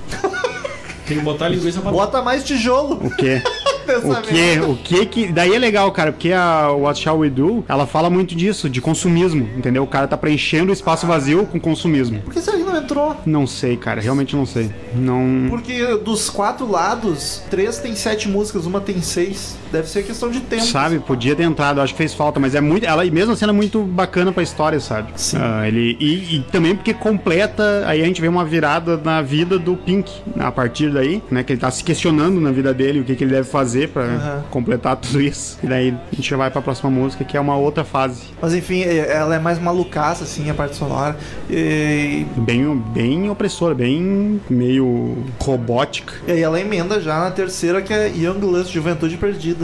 Speaker 2: Tem que botar a linguiça pra
Speaker 1: Bota mais tijolo.
Speaker 3: O
Speaker 1: *laughs*
Speaker 3: quê? O
Speaker 1: pensamento.
Speaker 3: que, o que que. Daí é legal, cara, porque a What Shall We Do, ela fala muito disso, de consumismo, entendeu? O cara tá preenchendo o espaço vazio com consumismo.
Speaker 1: Por que isso aí não entrou?
Speaker 3: Não sei, cara, realmente não sei. Não.
Speaker 1: Porque dos quatro lados, três tem sete músicas, uma tem seis. Deve ser questão de tempo.
Speaker 3: Sabe, podia ter entrado, acho que fez falta, mas é muito. Ela, e mesmo assim, ela é muito bacana pra história, sabe?
Speaker 1: Sim.
Speaker 3: Ah, ele, e, e também porque completa, aí a gente vê uma virada na vida do Pink, a partir daí, né? Que ele tá se questionando na vida dele, o que, que ele deve fazer pra
Speaker 1: Aham.
Speaker 3: completar tudo isso. E daí a gente vai pra próxima música, que é uma outra fase.
Speaker 1: Mas enfim, é- ela é mais malucaça, assim, a parte sonora. E,
Speaker 3: Bem, bem opressora, bem meio robótica.
Speaker 1: e aí ela emenda já na terceira, que é Young Lust, Juventude Perdida.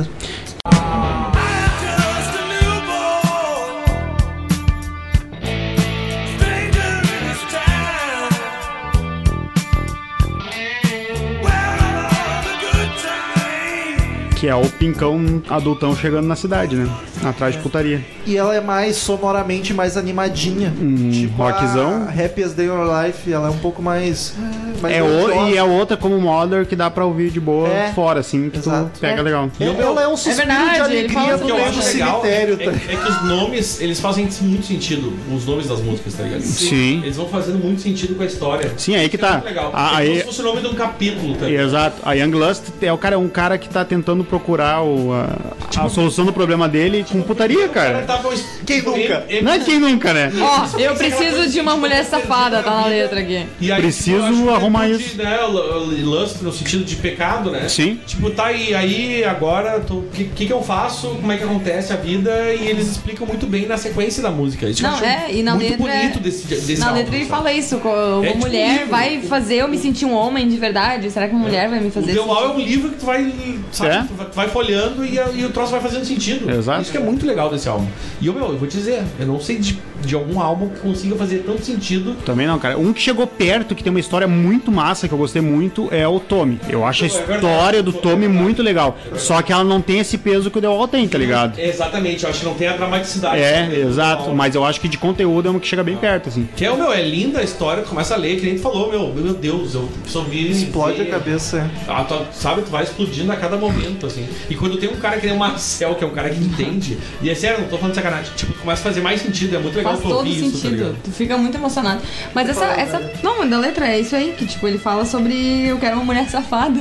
Speaker 3: Que é o pincão adultão chegando na cidade, né? Atrás de putaria.
Speaker 1: E ela é mais sonoramente mais animadinha. tipo
Speaker 3: Hum, rockzão.
Speaker 1: a Happiest Day of Your Life, ela é um pouco mais. mais
Speaker 3: É o,
Speaker 1: gostosa.
Speaker 3: e é outra como Mother que dá pra ouvir de boa
Speaker 1: É.
Speaker 3: fora, assim, que
Speaker 1: Exato.
Speaker 3: tu pega legal.
Speaker 1: E o Ela é um suspiro
Speaker 5: verdade,
Speaker 1: de
Speaker 5: ele
Speaker 1: alegria
Speaker 5: fala
Speaker 1: no
Speaker 2: O que eu
Speaker 1: meio do
Speaker 2: acho legal
Speaker 1: cemitério.
Speaker 5: né?
Speaker 2: é,
Speaker 1: tá?
Speaker 2: é que os nomes, eles fazem muito sentido, os nomes das músicas, tá ligado?
Speaker 3: Sim.
Speaker 2: Eles vão fazendo muito sentido com a história.
Speaker 3: Sim, aí que
Speaker 2: Isso é
Speaker 3: tá.
Speaker 2: muito legal.
Speaker 3: Ah,
Speaker 2: é
Speaker 3: aí-
Speaker 2: como se fosse o nome de um capítulo, tá ligado?
Speaker 3: Exato. A Young Lust é o cara, um cara que tá tentando procurar o, a,
Speaker 2: Tipo,
Speaker 3: a solução do problema dele com putaria, cara.
Speaker 2: Tava um-
Speaker 1: Quem
Speaker 2: tipo,
Speaker 1: nunca?
Speaker 2: em- em-
Speaker 3: Não é quem É. nunca, né?
Speaker 5: Ó, eu preciso de uma mulher safada, tá na letra aqui.
Speaker 2: E aí,
Speaker 3: Preciso
Speaker 2: tipo, eu acho que
Speaker 3: arrumar
Speaker 2: tem um de,
Speaker 3: isso.
Speaker 2: Né, l- l- lust no sentido de pecado, né?
Speaker 3: Sim.
Speaker 2: Tipo, tá aí, aí agora, o que, que que eu faço, como é que acontece a vida, e eles explicam muito bem na sequência da música. Isso eu
Speaker 5: Não,
Speaker 2: acho
Speaker 5: é, e na
Speaker 2: muito
Speaker 5: letra-
Speaker 2: bonito desse, desse
Speaker 5: Na
Speaker 2: álbum,
Speaker 5: letra ele
Speaker 2: sabe?
Speaker 5: fala isso, co- uma
Speaker 2: tipo
Speaker 5: mulher
Speaker 2: livro.
Speaker 5: vai fazer eu me sentir um homem de verdade? Será que uma mulher vai me
Speaker 2: O
Speaker 5: fazer
Speaker 2: The Wall é
Speaker 5: isso?
Speaker 2: um livro que tu vai, sabe,
Speaker 3: É?
Speaker 2: tu vai- tu vai folheando e, a- e o troço vai fazendo sentido.
Speaker 3: Exato.
Speaker 2: Isso que é muito legal desse álbum. E eu, meu, eu vou te dizer, eu não sei de, de algum álbum que consiga fazer tanto sentido.
Speaker 3: Também não, cara. Um que chegou perto, que tem uma história muito massa, que eu gostei muito, é o Tommy. Eu acho a
Speaker 2: É verdade.
Speaker 3: história do Tommy
Speaker 2: É verdade.
Speaker 3: muito legal. Só que ela não tem esse peso que o The Wall tem, tá ligado?
Speaker 2: É, Exatamente, eu acho que não tem a dramaticidade.
Speaker 3: É,
Speaker 2: né, do
Speaker 3: exato.
Speaker 2: álbum.
Speaker 3: Mas eu acho que de conteúdo é uma que chega bem perto, assim.
Speaker 2: Que é, o meu, é linda a história, tu começa a ler, que nem tu falou, meu, meu Deus, eu só vi...
Speaker 1: Explode a
Speaker 2: vi-
Speaker 1: cabeça. é.
Speaker 2: Ah, tu- sabe, tu vai explodindo a cada momento, assim. E quando tem um cara que nem o Marcel, que é um cara que entende, e é sério, não tô falando de sacanagem, tipo, começa a fazer mais sentido, é muito legal
Speaker 5: Faz
Speaker 2: tu
Speaker 5: todo
Speaker 2: ouvir isso, tá
Speaker 5: sentido.
Speaker 2: ligado?
Speaker 5: tu fica muito emocionado. Mas essa, essa.
Speaker 3: né?
Speaker 5: Não, da letra é isso aí, que tipo, ele fala sobre eu quero uma mulher
Speaker 3: *laughs*
Speaker 5: safada.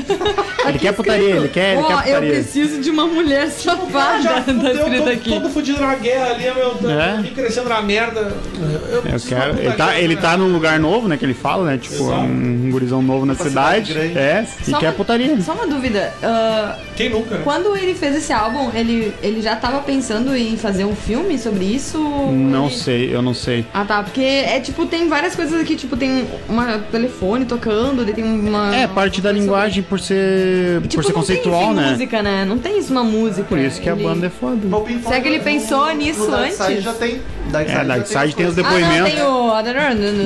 Speaker 3: Ele quer putaria, ele quer, ele
Speaker 5: Ó,
Speaker 3: quer
Speaker 5: eu
Speaker 3: putaria.
Speaker 5: preciso de uma
Speaker 3: *laughs*
Speaker 5: mulher
Speaker 2: Ah, Já
Speaker 5: safada, tá
Speaker 2: fudeu,
Speaker 5: escrito
Speaker 2: tô-
Speaker 5: aqui.
Speaker 2: todo fudido na guerra ali, meu, tô,
Speaker 3: É.
Speaker 2: vim crescendo na merda. Eu,
Speaker 3: Eu
Speaker 2: preciso
Speaker 3: quero-
Speaker 2: de uma
Speaker 3: ele, tá,
Speaker 2: putaria,
Speaker 3: ele
Speaker 2: né?
Speaker 3: tá num lugar novo, né? Que ele fala, né? Tipo,
Speaker 2: Exato.
Speaker 3: um, um gurizão novo na
Speaker 1: Uma
Speaker 3: cidade.
Speaker 1: cidade grande.
Speaker 3: É, e
Speaker 5: Só
Speaker 3: quer
Speaker 5: uma-
Speaker 3: putaria.
Speaker 5: Só uma dúvida. ah,
Speaker 2: Quem nunca? né?
Speaker 5: Quando ele fez esse álbum, ele, ele já tava pensando em fazer um filme sobre isso?
Speaker 3: Não
Speaker 5: Ele-
Speaker 3: sei, eu não sei.
Speaker 5: Ah tá, porque é tipo, tem várias coisas aqui, tipo, tem uma telefone tocando, daí tem uma.
Speaker 3: É, parte da
Speaker 5: uma coisa
Speaker 3: linguagem por ser,
Speaker 5: sobre- um Tipo,
Speaker 3: por ser
Speaker 5: não
Speaker 3: conceitual,
Speaker 5: tem isso em
Speaker 3: né?
Speaker 5: música, né? Não tem isso na música.
Speaker 3: Por isso que
Speaker 5: Ele- um
Speaker 3: a banda é foda.
Speaker 1: Mas o Pink
Speaker 5: Será que ele
Speaker 1: Floyd
Speaker 5: pensou
Speaker 1: no-
Speaker 5: nisso
Speaker 1: no Dark Side
Speaker 5: antes?
Speaker 1: já tem. Dark
Speaker 3: É, Dark
Speaker 1: já
Speaker 3: Side tem
Speaker 1: as coisas. Ah,
Speaker 3: os
Speaker 5: Ah, não,
Speaker 3: depoimentos.
Speaker 5: tem o.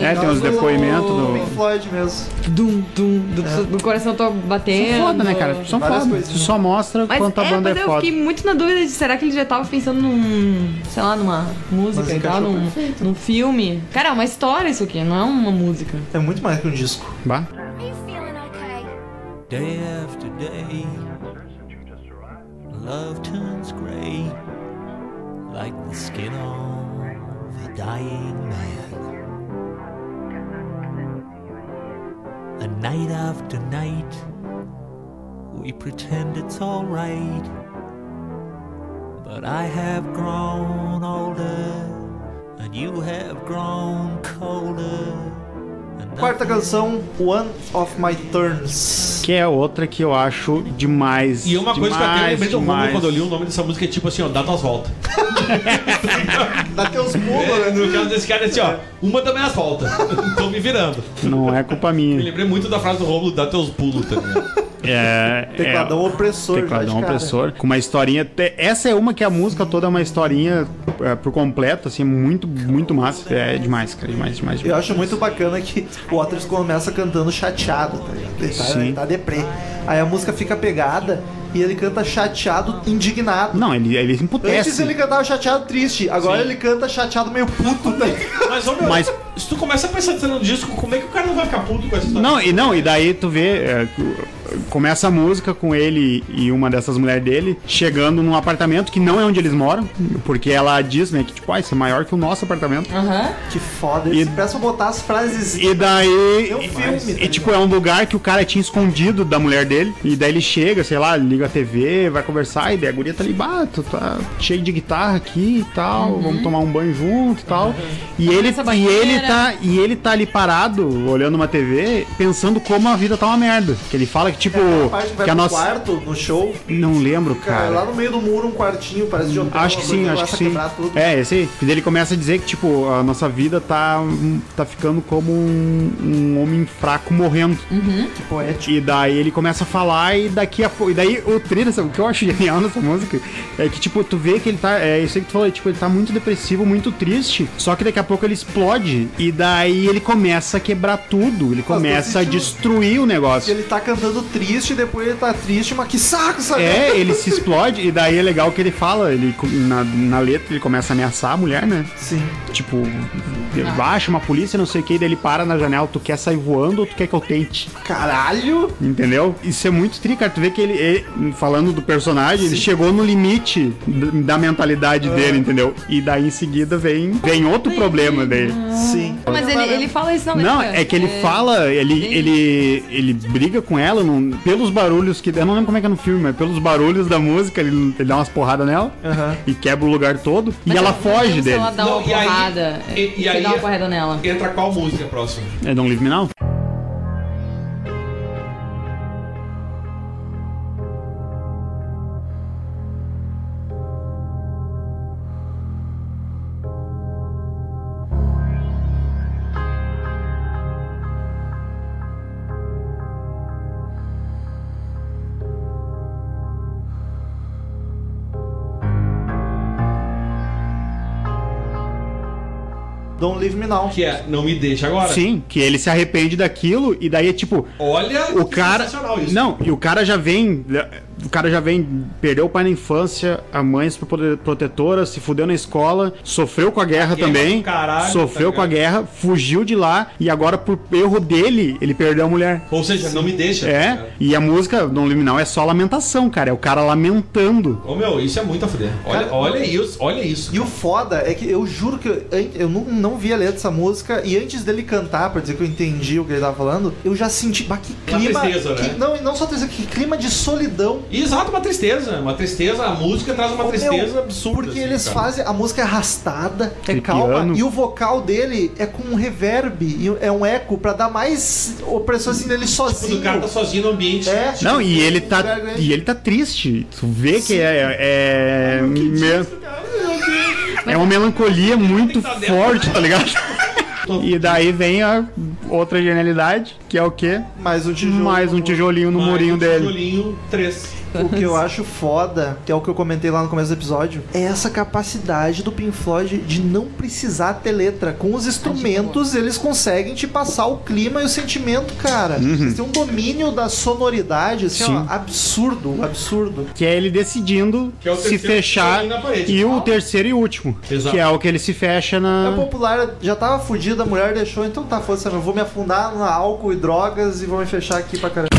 Speaker 3: É, tem uns
Speaker 1: Não, do-
Speaker 3: depoimentos
Speaker 1: do
Speaker 3: do.
Speaker 1: Pink Floyd mesmo.
Speaker 5: né, Dum, dum, do, do coração tô batendo.
Speaker 3: São foda, né, cara? São
Speaker 1: Várias
Speaker 3: foda.
Speaker 1: coisinhas.
Speaker 3: Tu só mostra
Speaker 5: Mas,
Speaker 3: quanto a
Speaker 5: é,
Speaker 3: banda
Speaker 5: mas
Speaker 3: é
Speaker 5: eu
Speaker 3: foda.
Speaker 5: fiquei muito na dúvida de será que ele já tava pensando num, sei lá, numa música
Speaker 1: Mas
Speaker 5: e tal,
Speaker 1: encaixou
Speaker 5: num, num filme. Cara, é uma história isso aqui, não é uma música.
Speaker 1: É muito mais que um disco.
Speaker 3: Bah.
Speaker 9: Are you feeling okay?
Speaker 7: Day after day, love turns gray.
Speaker 8: like the skin of a dying man. And night after night, we pretend it's alright. But I have grown older, and you have grown colder. and
Speaker 1: Quarta
Speaker 8: nothing
Speaker 1: canção, One of My Turns.
Speaker 3: Que é outra que eu acho demais.
Speaker 2: E uma coisa que eu
Speaker 3: demais,
Speaker 2: até lembrei do Romulo
Speaker 3: demais.
Speaker 2: quando eu li o nome dessa música é tipo assim, ó, dá
Speaker 1: *laughs*
Speaker 2: tuas voltas.
Speaker 1: Dá teus
Speaker 2: É,
Speaker 1: pulos, né?
Speaker 2: no caso desse cara é assim, ó, uma também as voltas. *laughs* Tô me virando.
Speaker 3: Não é culpa
Speaker 2: Me
Speaker 3: minha.
Speaker 2: lembrei muito da frase do Romulo, dá teus pulos, tá ligado?
Speaker 3: É,
Speaker 1: Tecladão opressor, já de
Speaker 3: Tecladão
Speaker 1: cara.
Speaker 3: opressor. Com uma historinha. te- Essa é uma que a música toda é uma historinha é, por completo, assim, muito, muito massa. É demais, cara. Demais, demais.
Speaker 1: Eu
Speaker 3: demais.
Speaker 1: acho muito bacana que o Waters começa cantando chateado, tá ligado? Ele tá,
Speaker 3: Sim.
Speaker 1: ele tá deprê. Aí a música fica pegada e ele canta chateado, indignado.
Speaker 3: Não, ele, ele emputece.
Speaker 1: Antes ele cantava chateado triste, agora ele canta chateado meio puto, tá ligado?
Speaker 2: Mas, ô, meu,
Speaker 3: Mas-
Speaker 2: se tu começa a pensar no disco, como é que o cara não vai ficar puto com essa história?
Speaker 3: Não, e não, e daí tu vê. é, começa a música com ele e uma dessas mulheres dele chegando num apartamento que não é onde eles moram, porque ela diz, né, que tipo, ah, isso é maior que o nosso apartamento.
Speaker 1: Que foda,
Speaker 3: E-
Speaker 1: eles começam a botar as frases.
Speaker 3: E daí.
Speaker 1: Eu filme, tá
Speaker 3: E tipo, é um lugar que o cara tinha escondido da mulher dele. E daí ele chega, sei lá, liga a TV, vai conversar, e daí a guria tá ali, bah, tu tá cheio de guitarra aqui e tal, vamos tomar um banho junto e tal. E ele,
Speaker 4: Uhum. Essa
Speaker 3: e,
Speaker 4: banheira.
Speaker 3: ele tá, e ele tá ali parado, olhando uma TV, pensando como a vida tá uma merda. Que ele fala que, tipo,
Speaker 1: A parte que vai
Speaker 3: que a
Speaker 1: pro
Speaker 3: nossa.
Speaker 1: quarto, no show,
Speaker 3: Não lembro,
Speaker 1: cara,
Speaker 3: cara.
Speaker 1: lá no meio do muro, um quartinho, parece de hotel.
Speaker 3: Acho que
Speaker 1: uma
Speaker 3: sim,
Speaker 1: coisa
Speaker 3: acho
Speaker 1: começa
Speaker 3: que
Speaker 1: a
Speaker 3: sim.
Speaker 1: quebrar tudo.
Speaker 3: É, esse aí. E daí ele começa a dizer que, tipo, a nossa vida tá, tá ficando como um, um homem fraco morrendo.
Speaker 1: Que poético.
Speaker 3: E daí ele começa a falar e daqui a pouco. E daí o trilho, o que eu acho *laughs* genial nessa música é que, tipo, tu vê que ele tá. É isso aí que tu falou, tipo, ele tá muito depressivo, muito triste. Só que daqui a pouco ele explode. E daí ele começa a quebrar tudo. Ele começa a
Speaker 1: sentindo-
Speaker 3: destruir o negócio.
Speaker 1: Ele tá cantando triste, depois ele tá triste, mas que saco, sabe?
Speaker 3: É, ele se explode, e daí é legal que ele fala, ele, co- na, na letra ele começa a ameaçar a mulher, né?
Speaker 1: Sim.
Speaker 3: Tipo, baixa uma polícia, não sei o que, daí ele para na janela, tu quer sair voando ou tu quer que eu tente?
Speaker 1: Caralho!
Speaker 3: Entendeu? Isso é muito tri, cara. Tu vê que ele, ele- falando do personagem, ele chegou no limite d- da mentalidade dele, entendeu? E daí em seguida vem, Ah. vem outro problema dele.
Speaker 1: Sim.
Speaker 4: Mas ele, ele fala isso, não,
Speaker 3: Não,
Speaker 4: lembra?
Speaker 3: é que ele fala, ele, ele, ele briga com ela num- pelos barulhos que. Eu não lembro como é que é no filme, mas pelos barulhos da música, ele, ele dá umas porradas nela
Speaker 1: Aham.
Speaker 3: e quebra o lugar todo
Speaker 4: Mas
Speaker 3: e ela
Speaker 4: eu não lembro
Speaker 3: foge
Speaker 4: se
Speaker 3: dele.
Speaker 4: Ela dá
Speaker 2: Não,
Speaker 4: uma
Speaker 2: e aí-
Speaker 4: porrada.
Speaker 2: e- e
Speaker 4: Você
Speaker 2: aí- é-
Speaker 4: dá uma porrada nela.
Speaker 2: Entra qual música próxima?
Speaker 3: É Don't Leave Me Now?
Speaker 1: Don't leave me now.
Speaker 2: Que é Não Me Deixa Agora.
Speaker 3: Sim, que ele se arrepende daquilo e daí é tipo,
Speaker 2: Olha,
Speaker 3: o
Speaker 2: que
Speaker 3: cara
Speaker 2: sensacional isso.
Speaker 3: não e o cara já vem o cara já vem perdeu o pai na infância a mãe é super protetora se fudeu na escola sofreu com a guerra,
Speaker 2: Guerra
Speaker 3: também
Speaker 2: do caralho,
Speaker 3: sofreu
Speaker 2: tá
Speaker 3: com a guerra fugiu de lá e agora por erro dele ele perdeu a mulher
Speaker 2: Ou seja, Não Me Deixa.
Speaker 3: é e a música não liminal é só lamentação cara é o cara lamentando
Speaker 2: Ô meu, isso é muito a fuder. Olha,
Speaker 1: Cara,
Speaker 2: olha isso, olha isso.
Speaker 1: E o foda é que eu juro que eu, an- eu não, não vi a letra dessa música e antes dele cantar, pra dizer que eu entendi o que ele tava falando, eu já senti, bah, que
Speaker 2: Uma
Speaker 1: clima.
Speaker 2: tristeza, né?
Speaker 1: que- não, e não só tristeza, que clima de solidão.
Speaker 2: Exato, uma tristeza. Uma tristeza, a música traz uma
Speaker 1: Ô,
Speaker 2: tristeza
Speaker 1: meu,
Speaker 2: absurda.
Speaker 1: Porque
Speaker 2: assim,
Speaker 1: eles
Speaker 2: cara.
Speaker 1: fazem. A música é arrastada, é
Speaker 3: Aquele
Speaker 1: calma.
Speaker 3: piano.
Speaker 1: E o vocal dele é com um reverb, e é um eco pra dar mais opressão assim nele
Speaker 2: Quando
Speaker 1: sozinho.
Speaker 2: o cara tá sozinho no ambiente.
Speaker 1: É.
Speaker 3: não e ele tá
Speaker 1: Lugar grande.
Speaker 3: e ele tá triste tu vê que é é, me- é uma melancolia muito
Speaker 2: tá dentro.
Speaker 3: forte tá ligado E daí vem a outra genialidade, que é o quê?
Speaker 1: Mais um tijolo.
Speaker 3: Mais um tijolinho no
Speaker 2: Mais
Speaker 3: murinho
Speaker 2: um
Speaker 3: dele.
Speaker 2: tijolinho, três.
Speaker 1: O que eu acho foda, que é o que eu comentei lá no começo do episódio, é essa capacidade do Pink Floyd de não precisar ter letra. Com os instrumentos, eles conseguem te passar o clima e o sentimento, cara. Eles têm um domínio da sonoridade, assim,
Speaker 3: Sim.
Speaker 1: ó, absurdo, absurdo.
Speaker 3: Que é ele decidindo
Speaker 2: Que é o
Speaker 3: se
Speaker 2: terceiro
Speaker 3: fechar
Speaker 2: tijolinho na parede.
Speaker 3: e o terceiro e último.
Speaker 2: Exato.
Speaker 3: Que é o que ele se fecha
Speaker 2: Ah.
Speaker 1: É
Speaker 3: na.
Speaker 1: popular, já tava fudida, a mulher deixou, então tá, foda-se, eu vou me afundar no álcool e drogas e vou me fechar aqui pra caralho.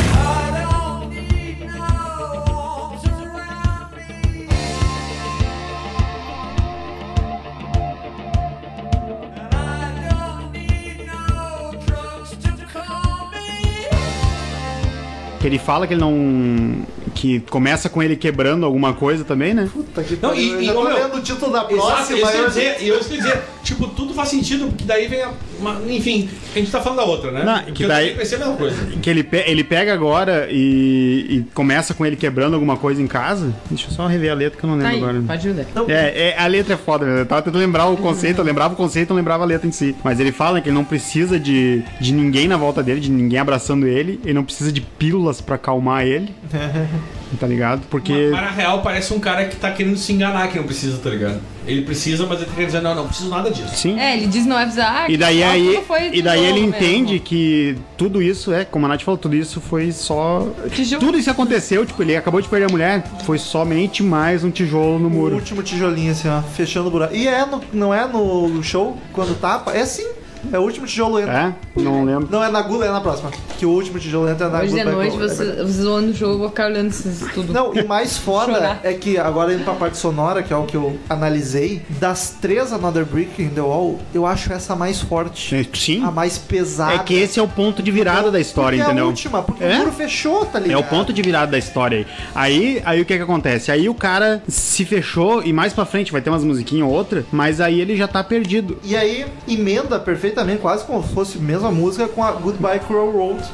Speaker 3: Que ele fala que ele não. que começa com ele quebrando alguma coisa também, né?
Speaker 1: Puta que
Speaker 2: Não,
Speaker 1: pariu,
Speaker 2: e-
Speaker 1: eu
Speaker 2: e,
Speaker 1: já
Speaker 2: ô,
Speaker 1: tô
Speaker 2: meu,
Speaker 1: lendo o título da
Speaker 2: Exato,
Speaker 1: próxima.
Speaker 2: isso que eu ia
Speaker 1: eu-
Speaker 2: dizer, e eu isso que eu ia dizer, tipo, tudo faz sentido, porque daí vem a. uma- enfim, a gente tá falando da outra, né?
Speaker 3: Não, que
Speaker 2: Porque eu
Speaker 3: daí-
Speaker 2: também pensei a mesma coisa.
Speaker 3: Que ele, pe- ele pega agora e, e começa com ele quebrando alguma coisa em casa. Deixa eu só rever a letra que eu não lembro
Speaker 5: Tá aí,
Speaker 3: agora.
Speaker 5: pode ler.
Speaker 3: É, é, a letra é foda, meu. Eu tava tentando lembrar o conceito, eu lembrava o conceito, eu não lembrava a letra em si. Mas ele fala que ele não precisa de, de ninguém na volta dele, de ninguém abraçando ele, ele não precisa de pílulas pra acalmar
Speaker 5: *laughs*
Speaker 3: ele. tá ligado? Porque.
Speaker 2: Mas na real parece um cara que tá querendo se enganar que não precisa, tá ligado? Ele precisa, mas ele tá querendo dizer, não, não preciso nada disso.
Speaker 3: Sim.
Speaker 5: É, ele diz não avisar.
Speaker 3: E daí,
Speaker 5: que só
Speaker 3: aí,
Speaker 5: tudo foi
Speaker 3: e daí ele
Speaker 5: tijolo mesmo.
Speaker 3: entende que tudo isso é, como a Nath falou, tudo isso foi só.
Speaker 5: Tijolo.
Speaker 3: Tudo isso aconteceu, tipo, ele acabou de perder a mulher, foi somente mais um tijolo no
Speaker 1: O
Speaker 3: muro.
Speaker 1: último tijolinho, assim, ó, fechando o buraco. E é no, não é no show, quando tapa? É sim, é o último tijolo entra.
Speaker 3: É? Não lembro.
Speaker 1: Não, é na gula, é na próxima. Que o último tijolo entra é na
Speaker 5: Hoje
Speaker 1: gula.
Speaker 5: de noite
Speaker 1: vai-
Speaker 5: vocês, vocês vão no jogo, eu vou ficar olhando esses tudo.
Speaker 1: Não, e
Speaker 5: *laughs*
Speaker 1: mais foda
Speaker 5: Chorar.
Speaker 1: é que agora indo pra parte sonora, que é o que eu analisei, das três Another Brick in the Wall, eu acho essa a mais forte.
Speaker 3: Sim.
Speaker 1: A mais pesada.
Speaker 3: É que esse é o ponto de virada da história,
Speaker 1: Porque É a
Speaker 3: entendeu?
Speaker 1: última, porque
Speaker 3: É?
Speaker 1: o muro fechou, tá
Speaker 3: É
Speaker 1: ligado?
Speaker 3: o ponto de virada da história aí. Aí, aí o que que acontece? Aí o cara se fechou e mais pra frente vai ter umas musiquinhas ou outra, mas aí ele já tá perdido.
Speaker 1: E aí, emenda perfeitamente, quase como se fosse a mesma música, com a Goodbye Cruel Road.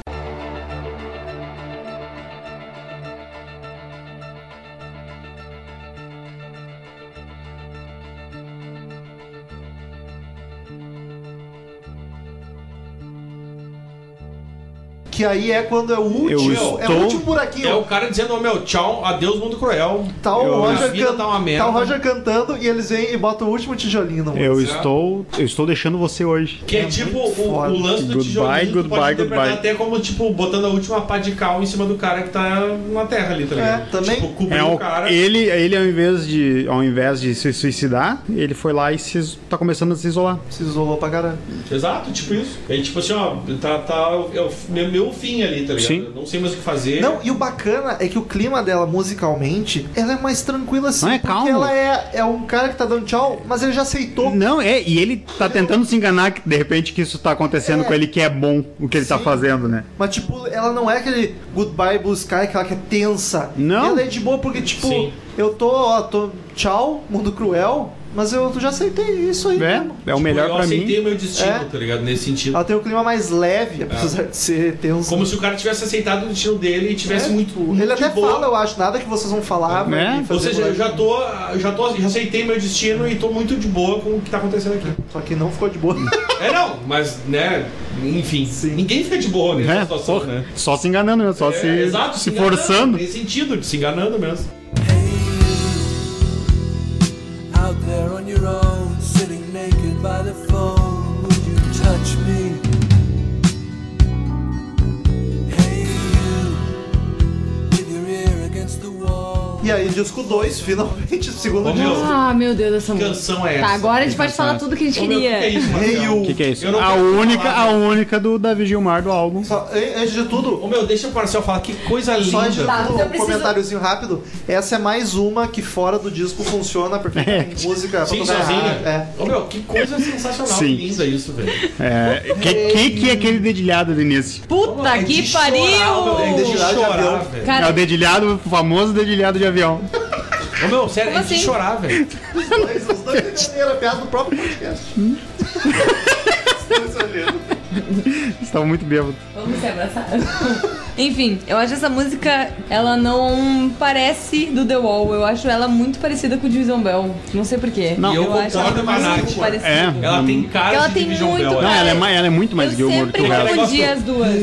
Speaker 1: Que aí é quando é o último,
Speaker 3: Eu
Speaker 1: é o último
Speaker 3: estou-
Speaker 1: buraquinho.
Speaker 2: É o cara dizendo, ô meu, tchau, adeus, mundo cruel.
Speaker 1: Tá o,
Speaker 3: Eu-
Speaker 2: A
Speaker 1: Roger
Speaker 2: vida
Speaker 1: can-
Speaker 2: tá uma merda.
Speaker 1: tá o Roger cantando e eles vêm e botam o último tijolinho no mundo.
Speaker 3: Eu
Speaker 2: Será?
Speaker 3: estou, eu estou deixando você hoje.
Speaker 2: Que é,
Speaker 1: É
Speaker 2: tipo
Speaker 1: muito
Speaker 2: o,
Speaker 1: foda.
Speaker 2: o lance do
Speaker 3: Goodbye,
Speaker 2: tijolinho, tu
Speaker 3: goodbye,
Speaker 2: pode interpretar
Speaker 3: goodbye.
Speaker 2: até como, tipo, botando a última pá de cal em cima do cara que tá na terra ali, tá ligado?
Speaker 1: É, também.
Speaker 2: Tipo, cobrindo
Speaker 3: É
Speaker 2: o
Speaker 3: o,
Speaker 2: cara.
Speaker 3: ele, ele ao invés de ao invés de se suicidar, ele foi lá e se, tá começando a se isolar.
Speaker 1: Se isolou pra caralho.
Speaker 2: Exato, tipo isso. É tipo assim, ó, tá, tá é o f- meu, meu fim ali, tá ligado?
Speaker 3: Sim.
Speaker 2: Eu Não sei mais o que fazer.
Speaker 1: Não, e o bacana é que o clima dela musicalmente, ela é mais tranquila assim.
Speaker 3: Não, é
Speaker 1: porque
Speaker 3: calmo.
Speaker 1: ela é, é um cara que tá dando tchau, mas ele já aceitou.
Speaker 3: Não, é, e ele tá tentando se enganar que de repente que isso tá acontecendo com ele que é bom o que ele tá
Speaker 1: Sim.
Speaker 3: fazendo, né?
Speaker 1: Mas, tipo, ela não é aquele goodbye blue sky, aquela que é tensa.
Speaker 3: Não.
Speaker 1: Ela é de boa porque, tipo,
Speaker 2: Sim.
Speaker 1: eu tô, ó, tô tchau, mundo cruel, mas eu já aceitei isso aí mesmo.
Speaker 3: É, é
Speaker 2: Tipo,
Speaker 3: o melhor
Speaker 2: eu
Speaker 3: pra mim.
Speaker 2: aceitei o meu destino,
Speaker 1: É.
Speaker 2: tá ligado? Nesse sentido.
Speaker 1: Ela tem um clima mais leve, apesar de ser tenso.
Speaker 2: É. Como se o cara tivesse aceitado o destino dele e tivesse
Speaker 1: É,
Speaker 2: muito. muito
Speaker 1: Ele até
Speaker 2: de boa.
Speaker 1: fala, eu acho, nada que vocês vão falar.
Speaker 3: É.
Speaker 1: vai me
Speaker 2: Ou
Speaker 1: fazer
Speaker 2: seja, eu
Speaker 1: mudar
Speaker 2: já
Speaker 1: de-
Speaker 2: tô, já tô, já aceitei meu destino e tô muito de boa com o que tá acontecendo aqui.
Speaker 1: *laughs* Só que não ficou de boa.
Speaker 2: É não, mas né, enfim,
Speaker 1: Sim.
Speaker 2: ninguém fica de boa nessa
Speaker 3: É,
Speaker 2: situação,
Speaker 3: porra,
Speaker 2: né?
Speaker 3: Só se enganando, né? Só
Speaker 2: É,
Speaker 3: se,
Speaker 2: exato,
Speaker 3: se
Speaker 2: enganando,
Speaker 3: forçando.
Speaker 2: Tem sentido, de se enganando mesmo.
Speaker 7: Out there on your own, sitting naked by the phone, would you touch me? Hey, you, with your ear against the wall.
Speaker 1: E aí, disco 2, *laughs* finalmente, segundo
Speaker 2: Ô, meu,
Speaker 1: disco.
Speaker 5: Ah, meu Deus, essa
Speaker 2: Que
Speaker 5: música.
Speaker 2: canção é essa?
Speaker 5: Tá, agora a gente pode falar tudo que a gente
Speaker 2: Ô, meu, que
Speaker 5: queria.
Speaker 2: que é isso,
Speaker 1: Hey,
Speaker 2: Marcelo?
Speaker 1: you.
Speaker 3: O que, que é isso?
Speaker 2: Eu não
Speaker 3: A
Speaker 2: quero
Speaker 3: única,
Speaker 2: falar,
Speaker 3: a
Speaker 2: né?
Speaker 3: única do Davi Gilmar do álbum.
Speaker 1: Só- an- antes de tudo,
Speaker 2: Ô meu, deixa o Marcel falar que coisa
Speaker 1: Só antes de
Speaker 2: linda.
Speaker 5: Tá,
Speaker 1: tudo,
Speaker 5: mas eu
Speaker 1: um
Speaker 5: preciso-
Speaker 1: comentáriozinho rápido. Essa é mais uma que fora do disco funciona perfeitamente. Música
Speaker 2: É. Sim,
Speaker 1: pra tocar
Speaker 2: sozinha.
Speaker 1: errado, É.
Speaker 2: Ô meu, que coisa sensacional
Speaker 3: Sim.
Speaker 2: e linda isso, velho.
Speaker 3: É, que, que que é aquele dedilhado do início?
Speaker 5: Puta
Speaker 2: É de
Speaker 5: Tá que
Speaker 2: chorar, meu, é
Speaker 5: pariu!
Speaker 2: de
Speaker 1: Chorar de
Speaker 2: chorar,
Speaker 1: avião.
Speaker 2: velho.
Speaker 3: É o
Speaker 5: Cara,
Speaker 3: dedilhado, o famoso dedilhado de avião.
Speaker 2: Ô meu, sério,
Speaker 5: Como
Speaker 2: é de
Speaker 5: assim?
Speaker 2: chorar, velho.
Speaker 1: Mas os dois entenderam a piada do próprio podcast.
Speaker 5: Hum?
Speaker 3: Estava muito bêbado.
Speaker 5: vamos se abraçar. *laughs* Enfim, eu acho essa música, ela não parece do The Wall. Eu acho ela muito parecida com o Division Bell. Não sei porquê.
Speaker 3: Não,
Speaker 2: eu
Speaker 5: eu acho
Speaker 2: concordo
Speaker 5: ela
Speaker 2: com a Nath.
Speaker 5: muito parecida.
Speaker 3: É.
Speaker 2: Ela
Speaker 3: Hum.
Speaker 2: tem cara
Speaker 5: Ela
Speaker 2: de
Speaker 5: tem
Speaker 2: Division
Speaker 5: muito
Speaker 2: Bell,
Speaker 3: Não,
Speaker 2: é.
Speaker 5: cara.
Speaker 3: ela é, mais- ela é muito mais
Speaker 5: eu
Speaker 3: Gilmore que
Speaker 5: sempre
Speaker 3: o resto.
Speaker 5: confundi as duas.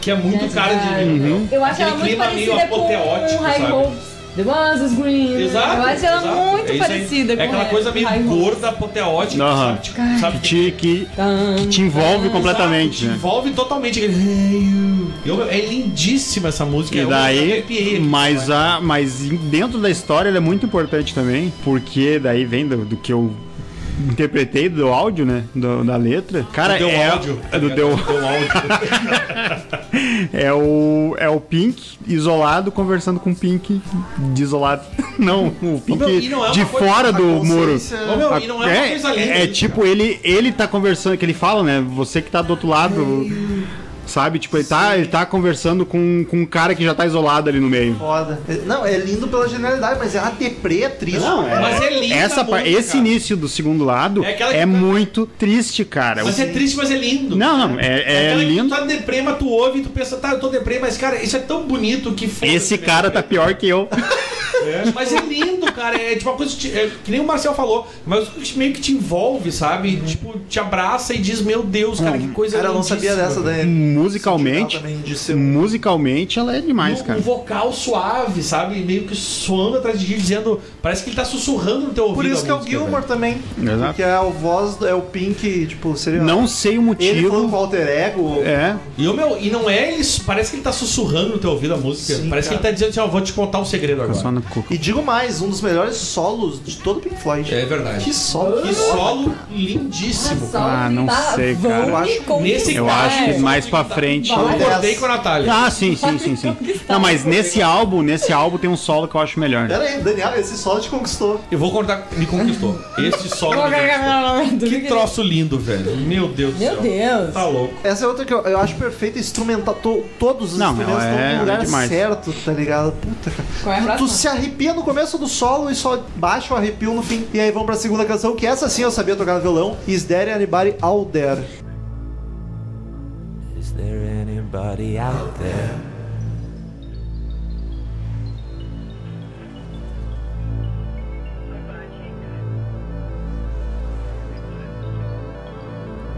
Speaker 2: Que é muito cara de Division Bell.
Speaker 5: Uhum. Eu acho ela
Speaker 2: Aquele clima
Speaker 5: muito
Speaker 2: meio
Speaker 5: parecida com
Speaker 2: apoteótico,
Speaker 5: High
Speaker 2: sabe?
Speaker 5: Hopes. The Ones is Green.
Speaker 2: Exato.
Speaker 5: eu acho ela
Speaker 2: exato.
Speaker 5: muito
Speaker 2: É isso aí.
Speaker 5: parecida com
Speaker 2: É aquela
Speaker 5: High-
Speaker 2: coisa meio
Speaker 5: High Hopes.
Speaker 2: gorda, apoteótica,
Speaker 3: Aham.
Speaker 2: sabe? Tipo, sabe?
Speaker 3: Que te, que,
Speaker 5: Tan,
Speaker 3: que te envolve completamente,
Speaker 2: Exato,
Speaker 3: né?
Speaker 2: te envolve totalmente aquele. "Hey, you". Eu- é lindíssima essa música.
Speaker 3: E
Speaker 2: eu me
Speaker 3: daí,
Speaker 2: arrepiei aqui,
Speaker 3: mas,
Speaker 2: cara.
Speaker 3: a, mas em- dentro da história ele é muito importante também, porque daí vem do, do que eu interpretei do áudio, né? Do- da letra. Cara,
Speaker 2: Do The
Speaker 3: é,
Speaker 2: Áudio, tá
Speaker 3: é do
Speaker 2: ligado?
Speaker 3: teu
Speaker 2: Deu áudio.
Speaker 3: *laughs* É o, é o Pink isolado conversando com o Pink desolado. *laughs* Não, o Pink
Speaker 2: e não é uma
Speaker 3: de
Speaker 2: coisa-
Speaker 3: fora do muro.
Speaker 1: Consciência-
Speaker 2: Ô, meu, e não é uma coisa linda.
Speaker 3: é
Speaker 2: isso,
Speaker 3: tipo, ele, ele tá conversando, que ele fala, né? Você que tá do outro lado. Sabe? Tipo, ele tá, ele tá conversando com, com um cara que já tá isolado ali no meio.
Speaker 1: *laughs* Foda. É- Não, é lindo pela genialidade, mas é a deprê, é triste.
Speaker 2: Mas é linda
Speaker 3: Essa
Speaker 2: a
Speaker 3: par-
Speaker 2: música.
Speaker 3: Esse início do segundo lado
Speaker 2: É
Speaker 3: é,
Speaker 2: aquela que-
Speaker 3: muito triste, cara.
Speaker 2: Mas
Speaker 3: O-
Speaker 2: é triste, mas é lindo.
Speaker 3: Não, não, é, é
Speaker 2: Aquela que
Speaker 3: lindo.
Speaker 2: Tu tá deprema, tu ouve, tu pensa, tá, eu tô deprema, mas cara, isso é tão bonito que foda
Speaker 3: Esse cara tá pior que eu.
Speaker 2: Mas é lindo, cara. É tipo uma coisa que te- é que nem o Marcel falou, mas que meio que te envolve, sabe?
Speaker 3: Uhum.
Speaker 2: Tipo, te abraça e diz, meu Deus, cara, que coisa
Speaker 1: Cara, eu não sabia dessa
Speaker 2: lindíssima, cara."
Speaker 1: daí.
Speaker 3: Musicalmente,
Speaker 1: Também de
Speaker 2: é
Speaker 1: ser um-
Speaker 3: musicalmente ela é demais,
Speaker 2: um,
Speaker 3: cara.
Speaker 2: um vocal suave, sabe? Meio que soando atrás de ti, dizendo. Parece que ele tá sussurrando no teu ouvido.
Speaker 1: Por isso
Speaker 2: a
Speaker 1: que é o
Speaker 2: música,
Speaker 1: Gilmore também.
Speaker 3: Exato.
Speaker 1: Porque é o voz, do- é o Pink, tipo, seria.
Speaker 3: Não sei o
Speaker 1: ele falando
Speaker 2: um
Speaker 1: com
Speaker 3: motivo.
Speaker 1: o alter ego.
Speaker 3: É,
Speaker 2: E, o meu, e não é ele. Parece que ele tá sussurrando no teu ouvido a música.
Speaker 1: Sim,
Speaker 2: parece
Speaker 1: cara.
Speaker 2: que ele tá dizendo assim: ó, vou te contar um segredo agora.
Speaker 3: só na cuca.
Speaker 1: E digo mais, um dos melhores solos de todo o Pink Floyd.
Speaker 2: É verdade.
Speaker 1: Que solo.
Speaker 2: Que solo lindíssimo, cara.
Speaker 3: Ah, não sei, cara.
Speaker 1: Eu acho-
Speaker 2: Nesse
Speaker 3: Eu
Speaker 2: cara,
Speaker 3: acho
Speaker 2: é.
Speaker 3: que mais pra frente.
Speaker 2: Eu
Speaker 1: Vai.
Speaker 2: concordei com a Natália.
Speaker 3: Ah, sim, sim, sim, sim. Não, mas nesse álbum, nesse álbum tem um solo que eu acho melhor.
Speaker 1: Pera aí, Daniel, esse solo te conquistou.
Speaker 2: Eu vou contar. Me conquistou. Esse solo. me conquistou. que troço lindo, velho. Meu Deus do céu.
Speaker 5: Meu Deus.
Speaker 2: Tá louco.
Speaker 1: Essa é outra que eu, eu acho perfeita, instrumental. to- todos os
Speaker 3: Não,
Speaker 1: instrumentos
Speaker 3: não, é-
Speaker 1: estão no lugar
Speaker 3: é demais.
Speaker 1: certo, tá ligado? Puta, cara.
Speaker 5: Qual é a
Speaker 1: Tu- tu,
Speaker 5: próxima?
Speaker 1: se arrepia no começo do solo e só baixa o arrepio no fim. E aí vamos pra segunda canção, que essa sim eu sabia tocar no violão. Is There Anybody Out There?
Speaker 7: Is there anybody out there?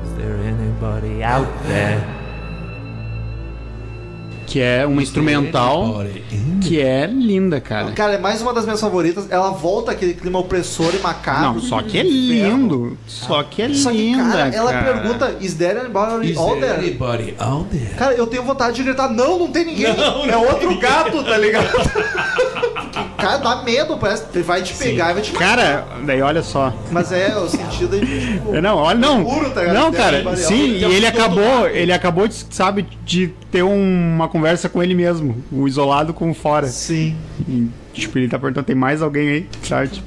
Speaker 7: Is there anybody out there?
Speaker 3: Que é uma instrumental que é linda, cara.
Speaker 1: Cara, é mais uma das minhas favoritas. Ela volta aquele clima opressor e macabro.
Speaker 3: Não, só que é lindo. Só que é
Speaker 1: Uhum. Só que,
Speaker 3: linda,
Speaker 1: cara,
Speaker 3: cara.
Speaker 1: ela pergunta, is there anybody
Speaker 2: Is
Speaker 1: out
Speaker 2: there
Speaker 1: there?
Speaker 2: anybody out there?
Speaker 1: Cara, eu tenho vontade de gritar, não, não tem ninguém. é outro gato, tá ligado? *laughs* cara, dá medo, parece. Ele vai te pegar e vai te matar.
Speaker 3: Cara, daí olha só.
Speaker 1: Mas é o sentido de. Tipo,
Speaker 3: É, Não, olha, não.
Speaker 1: Puro, tá, cara?
Speaker 3: Não,
Speaker 1: Tem
Speaker 3: cara,
Speaker 1: anybody
Speaker 3: sim,
Speaker 1: out
Speaker 3: e
Speaker 1: there?
Speaker 3: ele
Speaker 1: Tem um
Speaker 3: acabou, ele acabou de, sabe, de ter um- uma conversa com ele mesmo, o isolado com o fora.
Speaker 1: Sim.
Speaker 3: E, tipo, ele tá perguntando, tem mais alguém aí, sabe? Tipo,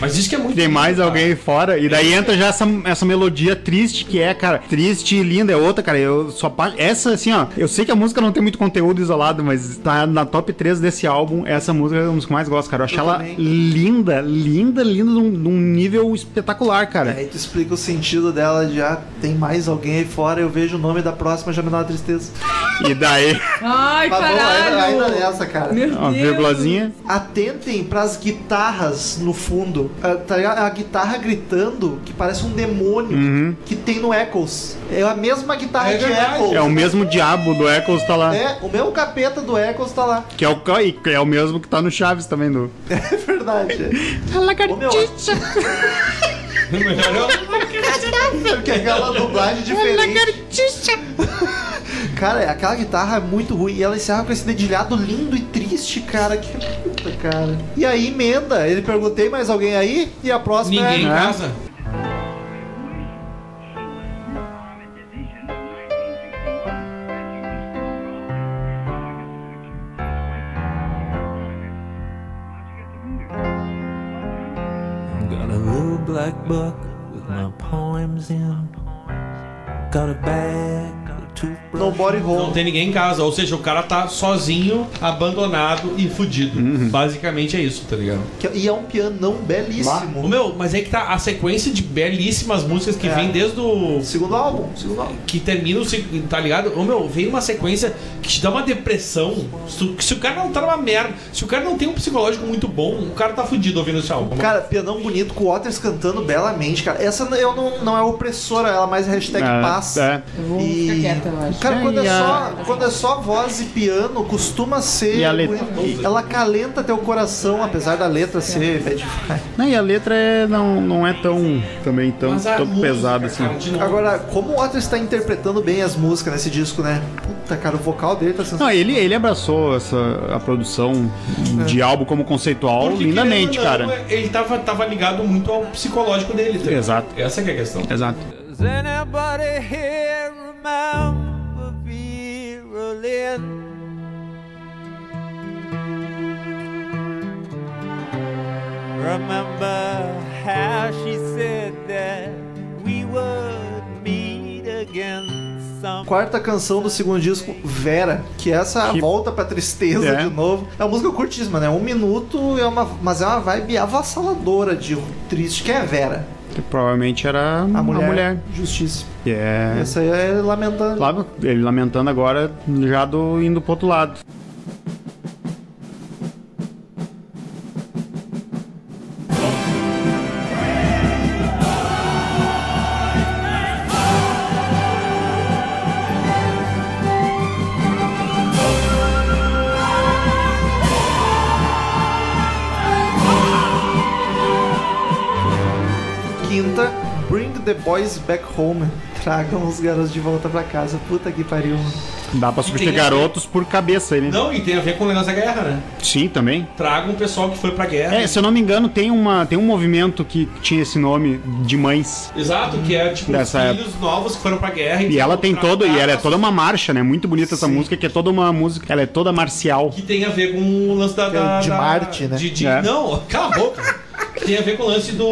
Speaker 2: Mas diz que é muito.
Speaker 3: tem
Speaker 2: lindo,
Speaker 3: mais
Speaker 2: cara.
Speaker 3: alguém aí fora. E daí entra já essa, essa melodia triste que é, cara, triste e linda. É outra, cara, eu só... pa- Essa, assim, ó, eu sei que a música não tem muito conteúdo isolado, mas tá na top 3 desse álbum. Essa música é a música que eu mais gosto, cara. Eu acho
Speaker 1: Eu
Speaker 3: ela
Speaker 1: também.
Speaker 3: linda, linda, linda, num, num nível espetacular, cara.
Speaker 1: Aí tu explica o sentido dela de ah, tem mais alguém aí fora, eu vejo o nome da próxima, já me dá uma tristeza.
Speaker 3: E daí,
Speaker 5: Ai,
Speaker 1: Mas vamos ainda, ainda
Speaker 5: caralho.
Speaker 1: nessa, cara.
Speaker 3: uma vírgulazinha.
Speaker 1: Atentem pras guitarras no fundo. Ah, tá ligado? A guitarra gritando que parece um demônio
Speaker 3: Uhum.
Speaker 1: que tem no Echoes. É a mesma guitarra
Speaker 2: É
Speaker 1: de
Speaker 2: verdade.
Speaker 1: Echoes.
Speaker 3: É o mesmo diabo do Eccles tá lá.
Speaker 1: É, o mesmo capeta do Echoes tá lá.
Speaker 3: Que é o, ca- e que é o mesmo que tá no Chaves também. Do...
Speaker 1: É verdade. Ô, meu,
Speaker 2: *laughs* é,
Speaker 1: porque é aquela dublagem diferente. Cara, aquela guitarra é muito ruim. E ela encerra com esse dedilhado lindo e triste, cara. Que puta, cara. E aí, emenda. Ele perguntei mais alguém aí. E a próxima
Speaker 2: Ninguém em
Speaker 1: é.
Speaker 2: casa.
Speaker 7: I'm got a little black book with my poems in. Got a bag, got a toothbrush.
Speaker 1: Nobody
Speaker 2: Não
Speaker 1: Home.
Speaker 2: tem ninguém em casa. Ou seja, o cara tá sozinho, abandonado e fudido.
Speaker 3: Uhum.
Speaker 2: Basicamente é isso, tá ligado?
Speaker 1: Que- E é um pianão belíssimo.
Speaker 2: O meu, mas é que tá a sequência de belíssimas músicas que
Speaker 1: É.
Speaker 2: vem desde o.
Speaker 1: Segundo álbum, segundo álbum.
Speaker 2: Que termina o. seg- Tá ligado? Ô meu, vem uma sequência que te dá uma depressão. Se, o- se o cara não tá numa merda, se o cara não tem um psicológico muito bom, o cara tá fudido ouvindo esse álbum.
Speaker 1: Cara, pianão bonito, com o Waters cantando belamente, cara. Essa eu não, não é opressora, ela é mais hashtag
Speaker 3: É,
Speaker 1: paz.
Speaker 3: é.
Speaker 5: Eu vou
Speaker 1: E-
Speaker 5: ficar quieta, eu acho.
Speaker 1: Cara, quando é,
Speaker 3: E
Speaker 1: só,
Speaker 3: a-
Speaker 1: quando é só voz e piano, costuma ser.
Speaker 3: E a letra?
Speaker 1: bonito. Ela calenta teu coração, apesar da letra ser bad vibe.
Speaker 3: Não, e a letra é, não, não é tão também tão,
Speaker 2: Mas a
Speaker 3: tão
Speaker 2: música,
Speaker 3: pesada assim.
Speaker 2: cara, de novo.
Speaker 1: Agora, como o Waters tá interpretando bem as músicas nesse disco, né? Puta, cara, o vocal dele tá sensacional.
Speaker 3: Não, ele, ele abraçou essa, a produção de álbum como conceitual
Speaker 2: Porque, querendo
Speaker 3: lindamente,
Speaker 2: ou
Speaker 3: cara.
Speaker 2: não, Ele tava, tava ligado muito ao psicológico dele. tá ligado?
Speaker 3: Exato.
Speaker 2: Essa que é a questão.
Speaker 3: Exato.
Speaker 7: Does anybody here remember Vera Lynn? Remember how she said that we would meet again
Speaker 1: Quarta canção do segundo disco, Vera, que é essa
Speaker 3: Que-
Speaker 1: volta pra tristeza
Speaker 3: É.
Speaker 1: de novo. É uma música curtíssima, né? Um minuto, é uma, mas é uma vibe avassaladora de triste, que é Vera,
Speaker 3: Que provavelmente era
Speaker 1: a mulher,
Speaker 3: a mulher.
Speaker 1: justiça.
Speaker 3: que é-
Speaker 1: Essa aí é lamentando.
Speaker 3: Lá, ele lamentando agora, já do, indo pro outro lado.
Speaker 1: Quinta, Bring the Boys Back Home. *laughs* Tragam os garotos de volta pra casa. Puta que pariu. mano.
Speaker 3: Dá pra
Speaker 2: E
Speaker 3: substituir
Speaker 2: tem esse-
Speaker 3: garotos por cabeça, ele.
Speaker 2: Não, e tem a ver com o negócio da guerra, né?
Speaker 3: Sim, também.
Speaker 2: Traga um pessoal que foi pra guerra.
Speaker 3: É, se eu não me engano, tem, uma, tem um movimento que tinha esse nome de mães.
Speaker 2: Exato, que é tipo os
Speaker 3: Dessa
Speaker 2: filhos novos que foram pra guerra. então
Speaker 3: E ela tem todo, e ela é toda uma marcha, né? Muito bonita essa
Speaker 1: Sim.
Speaker 3: música, que é toda uma música, ela é toda marcial.
Speaker 2: Que tem a ver com o lance da.
Speaker 1: Que é
Speaker 2: da-
Speaker 1: de
Speaker 2: da-
Speaker 1: Marte, né?
Speaker 2: de- de-
Speaker 3: É.
Speaker 2: Não, cala a boca. que tem a ver com o lance do,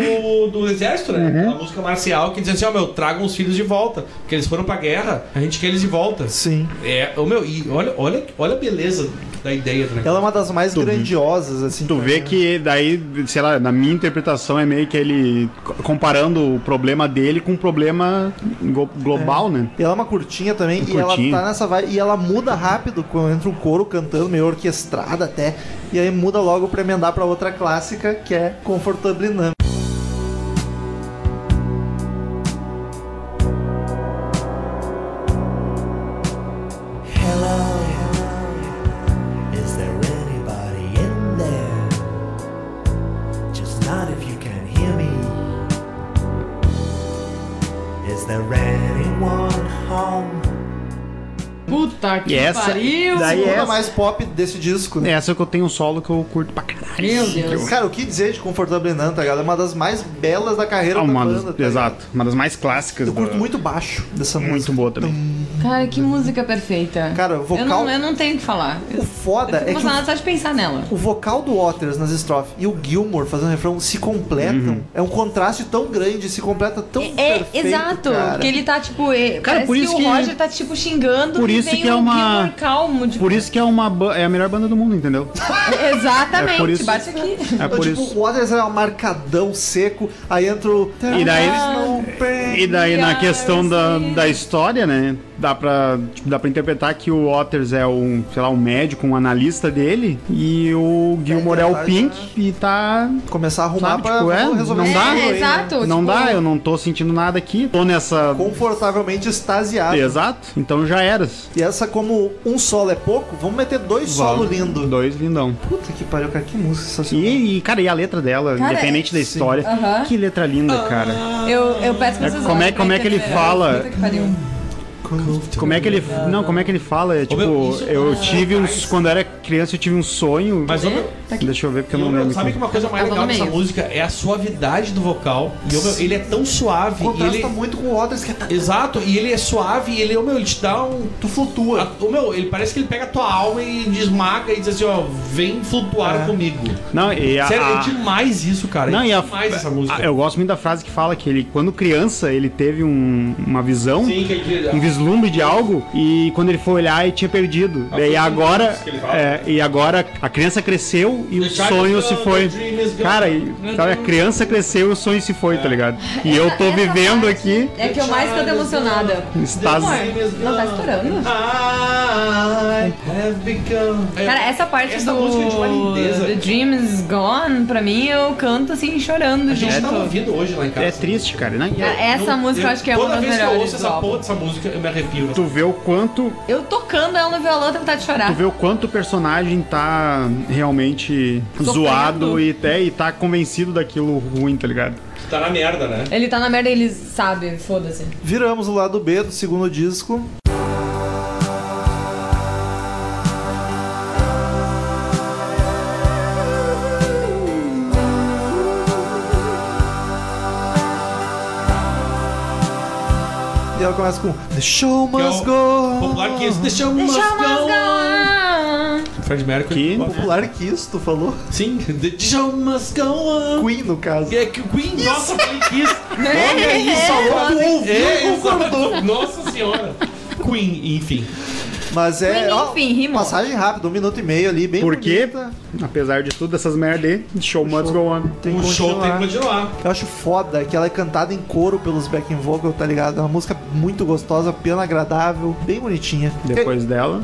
Speaker 2: do exército, né?
Speaker 5: Uhum.
Speaker 2: A música marcial que diz assim: ó, meu, tragam os filhos de volta. Porque eles foram pra guerra, a gente quer eles de volta.
Speaker 1: Sim.
Speaker 2: É, ô meu, e olha, olha, olha a beleza da ideia do negócio.
Speaker 1: Ela é uma das mais grandiosas, assim.
Speaker 3: Tu vê que daí, sei lá, na minha interpretação é meio que ele co- comparando o problema dele com o problema go- global, né?
Speaker 1: E ela é uma curtinha também,
Speaker 3: Uma
Speaker 1: e ela
Speaker 3: curtinha.
Speaker 1: tá nessa vibe, e ela muda rápido quando entra um coro cantando, meio orquestrada até, e aí muda logo pra emendar pra outra clássica, que é Comfortably Numb.
Speaker 8: Hello, is there anybody in there? Just not if you can hear me. Is there anyone home?
Speaker 5: Puta que
Speaker 3: E essa-
Speaker 5: pariu!
Speaker 3: daí
Speaker 1: Segunda
Speaker 3: essa-
Speaker 1: é mais pop desse disco, né?
Speaker 3: Essa é que eu tenho um solo que eu curto pra caralho.
Speaker 5: Meu Deus.
Speaker 1: Cara, o que dizer de Comfortably Numb, tá ligado? É uma das mais belas da carreira
Speaker 3: Ah,
Speaker 1: da
Speaker 3: uma
Speaker 1: banda,
Speaker 3: das-
Speaker 1: tá ligado?
Speaker 3: exato, uma das mais clássicas.
Speaker 1: Eu curto
Speaker 3: da-
Speaker 1: muito baixo dessa
Speaker 3: muito
Speaker 1: música.
Speaker 3: boa também.
Speaker 5: Cara, que música perfeita.
Speaker 1: Cara, o
Speaker 5: Eu
Speaker 1: vocal...
Speaker 5: não, eu não tenho o que falar.
Speaker 1: O foda é
Speaker 5: Eu
Speaker 1: que
Speaker 5: fico nada só de pensar nela.
Speaker 1: o vocal do Waters nas estrofes e o Gilmore fazendo refrão se completam.
Speaker 3: Uhum.
Speaker 1: É um contraste tão grande, se completa tão
Speaker 5: É,
Speaker 1: perfeito,
Speaker 5: exato.
Speaker 1: cara.
Speaker 5: Porque ele tá tipo. é, parece
Speaker 3: por isso
Speaker 5: que,
Speaker 3: que-
Speaker 5: o Roger tá tipo xingando.
Speaker 3: Por
Speaker 5: e
Speaker 3: isso
Speaker 5: vem
Speaker 3: que é
Speaker 5: um
Speaker 3: uma-
Speaker 5: Gilmore calmo. Tipo,
Speaker 3: Por isso que é uma ba- é a melhor banda do mundo, entendeu?
Speaker 5: *laughs* Exatamente.
Speaker 3: É por isso-
Speaker 5: Bate aqui.
Speaker 3: É
Speaker 1: Então,
Speaker 3: por
Speaker 1: tipo,
Speaker 3: isso.
Speaker 1: o Waters é um marcadão seco, aí entra o.
Speaker 3: E daí-
Speaker 5: Ah.
Speaker 1: daí.
Speaker 3: E daí na questão da,
Speaker 1: assim.
Speaker 3: da história, né? Dá pra, tipo, dá pra interpretar que o Waters é um, sei lá, um médico, um analista dele, e o
Speaker 1: Tá
Speaker 3: Gilmore é o
Speaker 1: tentar
Speaker 3: Pink e tá.
Speaker 1: Começar a arrumar
Speaker 3: Sabe,
Speaker 1: pra
Speaker 3: tipo, é,
Speaker 1: vamos resolver
Speaker 3: não
Speaker 1: esse
Speaker 3: dá?
Speaker 1: problema aí,
Speaker 5: É,
Speaker 1: né?
Speaker 5: exato.
Speaker 3: Não
Speaker 5: tipo,
Speaker 3: dá, eu não tô sentindo nada aqui. Tô nessa.
Speaker 1: Confortavelmente extasiado.
Speaker 3: Exato. Então já eras.
Speaker 1: E essa, como um solo é pouco, vamos meter dois solo lindo.
Speaker 3: Dois lindão.
Speaker 1: Puta que pariu, cara, que música sensacional.
Speaker 3: E, e, cara, e a letra dela,
Speaker 5: Cara,
Speaker 3: independente da história.
Speaker 5: Aham.
Speaker 3: Que letra
Speaker 2: Ah,
Speaker 3: linda, cara.
Speaker 5: Eu, eu peço que
Speaker 3: É,
Speaker 5: vocês
Speaker 3: como é-
Speaker 5: olhem pra
Speaker 3: como é que ele
Speaker 5: internet.
Speaker 3: fala?
Speaker 5: Puta que pariu.
Speaker 3: Como é que ele. Não, como é que ele fala? É, tipo,
Speaker 2: meu, isso
Speaker 3: eu
Speaker 2: é
Speaker 3: tive uns.
Speaker 2: demais.
Speaker 3: Quando eu era criança, eu tive um sonho.
Speaker 2: Mas, ô, meu,
Speaker 5: Tá
Speaker 3: Deixa eu ver porque eu
Speaker 2: E, ô,
Speaker 3: não
Speaker 2: meu,
Speaker 3: lembro.
Speaker 2: Sabe que
Speaker 3: como-
Speaker 2: uma coisa mais
Speaker 5: Tava
Speaker 2: legal
Speaker 5: no
Speaker 2: dessa
Speaker 5: meio.
Speaker 2: música é a suavidade do vocal. E, ô, meu, ele é tão suave. E
Speaker 1: Contrasta
Speaker 2: ele...
Speaker 1: muito com o Waters, que é.
Speaker 2: Exato, e ele é suave e ele, ô, meu, ele te dá um.
Speaker 1: Tu flutua.
Speaker 2: a- ô, meu, ele parece que ele pega a tua alma e desmaga e diz assim, ó, vem flutuar
Speaker 1: É.
Speaker 2: comigo.
Speaker 3: Não, e a.
Speaker 2: Sério,
Speaker 3: a-
Speaker 2: é demais isso, cara.
Speaker 3: Não,
Speaker 2: é
Speaker 3: e a,
Speaker 2: demais essa música.
Speaker 3: a- eu gosto muito da frase que fala que ele, quando criança, ele teve um- uma visão,
Speaker 2: Sim, né? que, que,
Speaker 3: um vislumbre de algo, e quando ele foi olhar, ele tinha perdido.
Speaker 2: Ah,
Speaker 3: Daí
Speaker 2: foi
Speaker 3: agora,
Speaker 2: isso que ele fala.
Speaker 3: é, e agora a criança cresceu e
Speaker 2: The
Speaker 3: o
Speaker 2: child
Speaker 3: sonho
Speaker 2: is
Speaker 3: se
Speaker 2: gone,
Speaker 3: foi.
Speaker 2: the um dream is gone.
Speaker 3: Cara, tá e- sabe, a criança cresceu e o sonho se
Speaker 2: É.
Speaker 3: foi, tá ligado? E eu tô
Speaker 5: essa
Speaker 3: vivendo
Speaker 5: parte-
Speaker 3: aqui,
Speaker 5: É que eu mais canto emocionada.
Speaker 3: assim. estás.
Speaker 5: Não tá estourando?
Speaker 2: I have become.
Speaker 5: Cara, essa parte
Speaker 2: Essa
Speaker 5: do
Speaker 2: música é de uma lindeza.
Speaker 5: The Dream is Gone, pra mim, eu canto assim, chorando
Speaker 2: A gente tá-
Speaker 5: junto.
Speaker 2: tava ouvindo hoje lá em casa.
Speaker 3: É triste, cara, né?
Speaker 5: Cara, essa música eu acho que é uma
Speaker 2: Toda
Speaker 5: das
Speaker 2: vez que eu
Speaker 5: melhores
Speaker 2: ouço
Speaker 5: do
Speaker 2: essa
Speaker 5: álbum.
Speaker 2: porra dessa música, eu me arrepio.
Speaker 3: Tu vê o quanto
Speaker 5: Eu tocando ela no violão, tenho vontade de chorar.
Speaker 3: Tu vê o quanto o personagem tá realmente
Speaker 5: Sofrendo.
Speaker 3: zoado e, até, e tá convencido daquilo ruim, tá ligado?
Speaker 2: Tá na merda, né?
Speaker 5: Ele tá na merda e ele sabe, foda-se.
Speaker 1: Viramos o lado B do segundo disco. E ela começa com The show
Speaker 2: Que é
Speaker 1: must
Speaker 2: o
Speaker 1: go.
Speaker 2: Popular que isso deixa uma Fred Mercury.
Speaker 3: Que-
Speaker 1: Popular que isso, tu
Speaker 2: *laughs*
Speaker 1: falou?
Speaker 2: Sim, The Show Must Go On.
Speaker 1: Queen, no caso.
Speaker 2: É que o Queen,
Speaker 5: *laughs*
Speaker 2: nossa, Queen Kiss. Olha isso,
Speaker 1: Tu ouviu,
Speaker 2: é,
Speaker 1: concordou.
Speaker 2: exato. Nossa senhora. Queen, enfim.
Speaker 1: Mas é.
Speaker 4: Mas,
Speaker 1: ó,
Speaker 4: enfim, rimou.
Speaker 1: Passagem rápida, um minuto e meio ali, bem
Speaker 3: Porque,
Speaker 1: bonita.
Speaker 3: apesar de tudo, essas merda aí, show must go on.
Speaker 1: Tem que
Speaker 2: o show tem
Speaker 1: continuar.
Speaker 2: que continuar.
Speaker 1: Eu acho foda que ela é cantada em coro pelos backing vocal, tá ligado? É uma música muito gostosa, piano agradável, bem bonitinha.
Speaker 3: Depois dela.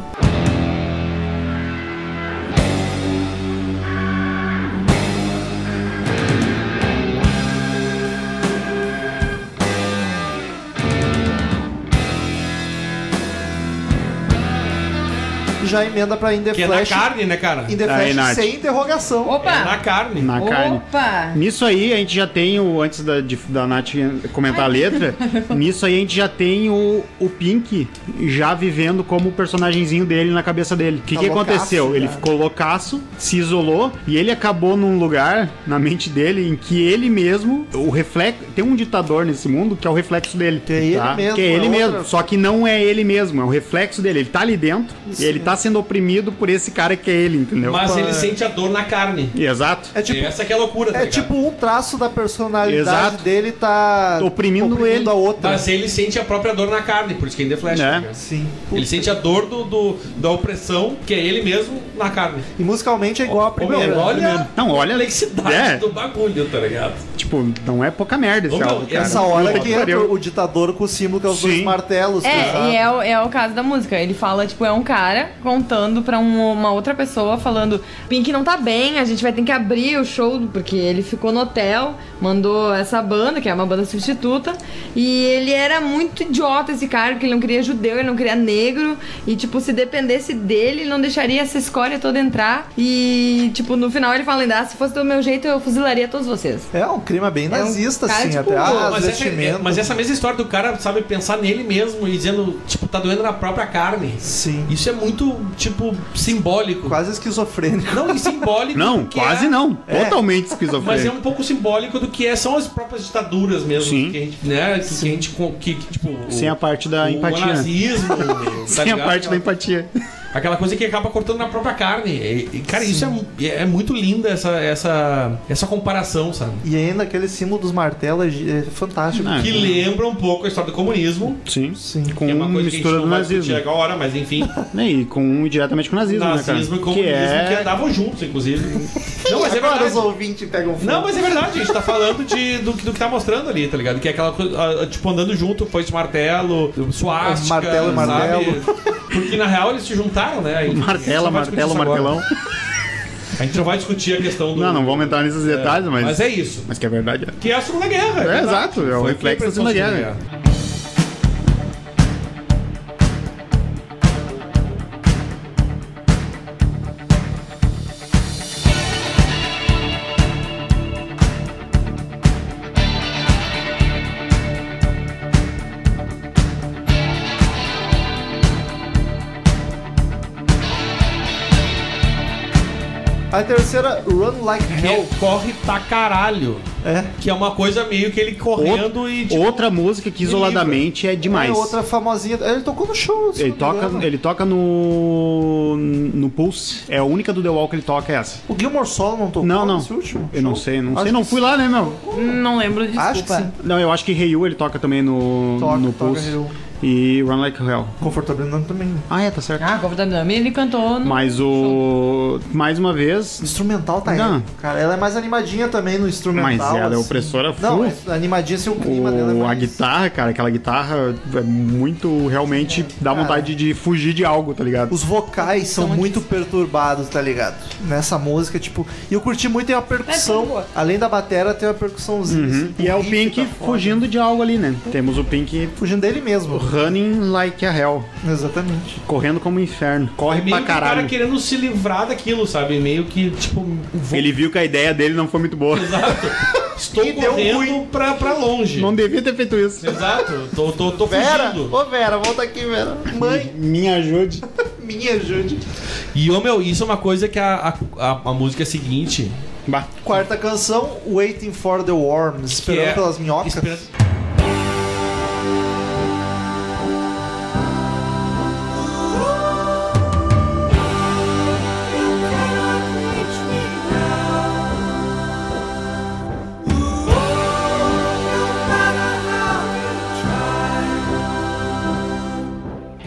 Speaker 1: E já emenda pra In The
Speaker 2: Que é na
Speaker 1: Flash.
Speaker 2: carne, né, cara?
Speaker 1: In The
Speaker 3: Aí,
Speaker 1: Flash
Speaker 3: Nath.
Speaker 1: sem interrogação.
Speaker 2: É na
Speaker 4: Opa!
Speaker 2: carne.
Speaker 3: Na carne.
Speaker 4: Opa!
Speaker 3: Nisso aí a gente já tem o. Antes da, de- da Nath comentar a letra, nisso aí a gente já tem o, o Pink já vivendo como o personagemzinho dele na cabeça dele. O que,
Speaker 1: Tá
Speaker 3: que
Speaker 1: loucaço,
Speaker 3: aconteceu? Ele
Speaker 1: cara.
Speaker 3: ficou loucaço, se isolou e ele acabou num lugar na mente dele em que ele mesmo. O reflexo. Tem um ditador nesse mundo que é o reflexo dele.
Speaker 1: Que é ele mesmo,
Speaker 3: Que é
Speaker 1: é
Speaker 3: ele
Speaker 1: outra-
Speaker 3: mesmo. Só que não é ele mesmo, é o reflexo dele. Ele tá ali dentro
Speaker 1: Isso
Speaker 3: e ele
Speaker 1: mesmo.
Speaker 3: tá sendo oprimido por esse cara que é ele, entendeu?
Speaker 2: Mas
Speaker 1: Opa.
Speaker 2: ele sente a dor na carne.
Speaker 3: Exato.
Speaker 1: É tipo,
Speaker 2: Essa que é a loucura, tá
Speaker 1: é
Speaker 2: ligado?
Speaker 1: tipo um traço da personalidade
Speaker 3: Exato.
Speaker 1: dele tá
Speaker 3: Oprimindo ele.
Speaker 1: a outra.
Speaker 2: Mas ele sente a própria dor na carne, por isso que ainda é Flash.
Speaker 3: Né?
Speaker 2: tá ligado?
Speaker 1: Sim.
Speaker 2: Ele sente a dor do, do- da opressão, que é ele mesmo, na carne.
Speaker 1: E musicalmente é igual a primeira.
Speaker 2: Meu, olha
Speaker 3: Não,
Speaker 2: a
Speaker 3: olha.
Speaker 2: complexidade
Speaker 3: É.
Speaker 2: do bagulho, tá ligado?
Speaker 3: Tipo, não é pouca merda esse
Speaker 2: Ô, meu,
Speaker 3: álbum, cara.
Speaker 1: Essa hora
Speaker 3: Puta
Speaker 1: que entra
Speaker 3: pariu.
Speaker 1: o ditador com o símbolo que é os dois
Speaker 3: Sim.
Speaker 1: martelos.
Speaker 4: É,
Speaker 1: sabe?
Speaker 4: e é o, é o caso da música. Ele fala, tipo, é um cara contando pra um- uma outra pessoa, falando: Pink não tá bem, a gente vai ter que abrir o show, porque ele ficou no hotel, mandou essa banda, que é uma banda substituta, e ele era muito idiota esse cara, porque ele não queria judeu, ele não queria negro, e, tipo, se dependesse dele, ele não deixaria essa escória toda entrar. E, tipo, no final ele fala ainda: "Ah, se fosse do meu jeito, eu fuzilaria todos vocês.
Speaker 1: É um clima bem nazista,
Speaker 4: cara,
Speaker 1: assim,
Speaker 4: tipo,
Speaker 1: até ah,
Speaker 2: Mas essa, é-
Speaker 1: vestimentos.
Speaker 2: mas essa mesma história do cara, sabe, pensar nele mesmo e dizendo, tipo, tá doendo na própria carne.
Speaker 1: Sim.
Speaker 2: Isso é muito, tipo, simbólico.
Speaker 1: Quase esquizofrênico.
Speaker 2: Não, e simbólico.
Speaker 3: Não,
Speaker 2: que
Speaker 3: quase
Speaker 2: é-
Speaker 3: não.
Speaker 1: É.
Speaker 3: Totalmente
Speaker 2: *laughs* Mas é
Speaker 3: esquizofrênico.
Speaker 2: um pouco simbólico do que é- são as próprias ditaduras mesmo.
Speaker 3: Sim.
Speaker 2: Que a gente, né? Que, que a gente. co- Que, que, tipo, o-
Speaker 3: Sem a parte da
Speaker 2: o
Speaker 3: empatia. *laughs*
Speaker 2: nazismo. tá
Speaker 3: Sem a
Speaker 2: ligado?
Speaker 3: parte
Speaker 2: Aquela-
Speaker 3: da empatia.
Speaker 2: Aquela coisa que acaba cortando na própria carne. E, e, cara, isso é, mu- é muito linda essa, essa, essa comparação, sabe?
Speaker 1: E ainda aquele símbolo dos martelos é gi- é fantástico.
Speaker 3: Não.
Speaker 2: Que lembra um pouco a história do comunismo.
Speaker 3: Sim.
Speaker 1: Sim.
Speaker 3: Com
Speaker 2: que é uma coisa que é- a gente
Speaker 3: mistura
Speaker 2: não
Speaker 3: do
Speaker 2: vai discutir
Speaker 3: nazismo.
Speaker 2: agora, mas enfim.
Speaker 3: Né, E com um diretamente com o nazismo,
Speaker 2: nazismo e
Speaker 3: né, cara?
Speaker 2: comunismo
Speaker 3: Que
Speaker 2: que,
Speaker 3: é...
Speaker 2: andavam juntos, inclusive.
Speaker 3: *laughs*
Speaker 2: Não, mas é
Speaker 1: Agora
Speaker 2: verdade.
Speaker 1: os ouvintes pegam fogo.
Speaker 2: Não, mas é verdade, a gente tá falando de, do, que- do que tá mostrando ali, tá ligado? Que é aquela coisa, ah, ah, tipo, andando junto, foi de martelo, suástica,
Speaker 1: Martelo e martelo.
Speaker 2: sabe? Porque na real eles se juntaram, né? Aí,
Speaker 3: Martela,
Speaker 2: a gente não vai discutir
Speaker 3: martelo,
Speaker 2: isso agora.
Speaker 3: martelão.
Speaker 2: A gente não vai discutir a questão do...
Speaker 3: Não, não vamos entrar nesses detalhes, mas...
Speaker 2: Mas é isso.
Speaker 3: Mas que é verdade. é.
Speaker 2: Que é a Segunda Guerra. verdade.
Speaker 3: exato, é
Speaker 2: Foi
Speaker 3: o
Speaker 2: né? a
Speaker 3: reflexo da
Speaker 2: impressão
Speaker 3: Segunda Guerra.
Speaker 1: A terceira, Run Like
Speaker 2: Que é
Speaker 1: Hell.
Speaker 2: corre pra caralho.
Speaker 1: É.
Speaker 2: Que é uma coisa meio que ele correndo e... tipo,
Speaker 3: Outra música que isoladamente é demais.
Speaker 1: É outra famosinha. Ele tocou no show. se
Speaker 3: Ele
Speaker 1: não me
Speaker 3: toca,
Speaker 1: engano.
Speaker 3: ele toca no no Pulse. É a única do The Wall que ele toca é essa.
Speaker 1: O Gilmore Solomon tocou
Speaker 3: Não, não.
Speaker 1: nesse último
Speaker 3: Eu não
Speaker 1: show?
Speaker 3: sei, não
Speaker 1: Acho
Speaker 3: sei, não
Speaker 1: que
Speaker 3: fui
Speaker 1: sim.
Speaker 3: lá, né, meu?
Speaker 4: Não lembro, desculpa.
Speaker 1: Acho que sim.
Speaker 3: Não, eu acho que Ryu ele toca também no
Speaker 1: Toca,
Speaker 3: no
Speaker 1: toca
Speaker 3: Pulse.
Speaker 1: Ryu.
Speaker 3: E Run Like Hell.
Speaker 1: Confortável não também.
Speaker 3: Ah, é, tá certo.
Speaker 4: Ah, Copa da Dama, ele cantou no.
Speaker 3: Mas o. Mais uma vez.
Speaker 1: Instrumental tá
Speaker 3: Não.
Speaker 1: indo. Cara, ela é mais animadinha também no instrumental.
Speaker 3: Mas ela é
Speaker 1: assim.
Speaker 3: opressora
Speaker 1: Não,
Speaker 3: full.
Speaker 1: é animadinha assim, o clima dela é
Speaker 3: O, a
Speaker 1: mais...
Speaker 3: guitarra, cara, aquela guitarra é muito realmente dá vontade de fugir de algo, tá ligado?
Speaker 1: É, Os vocais são muito perturbados, tá ligado? Nessa música, tipo. E eu curti muito tem uma percussão. Além da batera, tem uma percussãozinha. assim,
Speaker 3: E é o
Speaker 1: riff
Speaker 3: Pink
Speaker 1: tá foda.
Speaker 3: fugindo de algo ali, né? Temos o Pink
Speaker 1: Fugindo dele mesmo.
Speaker 3: running like a hell,
Speaker 1: Exatamente.
Speaker 3: correndo como um inferno, corre
Speaker 2: É meio
Speaker 3: pra
Speaker 2: que o cara
Speaker 3: caralho.
Speaker 2: querendo se livrar daquilo, sabe? Meio que, tipo, vou-
Speaker 3: Ele viu que a ideia dele não foi muito boa.
Speaker 2: Exato. Estou
Speaker 1: E deu
Speaker 2: correndo pra, pra longe.
Speaker 3: Não devia ter feito isso.
Speaker 2: Exato. Tô, tô, tô
Speaker 1: Vera!
Speaker 2: fugindo.
Speaker 1: Ô, Vera, volta aqui, Vera. Mãe,
Speaker 3: Me ajude.
Speaker 1: me ajude.
Speaker 2: E, ô, meu, isso é uma coisa que a, a, a- a música seguinte...
Speaker 3: Bah.
Speaker 1: Quarta canção, Waiting for the Worms.
Speaker 2: que
Speaker 1: Esperando
Speaker 2: é-
Speaker 1: pelas minhocas.
Speaker 2: esperando-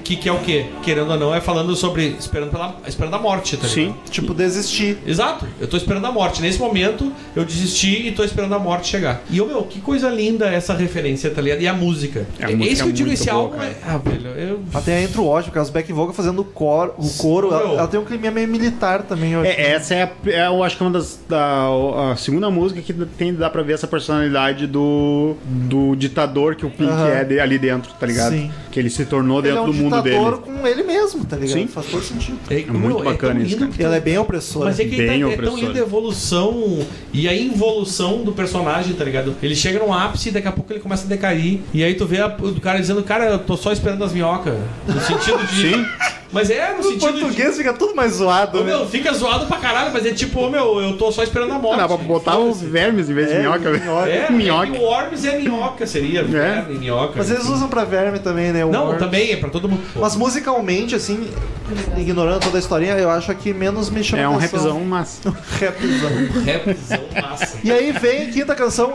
Speaker 2: Que, que é o quê? Querendo ou não, é falando sobre esperando, pela, esperando a morte, tá
Speaker 3: Sim.
Speaker 2: ligado?
Speaker 1: Tipo, desistir.
Speaker 2: Exato, eu tô esperando a morte. Nesse momento, eu desisti e tô esperando a morte chegar. E, ô, meu, que coisa linda essa referência, tá ligado? E a música.
Speaker 3: É, a
Speaker 2: É
Speaker 3: música
Speaker 2: isso que eu digo,
Speaker 3: é
Speaker 2: esse
Speaker 3: muito boa,
Speaker 2: álbum é... Ah, velho, eu...
Speaker 1: Até entra o ódio, porque é as Beck Voga fazendo o coro. O coro
Speaker 2: Meu.
Speaker 1: ela, ela tem um clima meio militar também, eu acho.
Speaker 3: É, essa é, a, é, eu acho que é uma das. Da, a segunda música que tem, dá pra ver essa personalidade do, do ditador que o Pink
Speaker 1: Aham.
Speaker 3: é de- ali dentro, tá ligado?
Speaker 1: Sim.
Speaker 3: Que ele se tornou
Speaker 1: Ele
Speaker 3: dentro
Speaker 1: é um
Speaker 3: do mundo
Speaker 1: ditador
Speaker 3: dele.
Speaker 1: com ele mesmo, tá ligado?
Speaker 3: Sim.
Speaker 1: Faz todo sentido.
Speaker 2: É,
Speaker 3: muito
Speaker 2: tão
Speaker 3: bacana
Speaker 2: lindo
Speaker 3: isso, cara.
Speaker 2: que tu-
Speaker 1: Ela é bem opressora.
Speaker 2: Mas é que
Speaker 3: Bem
Speaker 2: ele tá, é tão
Speaker 3: opressora.
Speaker 2: linda a evolução e a involução do personagem, tá ligado? Ele chega num ápice e daqui a pouco ele começa a decair. E aí tu vê a- o cara dizendo, cara, eu tô só esperando as minhocas. No
Speaker 3: *laughs*
Speaker 2: sentido de.
Speaker 3: Sim.
Speaker 2: Mas é no
Speaker 1: No
Speaker 2: sentido de.
Speaker 1: português fica tudo mais zoado,
Speaker 2: Ô,
Speaker 1: né?
Speaker 2: meu, fica zoado pra caralho, mas é tipo, ô meu, eu tô só esperando a morte.
Speaker 3: Dá pra botar os vermes em vez de
Speaker 1: É,
Speaker 3: minhoca,
Speaker 1: minhoca.
Speaker 2: É,
Speaker 3: velho.
Speaker 2: minhoca. É
Speaker 3: *laughs* Minhoca.
Speaker 2: que o Worms é minhoca, seria. verme, minhoca.
Speaker 1: Mas eles usam pra verme também, né? o
Speaker 2: Não,
Speaker 1: Worms.
Speaker 2: também, é pra todo mundo.
Speaker 1: Mas musicalmente, assim, ignorando toda a historinha, eu acho que menos me chama
Speaker 3: É um
Speaker 1: atenção.
Speaker 3: rapzão, mas.
Speaker 1: rapzão.
Speaker 2: Rapzão massa.
Speaker 1: E aí vem a quinta canção,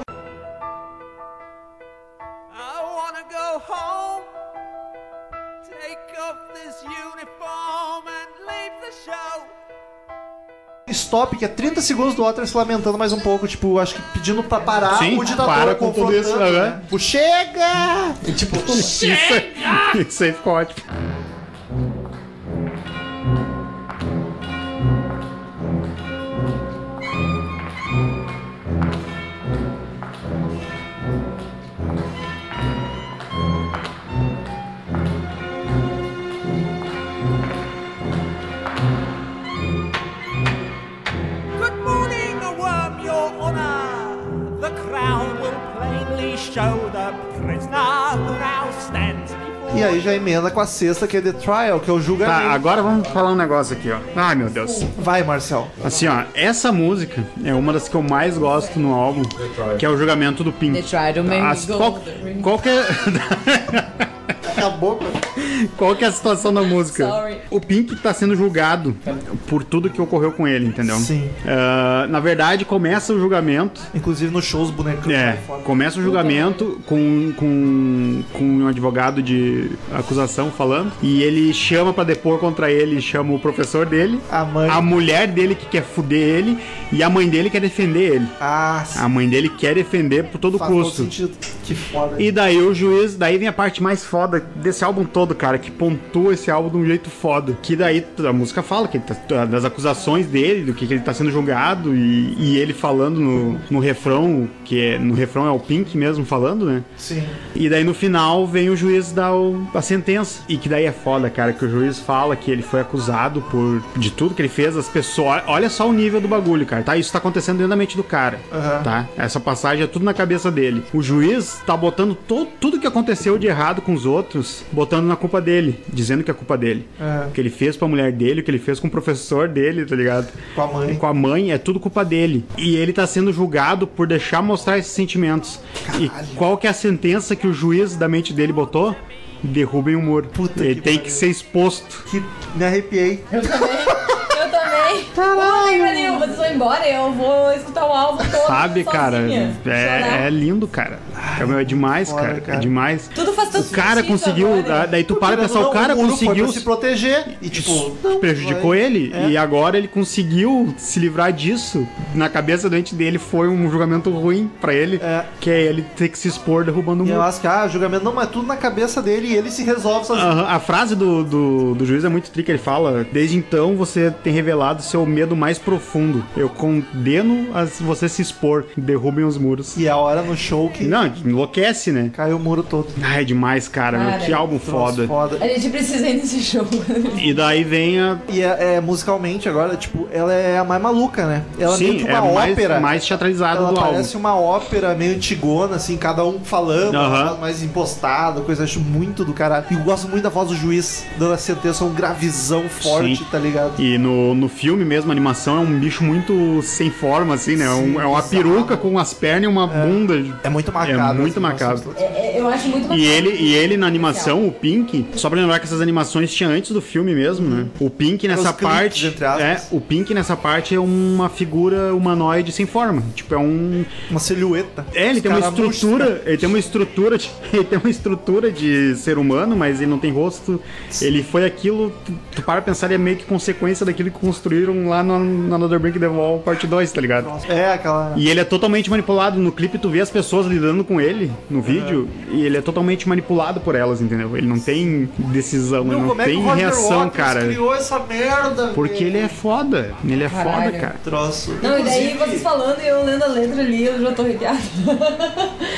Speaker 7: I wanna go home, take off this uniform and leave the show.
Speaker 1: Stop, que é 30 segundos do Otter se lamentando mais um pouco, tipo, acho que pedindo pra parar
Speaker 3: Sim,
Speaker 1: o ditador
Speaker 3: para com tudo
Speaker 1: confrontando,
Speaker 3: isso,
Speaker 1: né?
Speaker 3: aham.
Speaker 1: Tipo, chega!
Speaker 2: E, tipo,
Speaker 3: Isso, aí- *laughs* isso aí ficou ótimo.
Speaker 7: Good morning, worm, your honor. The crown will plainly show the prisoner who now stands before
Speaker 1: E aí já emenda com a sexta, que é The Trial, que é o julgamento.
Speaker 3: Tá, agora vamos falar um negócio aqui, ó. Ai, meu Deus.
Speaker 1: Vai, Marcel.
Speaker 3: Assim, ó, essa música é uma das que eu mais gosto no álbum, que é o julgamento do Pink.
Speaker 4: They try to make
Speaker 3: As-
Speaker 4: me go
Speaker 3: qual, qual que é, *laughs*
Speaker 1: Acabou.
Speaker 3: qual que é a situação da música?
Speaker 4: Sorry.
Speaker 3: O Pink tá sendo julgado por tudo que ocorreu com ele, entendeu?
Speaker 1: Sim.
Speaker 3: Ah, na verdade, começa o julgamento
Speaker 1: Inclusive no show os bonecos.
Speaker 3: É, começa o julgamento com, com, com um advogado de acusação falando. E ele chama pra depor contra ele, chama o professor dele,
Speaker 1: A mãe.
Speaker 3: a mulher dele que quer fuder ele, e a mãe dele quer defender ele.
Speaker 1: Ah, sim.
Speaker 3: A mãe dele quer defender por todo
Speaker 1: Faz todo
Speaker 3: custo.
Speaker 1: sentido. Que foda.
Speaker 3: E daí o juiz, daí vem a parte mais foda desse álbum todo, cara, que pontua esse álbum de um jeito foda. Que daí a música fala que ele tá- das acusações dele, do que, que ele tá sendo julgado, e, e ele falando no, no refrão, que é, no refrão é o Pink mesmo falando, né?
Speaker 1: Sim.
Speaker 3: E daí no final vem o juiz dar o- a sentença. E que daí é foda, cara, que o juiz fala que ele foi acusado por de tudo que ele fez, as pessoas. Olha só o nível do bagulho, cara, tá? Isso tá acontecendo dentro da mente do cara,
Speaker 1: Aham.
Speaker 3: tá? Essa passagem é tudo na cabeça dele. O juiz tá botando to, tudo que aconteceu de errado com os outros, botando na culpa dele, dizendo que é culpa dele.
Speaker 1: É.
Speaker 3: O que ele fez pra mulher dele, o que ele fez com o professor dele, tá ligado?
Speaker 1: Com a mãe.
Speaker 3: Com a mãe, é tudo culpa dele. E ele tá sendo julgado por deixar mostrar esses sentimentos. E qual que é a sentença que o juiz da mente dele botou? Derrubem o muro.
Speaker 1: Puta
Speaker 3: ele
Speaker 1: que
Speaker 3: tem
Speaker 1: pariu.
Speaker 3: que ser exposto.
Speaker 1: Que me arrepiei.
Speaker 4: Eu também. Caralho. Valeu, vocês vão embora, eu vou escutar o álbum todo.
Speaker 3: Sabe, cara?
Speaker 4: sozinha, chorar.
Speaker 3: É, é lindo, cara. É, meu, é demais,
Speaker 1: foda,
Speaker 3: cara. É
Speaker 1: cara.
Speaker 3: demais.
Speaker 4: Tudo faz tanto
Speaker 3: O cara
Speaker 4: sentido
Speaker 3: conseguiu.
Speaker 4: agora.
Speaker 3: da- Daí tu para e pensa,
Speaker 1: Não,
Speaker 3: o cara
Speaker 1: muro foi
Speaker 3: conseguiu.
Speaker 1: pra se proteger e, tipo,
Speaker 3: Isso prejudicou
Speaker 1: vai.
Speaker 3: ele
Speaker 1: É.
Speaker 3: e agora ele conseguiu se livrar disso. Na cabeça doente dele foi um julgamento ruim pra ele,
Speaker 1: É.
Speaker 3: que é ele ter que se expor derrubando o
Speaker 1: E eu
Speaker 3: muro.
Speaker 1: acho que, ah, julgamento não, mas tudo na cabeça dele e ele se resolve sozinho.
Speaker 3: Aham, A frase do, do, do juiz é muito trica, ele fala: Desde então você tem revelado seu medo mais profundo. Eu condeno a você se expor, derrubem os muros.
Speaker 1: E a hora no show que
Speaker 3: Não, enlouquece, né?
Speaker 1: caiu o muro todo.
Speaker 3: Ai, é demais, cara. meu,
Speaker 4: Cara,
Speaker 3: que álbum
Speaker 1: Nossa,
Speaker 3: foda.
Speaker 1: foda.
Speaker 4: A gente precisa ir nesse show.
Speaker 3: E daí vem a.
Speaker 1: E é, é, musicalmente agora, tipo, ela é a mais maluca, né? Ela é meio
Speaker 3: Sim,
Speaker 1: que
Speaker 3: é
Speaker 1: uma
Speaker 3: mais,
Speaker 1: ópera.
Speaker 3: mais teatralizada
Speaker 1: ela
Speaker 3: do álbum.
Speaker 1: parece uma ópera meio antigona, assim, cada um falando,
Speaker 3: Aham.
Speaker 1: mais impostado, coisa, acho muito do caralho. E eu gosto muito da voz do juiz dando a sentença, um gravizão forte,
Speaker 3: Sim.
Speaker 1: tá ligado?
Speaker 3: E no, no filme mesmo, a animação é um bicho muito sem forma, assim, né? É um-
Speaker 1: Sim,
Speaker 3: é uma
Speaker 1: bizarro.
Speaker 3: peruca com as pernas e uma bunda.
Speaker 1: É muito
Speaker 3: É
Speaker 1: marcado.
Speaker 3: muito macabro.
Speaker 1: todas.
Speaker 5: É, é, eu acho muito
Speaker 3: E
Speaker 5: bacana.
Speaker 3: ele, e ele na animação, o Pink, só pra lembrar que essas animações tinha antes do filme mesmo, né? O Pink nessa
Speaker 1: clipes,
Speaker 3: parte.
Speaker 1: entre aspas.
Speaker 3: É, o Pink nessa parte é uma figura humanoide sem forma. Tipo, é um.
Speaker 1: Uma silhueta.
Speaker 3: É, ele tem uma
Speaker 1: Escaramuça.
Speaker 3: estrutura. Ele tem uma estrutura. De, *laughs* ele tem uma estrutura de ser humano, mas ele não tem rosto. Ele foi aquilo. Tu, tu para pensar, ele é meio que consequência daquilo que construíram lá no, no Another Brink the Wall Parte 2, tá ligado?
Speaker 1: É, aquela.
Speaker 3: E ele é totalmente manipulado. No clipe, tu vê as pessoas lidando com ele no vídeo e ele é totalmente manipulado por elas, entendeu? Ele não tem decisão, ele
Speaker 1: é
Speaker 3: não tem reação,
Speaker 1: Waters
Speaker 3: cara.
Speaker 1: criou essa merda?
Speaker 3: Porque
Speaker 1: velho?
Speaker 3: ele é foda. Ele é
Speaker 5: Caralho.
Speaker 3: foda, cara.
Speaker 1: Troço.
Speaker 5: Não, e daí
Speaker 1: Inclusive,
Speaker 5: vocês falando e eu lendo a letra ali, eu já tô arrepiada.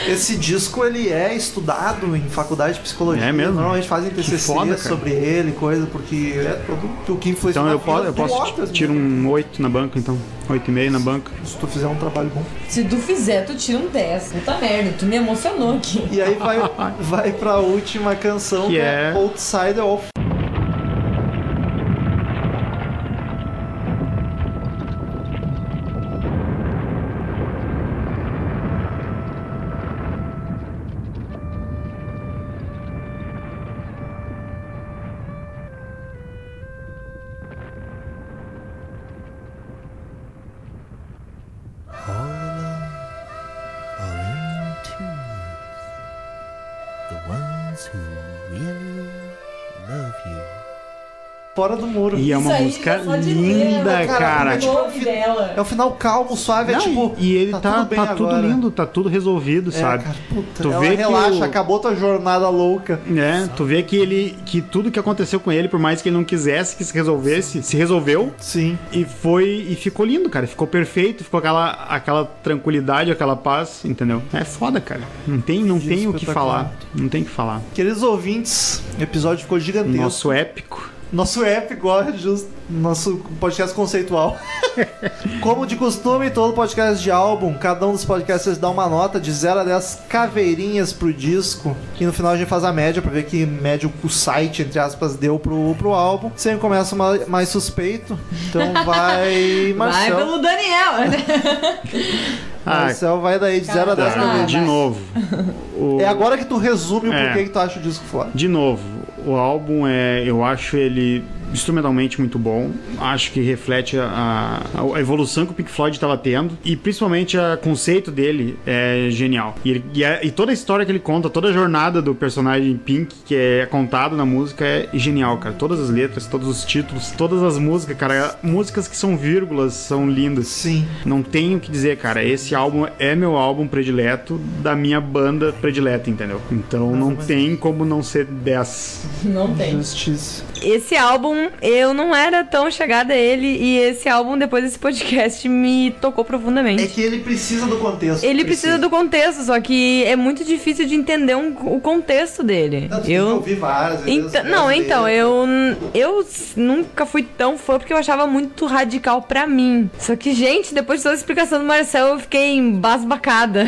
Speaker 1: Esse disco ele é estudado em faculdade de psicologia.
Speaker 3: É mesmo?
Speaker 1: Normalmente fazem TCC
Speaker 3: foda, cara.
Speaker 1: sobre ele, coisa, porque é todo o que influenciou.
Speaker 3: Então
Speaker 1: na
Speaker 3: eu
Speaker 1: vida
Speaker 3: posso, eu
Speaker 1: do
Speaker 3: posso
Speaker 1: Waters,
Speaker 3: tirar
Speaker 1: né?
Speaker 3: um 8 na banca, então. 8,5 na banca.
Speaker 1: Se tu fizer um trabalho bom.
Speaker 5: Se tu fizer, tu tira um 10. Puta merda, tu me emocionou aqui.
Speaker 1: E aí
Speaker 3: *laughs*
Speaker 1: vai, vai pra última canção,
Speaker 3: Que
Speaker 1: que
Speaker 3: é-
Speaker 1: é Outsider of
Speaker 7: All alone are in twos. The ones who really love you.
Speaker 1: Fora do Muro. é
Speaker 3: E é uma
Speaker 5: Isso aí,
Speaker 3: música
Speaker 5: só de
Speaker 3: linda,
Speaker 5: ver,
Speaker 1: cara,
Speaker 3: cara.
Speaker 1: mas-
Speaker 5: O nome dela.
Speaker 1: um É o final calmo, suave, é
Speaker 3: Não,
Speaker 1: tipo.
Speaker 3: e ele tá, tá, tudo,
Speaker 1: bem agora.
Speaker 3: lindo, tá tudo resolvido,
Speaker 1: É,
Speaker 3: sabe?
Speaker 1: cara, puta,
Speaker 3: Tu
Speaker 1: ela
Speaker 3: vê que
Speaker 1: relaxa,
Speaker 3: o-
Speaker 1: acabou tua jornada louca.
Speaker 3: É, tu vê que ele que tudo que aconteceu com ele, por mais que ele não quisesse que se resolvesse, se resolveu
Speaker 1: Sim.
Speaker 3: E foi e ficou lindo, cara. Ficou perfeito, ficou aquela, aquela tranquilidade, aquela paz, entendeu? É foda, cara. Não tem, não
Speaker 1: Que
Speaker 3: tem o que
Speaker 1: espetacular.
Speaker 3: falar. Não tem o que falar.
Speaker 1: Queridos ouvintes, o episódio ficou gigantesco. Nosso,
Speaker 3: Nosso épico.
Speaker 1: nosso app, igual justo, nosso podcast conceitual. *laughs* Como de costume, todo podcast de álbum, cada um dos podcasters dá uma nota de 0 a 10 caveirinhas pro disco. E no final a gente faz a média pra ver que média o site, entre aspas, deu pro, pro álbum. Sempre começa ma- mais suspeito. Então vai,
Speaker 5: Vai
Speaker 1: Marcel.
Speaker 5: pelo Daniel, *laughs* né?
Speaker 3: Ah,
Speaker 1: Marcel vai daí de 0 a 10
Speaker 3: cara, tá.
Speaker 1: caveirinhas.
Speaker 3: de
Speaker 5: vai.
Speaker 3: novo. O-
Speaker 1: É agora que tu resume o
Speaker 3: É.
Speaker 1: porquê que tu acha o disco foda.
Speaker 3: De novo, o álbum é, eu acho ele instrumentalmente muito bom. Acho que reflete a, a- a evolução que o Pink Floyd estava tendo e principalmente o conceito dele é genial. E, ele- e a- e toda a história que ele conta, toda a jornada do personagem Pink que é contada na música é genial, cara. Todas as letras, todos os títulos, todas as músicas, cara, músicas que são vírgulas são lindas.
Speaker 1: Sim.
Speaker 3: Não tenho o que dizer, cara. Esse álbum é meu álbum predileto da minha banda predileta, entendeu? Então não tem como não ser 10.
Speaker 5: Não tem.
Speaker 1: Justiça.
Speaker 5: Esse álbum, eu não era tão chegada a ele e esse álbum, depois desse podcast, me tocou profundamente.
Speaker 1: É que ele precisa do contexto.
Speaker 5: Ele precisa do contexto, só que é muito difícil de entender um- o contexto dele.
Speaker 1: Tanto que Eu
Speaker 5: Eu.
Speaker 1: ouvi várias vezes, né, várias
Speaker 5: Então- não,
Speaker 1: vezes.
Speaker 5: então, eu, eu s- nunca fui tão fã porque eu achava muito radical pra mim. Só que, gente, depois de toda a explicação do Marcel, eu fiquei embasbacada.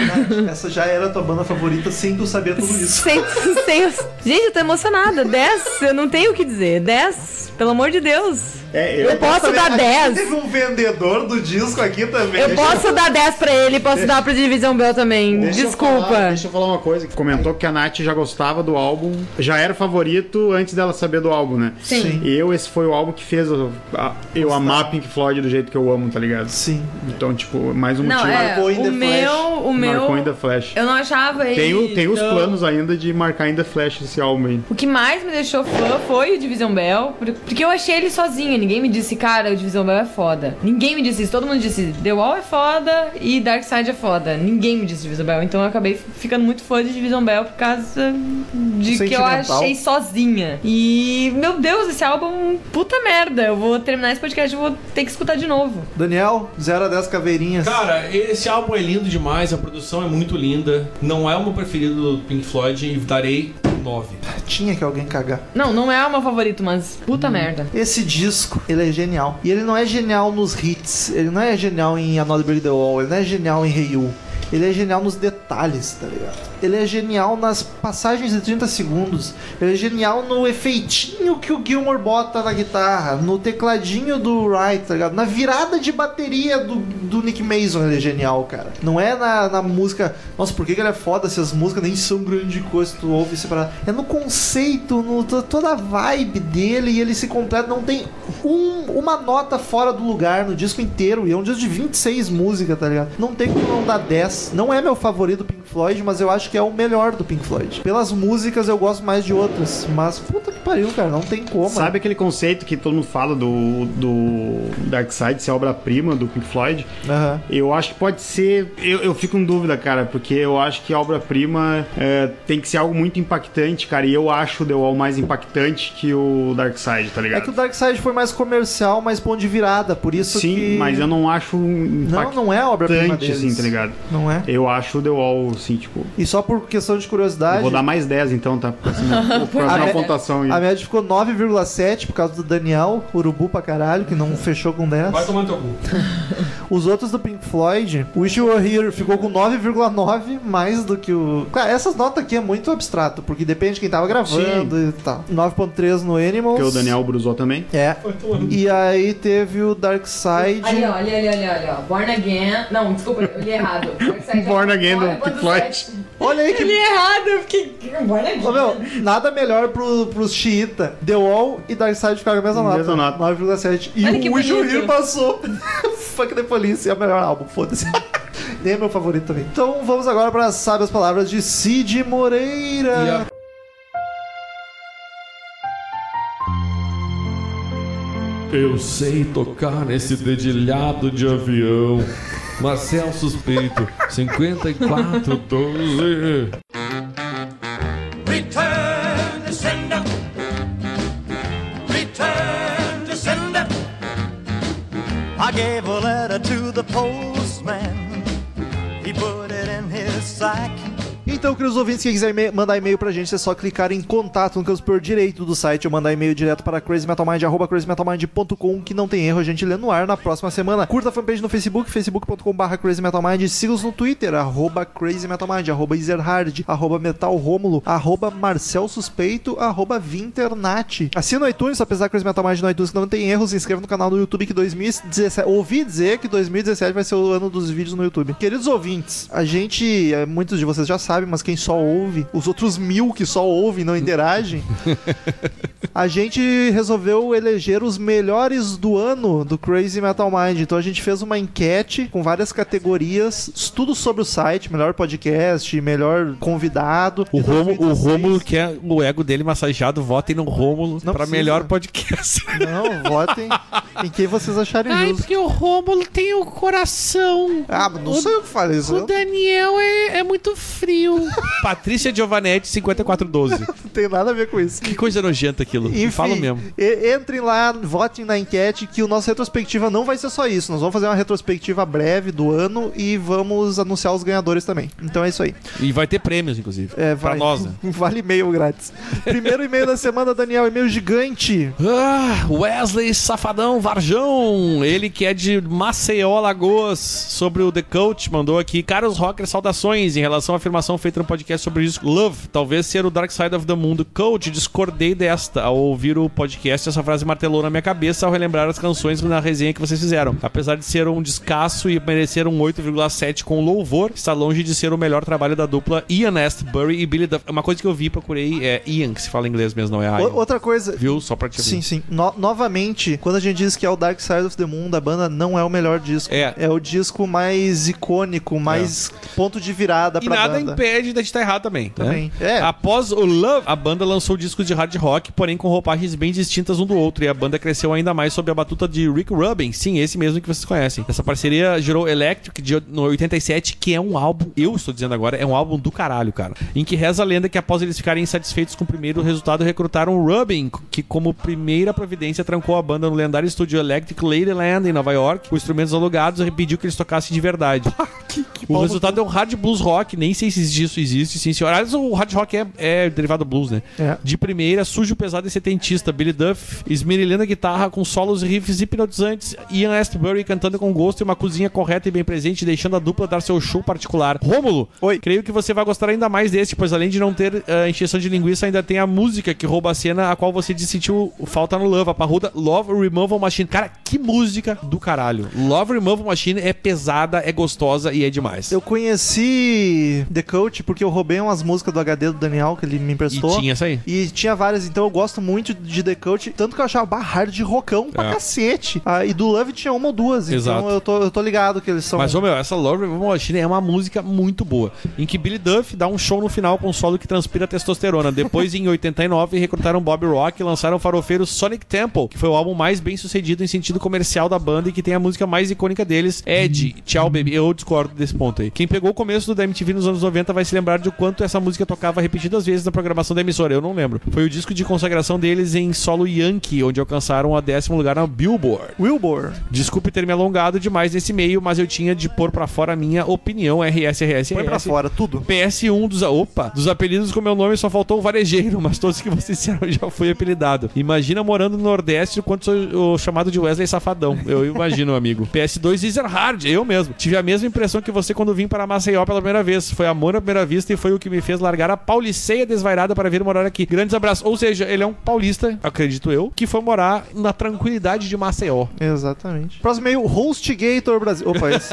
Speaker 1: Essa já era a tua banda favorita sem tu saber tudo isso.
Speaker 5: *laughs* Sem, sem, gente, eu tô emocionada. 10, eu não tenho o que dizer. 10, pelo amor de Deus.
Speaker 3: É,
Speaker 5: Eu posso
Speaker 1: Sabe,
Speaker 5: dar
Speaker 1: a gente
Speaker 5: 10.
Speaker 1: Teve um vendedor do disco aqui também.
Speaker 5: Eu posso dar 10 pra ele, posso dar pra Division Bell também.
Speaker 3: Eu falar,
Speaker 5: Desculpa.
Speaker 3: deixa eu falar uma coisa. Comentou que a Nath já gostava do álbum, já era o favorito antes dela saber do álbum, né?
Speaker 1: Sim.
Speaker 3: Eu, esse foi o álbum que fez eu, a- eu amar Pink Floyd do jeito que eu amo, tá ligado?
Speaker 1: Sim.
Speaker 3: Então, tipo, mais um
Speaker 5: Não,
Speaker 3: motivo.
Speaker 5: é,
Speaker 1: Marcou in the
Speaker 5: o meu, o
Speaker 3: Marcou ainda
Speaker 5: meu,
Speaker 3: Flash.
Speaker 5: eu então- não achava ele.
Speaker 3: Tem, o- tem os
Speaker 5: tão-
Speaker 3: planos ainda de marcar ainda Flash esse álbum aí.
Speaker 5: O que mais me deixou fã foi o Division Bell, por- porque eu achei ele sozinho. Ninguém me disse, cara, o Division Bell é foda. Ninguém me disse isso. Todo mundo disse, The Wall é foda e Dark Side é foda. Ninguém me disse Division Bell. Então eu acabei ficando muito fã de Division Bell por causa de que eu
Speaker 1: Sentimental.
Speaker 5: achei sozinha. E, meu Deus, esse álbum, puta merda. Eu vou terminar esse podcast e vou ter que escutar de novo.
Speaker 1: Daniel, 0 a 10 caveirinhas.
Speaker 2: Cara, esse álbum é lindo demais, a produção é muito linda. Não é o meu preferido do Pink Floyd e darei 9.
Speaker 1: Tinha que alguém cagar.
Speaker 5: Não, não é o meu favorito, mas puta
Speaker 3: Uhum.
Speaker 5: merda.
Speaker 1: Esse disco, ele é genial. E ele não é genial nos hits. Ele não é genial em Another Brick in the Wall. Ele não é genial em Hey You. Ele é genial nos detalhes, tá ligado? Ele é genial nas passagens de 30 segundos. Ele é genial no efeitinho que o Gilmore bota na guitarra, no tecladinho do Wright, tá ligado? Na virada de bateria do, do Nick Mason ele é genial, cara. Não é na, na música, nossa, por que, que ele é foda se as músicas nem são grande coisa, tu ouve separado. É no conceito, no, to- toda a vibe dele e ele se completa. Não tem um- uma nota fora do lugar no disco inteiro. E é um disco de 26 músicas, tá ligado? Não tem como não dar 10. Não é meu favorito Pink Floyd, mas eu acho que é o melhor do Pink Floyd. Pelas músicas eu gosto mais de outras, mas puta que pariu, cara. Não tem como.
Speaker 3: Sabe aquele conceito que todo mundo fala do, do Dark Side ser a obra-prima do Pink Floyd?
Speaker 1: Aham.
Speaker 3: Eu acho que pode ser. Eu, eu fico em dúvida, cara, porque eu acho que a obra-prima é, tem que ser algo muito impactante, cara. E eu acho o The Wall mais impactante que o Dark Side, tá
Speaker 1: É
Speaker 3: ligado?
Speaker 1: que o Dark Side foi mais comercial, mais ponto de virada, por isso
Speaker 3: Sim,
Speaker 1: que...
Speaker 3: mas eu não acho
Speaker 1: Não,
Speaker 3: impactante,
Speaker 1: não é obra-prima deles.
Speaker 3: assim, tá ligado?
Speaker 1: Não é?
Speaker 3: Eu acho o The Wall, assim, tipo.
Speaker 1: E só por questão de
Speaker 3: Eu
Speaker 1: curiosidade,
Speaker 3: vou dar mais 10 então,
Speaker 1: *laughs*
Speaker 3: tá? Próxima, próxima
Speaker 1: favor.
Speaker 3: pontuação
Speaker 1: a
Speaker 3: aí.
Speaker 1: média ficou 9,7 por causa do Daniel, urubu pra caralho, que não fechou com 10.
Speaker 2: Vai tomar no teu cu.
Speaker 1: Os outros do Pink Floyd, o Wish You Were Here ficou com 9,9, mais do que o... Cara, essas notas aqui é muito abstrato, porque depende de quem tava gravando e tal. 9,3 no Animals.
Speaker 3: Porque é o Daniel Brusou também.
Speaker 1: É. E aí teve o Dark Side...
Speaker 4: Ali, ó, ali, ali, ali, ali, ó. Born Again. Não, desculpa, eu li errado.
Speaker 3: *laughs*
Speaker 4: Dark Side é
Speaker 3: Born Again do Pink
Speaker 4: 4.7.
Speaker 3: Floyd.
Speaker 1: Olha aí que
Speaker 4: Eu li errado, eu fiquei. Born Again.
Speaker 1: Ô, meu, nada melhor pro, pros xiita. The Wall e Dark Side ficaram com a mesma nota.
Speaker 3: Mesma nota.
Speaker 1: 9,7. E
Speaker 4: Olha que
Speaker 1: o Wish You
Speaker 4: bonito.
Speaker 1: Here passou. *laughs* Fuck the Police é o melhor álbum, foda-se. *laughs* Nem é meu favorito também. Então vamos agora para Sabe as Palavras de Cid Moreira.
Speaker 2: E a- Eu sei tocar nesse dedilhado de avião. Marcel suspeito, 54, 12.
Speaker 8: Return to sender. Return to sender. I gave a letter to the postman. He put it in his sack.
Speaker 1: Então, queridos ouvintes, quem quiser e-mail- mandar e-mail pra gente, é só clicar em contato no canto superior direito do site ou mandar e-mail direto para crazymetalmind, arroba crazymetalmind.com, que não tem erro, a gente lê no ar na próxima semana. Curta a fanpage no Facebook, facebook.com.br crazymetalmind, siga-os no Twitter, arroba crazymetalmind, arroba izerhard, arroba metalromulo, arroba marcelsuspeito, arroba vinternat. Assina o iTunes, apesar que Crazy Metal Mind no iTunes não tem erro, se inscreva no canal no YouTube que 2017... Ouvi dizer que 2017 vai ser o ano dos vídeos no YouTube. Queridos ouvintes, a gente, eh, muitos de vocês já sabem, mas quem só ouve, os outros mil que só ouvem e não
Speaker 2: *laughs*
Speaker 1: interagem, a gente resolveu eleger os melhores do ano do Crazy Metal Mind. Então a gente fez uma enquete com várias categorias, tudo sobre o site, melhor podcast, melhor convidado. Então,
Speaker 2: O,
Speaker 1: de
Speaker 2: Romo, o
Speaker 1: 2016.
Speaker 2: Rômulo quer o ego dele massageado. Votem no Rômulo
Speaker 1: Não
Speaker 2: pra
Speaker 1: precisa.
Speaker 2: melhor podcast.
Speaker 1: Não, votem em quem vocês acharem justo.
Speaker 2: o Rômulo tem o coração.
Speaker 1: Ah, mas não sei o que falei isso. eu né?
Speaker 2: Daniel é, muito frio. *laughs* Patrícia Giovanetti, 5412.
Speaker 1: Não tem nada a ver com isso.
Speaker 2: Que coisa nojenta aquilo.
Speaker 1: Enfim,
Speaker 2: Falo mesmo.
Speaker 1: e- entrem lá, votem na enquete que o nosso retrospectiva não vai ser só isso. Nós vamos fazer uma retrospectiva breve do ano e vamos anunciar os ganhadores também. Então é isso aí.
Speaker 2: E vai ter prêmios, inclusive.
Speaker 1: É,
Speaker 2: Pra nós, né?
Speaker 1: *laughs* Vale e-mail grátis. Primeiro e-mail da semana, Daniel, e-mail gigante.
Speaker 2: Ah, Wesley Safadão Varjão, ele que é de Maceió, Lagoas, sobre o The Coach, mandou aqui. Caros rockers, saudações em relação à afirmação feita no podcast sobre o disco Love, talvez ser o Dark Side of the Moon do Coach, discordei desta. Ao ouvir o podcast, essa frase martelou na minha cabeça ao relembrar as canções na resenha que vocês fizeram. Apesar de ser um descasso e merecer um 8,7 com louvor, está longe de ser o melhor trabalho da dupla Ian Astbury e Billy Duff. Uma coisa que eu vi e procurei é Ian, que se fala em inglês mesmo, não é
Speaker 1: O-
Speaker 2: Ian.
Speaker 1: outra coisa.
Speaker 2: Viu? Só pra te
Speaker 1: Sim, sim. No- novamente, quando a gente diz que é o Dark Side of the Moon da banda, não é o melhor disco.
Speaker 2: É.
Speaker 1: o disco mais icônico, mais ponto de virada
Speaker 2: E
Speaker 1: pra
Speaker 2: nada
Speaker 1: banda.
Speaker 2: impede da gente estar errado também. né?
Speaker 1: Também. É.
Speaker 2: Após o Love, a banda lançou discos de hard rock, porém com roupagens bem distintas um do outro. E a banda cresceu ainda mais sob a batuta de Rick Rubin. Sim, esse mesmo que vocês conhecem. Essa parceria gerou Electric de no 87, que é um álbum, eu estou dizendo agora, é um álbum do caralho, cara. Em que reza a lenda que após eles ficarem insatisfeitos com o primeiro resultado, recrutaram o Rubin, que como primeira providência trancou a banda no lendário estúdio Electric Ladyland em Nova York, com instrumentos alugados e pediu que eles tocassem de verdade. O resultado é um hard blues rock, nem sei se isso existe, sim senhor. Aliás, o hard rock é, é derivado do blues, né?
Speaker 1: É.
Speaker 2: De primeira, sujo, pesado e setentista, Billy Duff esmerilhando a guitarra com solos e riffs hipnotizantes, Ian Astbury cantando com gosto e uma cozinha correta e bem presente, deixando a dupla dar seu show particular. Rômulo,
Speaker 1: Oi.
Speaker 2: creio que você vai gostar ainda mais deste, pois além de não ter eh, encheção de linguiça, ainda tem a música que rouba a cena, a qual você disse sentiu falta no Love, a parruda Love Removal Machine. Cara, que música do caralho. Love Removal Machine é pesada, é gostosa e é demais.
Speaker 1: Eu conheci The Coach porque eu roubei umas músicas do HD do Daniel que ele me
Speaker 2: E
Speaker 1: emprestou.
Speaker 2: tinha essa aí.
Speaker 1: E tinha várias, então eu gosto muito de The Coach, tanto que eu achava barrar de rockão pra
Speaker 2: É.
Speaker 1: cacete. Ah, e do Love tinha uma ou duas,
Speaker 2: Exato.
Speaker 1: então eu tô, eu tô ligado que eles são.
Speaker 2: Mas, ô meu, essa Love Removal Machine é uma música muito boa. Em que Billy Duff dá um show no final com um solo que transpira testosterona. Depois, em *laughs* 89, recrutaram Bob Rock e lançaram o farofeiro Sonic Temple, que foi o álbum mais bem sucedido em sentido comercial da banda e que tem a música mais icônica deles, Ed. Tchau, baby. Eu discordo desse ponto aí. Quem pegou o começo do da MTV nos anos 90 vai se lembrar de o quanto essa música tocava repetidas vezes na programação da emissora. Eu não lembro. Foi o disco de consagração deles em solo Yankee, onde alcançaram a décimo lugar na Billboard.
Speaker 1: Wilbur.
Speaker 2: Desculpe ter me alongado demais nesse meio, mas eu tinha de pôr pra fora a minha opinião. RS, RS,
Speaker 1: Põe pra
Speaker 2: RS.
Speaker 1: fora tudo.
Speaker 2: PS1 dos. Opa! Dos apelidos com meu nome só faltou o varejeiro, mas todos que vocês disseram eu já fui apelidado. Imagina morando no Nordeste o quanto sou o chamado de Wesley Safadão. Eu imagino, amigo. *laughs* PS2 Ezerhard, eu mesmo. Tive a mesma impressão que você quando vim para Maceió pela primeira vez. Foi amor à primeira vista e foi o que me fez largar a pauliceia desvairada para vir morar aqui. Grandes abraços. Ou seja, ele é um paulista, acredito eu, que foi morar na tranquilidade de Maceió.
Speaker 1: Exatamente. Próximo e-mail, HostGator Brasil. Opa, *laughs* esse.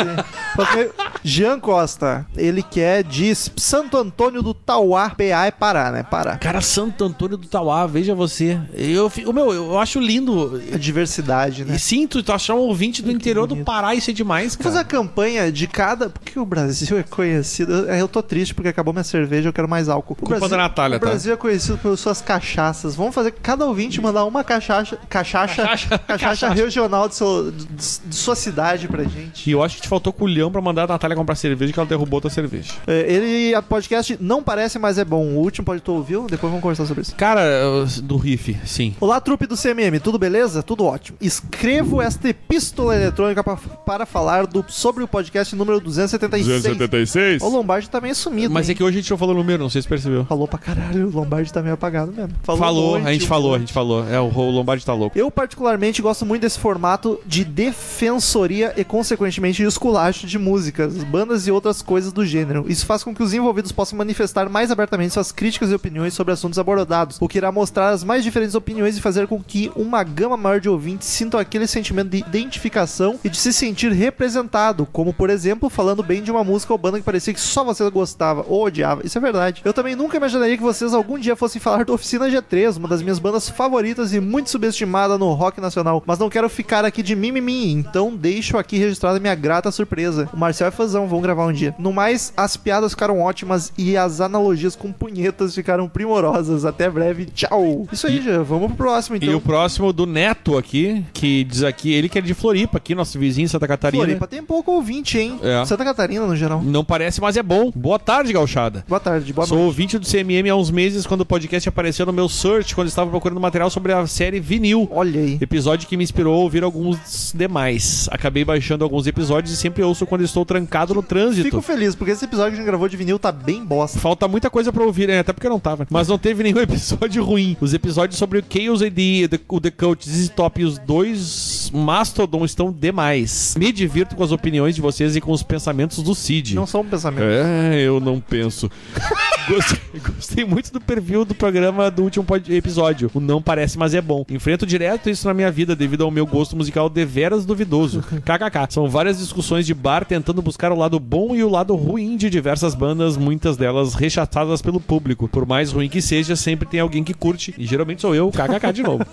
Speaker 1: Próximo e-mail, Jean Costa. Ele quer de Santo Antônio do Tauá, PA é Pará, né? Pará.
Speaker 2: Cara, Santo Antônio do Tauá, veja você. Eu, fi- o meu, eu acho lindo.
Speaker 1: A diversidade, né?
Speaker 2: E sim, tu, tu achar um ouvinte do interior do
Speaker 1: bonito.
Speaker 2: Pará, isso é demais,
Speaker 1: Vamos fazer
Speaker 2: cara.
Speaker 1: a campanha de cada. Por que o Brasil é conhecido? Eu, eu tô triste porque acabou minha cerveja, eu quero mais álcool. O
Speaker 2: Culpa
Speaker 1: Brasil,
Speaker 2: da Natália,
Speaker 1: o
Speaker 2: tá?
Speaker 1: Brasil é conhecido pelas suas cachaças. Vamos fazer cada ouvinte mandar uma cachaça, cachaça, cachaça, regional de, seu- de- de sua cidade pra gente.
Speaker 2: E eu acho que te faltou culhão pra mandar a Natália comprar cerveja, que ela derrubou tua cerveja.
Speaker 1: É, Ele, a podcast não parece, mas é bom. O último pode tu ouviu, depois vamos conversar sobre isso.
Speaker 2: Cara, eu- do riff, sim.
Speaker 1: Olá, trupe do CMM, tudo beleza? Tudo ótimo. Escrevo esta epístola eletrônica pa- para falar do, sobre o podcast número 276.
Speaker 2: 276?
Speaker 1: O Lombardi tá meio sumido.
Speaker 2: Mas
Speaker 1: hein?
Speaker 2: é que hoje a gente não falou o número, não sei se percebeu.
Speaker 1: Falou pra caralho, o Lombardi tá meio apagado mesmo.
Speaker 2: Falou,
Speaker 1: um monte,
Speaker 2: a gente
Speaker 1: um
Speaker 2: falou, a
Speaker 1: monte.
Speaker 2: gente falou. É, o o Lombardi tá louco.
Speaker 1: Eu particularmente gosto muito desse formato de defensoria e, consequentemente, de esculacho de músicas, bandas e outras coisas do gênero. Isso faz com que os envolvidos possam manifestar mais abertamente suas críticas e opiniões sobre assuntos abordados, o que irá mostrar as mais diferentes opiniões e fazer com que uma gama maior de ouvintes sintam aquele sentimento de identificação e de se sentir representado, como, por exemplo, falando bem de uma música ou banda que parecia que só você gostava ou odiava. Isso é verdade. Eu também nunca imaginaria que vocês algum dia fossem falar do Oficina G3, uma das minhas bandas favoritas e muito subestimada no rock nacional. Mas não quero ficar aqui de mimimi, então deixo aqui registrada minha grata surpresa. O Marcel é fãzão, vão gravar um dia. No mais, as piadas ficaram ótimas e as analogias com punhetas ficaram primorosas. Até breve, tchau. Isso aí, já. Vamos pro próximo, então.
Speaker 2: E o próximo do Neto aqui, que diz aqui, ele que é de Floripa, aqui, nosso vizinho em Santa Catarina.
Speaker 1: Floripa tem pouco ouvinte, hein?
Speaker 2: né? É.
Speaker 1: Santa Catarina, no geral.
Speaker 2: Não parece, mas é bom. Boa tarde, gauchada.
Speaker 1: Boa tarde, boa
Speaker 2: Sou
Speaker 1: noite.
Speaker 2: ouvinte do CMM há uns meses quando o podcast apareceu no meu search, quando estava procurando material sobre a série Vinil.
Speaker 1: Olha aí.
Speaker 2: Episódio que me inspirou a ouvir alguns demais. Acabei baixando alguns episódios e sempre ouço quando estou trancado no trânsito.
Speaker 1: Fico feliz, porque esse episódio que a gente gravou de vinil tá bem bosta.
Speaker 2: Falta muita coisa pra ouvir, né? Até porque eu não tava. Mas não teve nenhum *laughs* episódio ruim. Os episódios sobre o Chaos AD, The- o The Coach, This is Top e os dois Mastodon estão demais. Me divirto com as opiniões de vocês e com os pensamentos do Cid.
Speaker 1: Não só um pensamento.
Speaker 2: É, eu não penso. *laughs* Gostei, gostei muito do perfil do programa do último pod- episódio. O não parece, mas é bom. Enfrento direto isso na minha vida devido ao meu gosto musical deveras *laughs* duvidoso. KKK. São várias discussões de bar tentando buscar o lado bom e o lado ruim de diversas bandas, muitas delas rechaçadas pelo público. Por mais ruim que seja, sempre tem alguém que curte. E geralmente sou eu, KKK de *laughs* novo.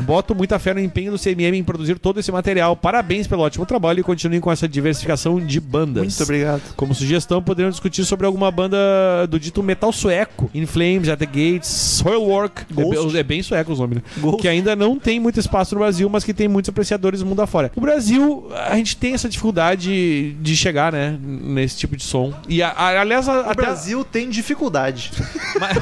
Speaker 2: Boto muita fé no empenho do CMM em produzir todo esse material. Parabéns pelo ótimo trabalho e continuem com essa diversificação de bandas.
Speaker 1: Muito obrigado.
Speaker 2: Como sugestão, poderiam discutir sobre alguma banda do dito metal sueco, In Flames, At the Gates, Soilwork, é,
Speaker 1: Ghost.
Speaker 2: be- é bem sueco os nomes, né?
Speaker 1: Ghost.
Speaker 2: Que ainda não tem muito espaço no Brasil, mas que tem muitos apreciadores mundo afora. O Brasil, a gente tem essa dificuldade de chegar, né, nesse tipo de som. E, a- a- aliás, a-
Speaker 1: O
Speaker 2: até... *laughs*
Speaker 1: Brasil tem dificuldade.
Speaker 2: Mas,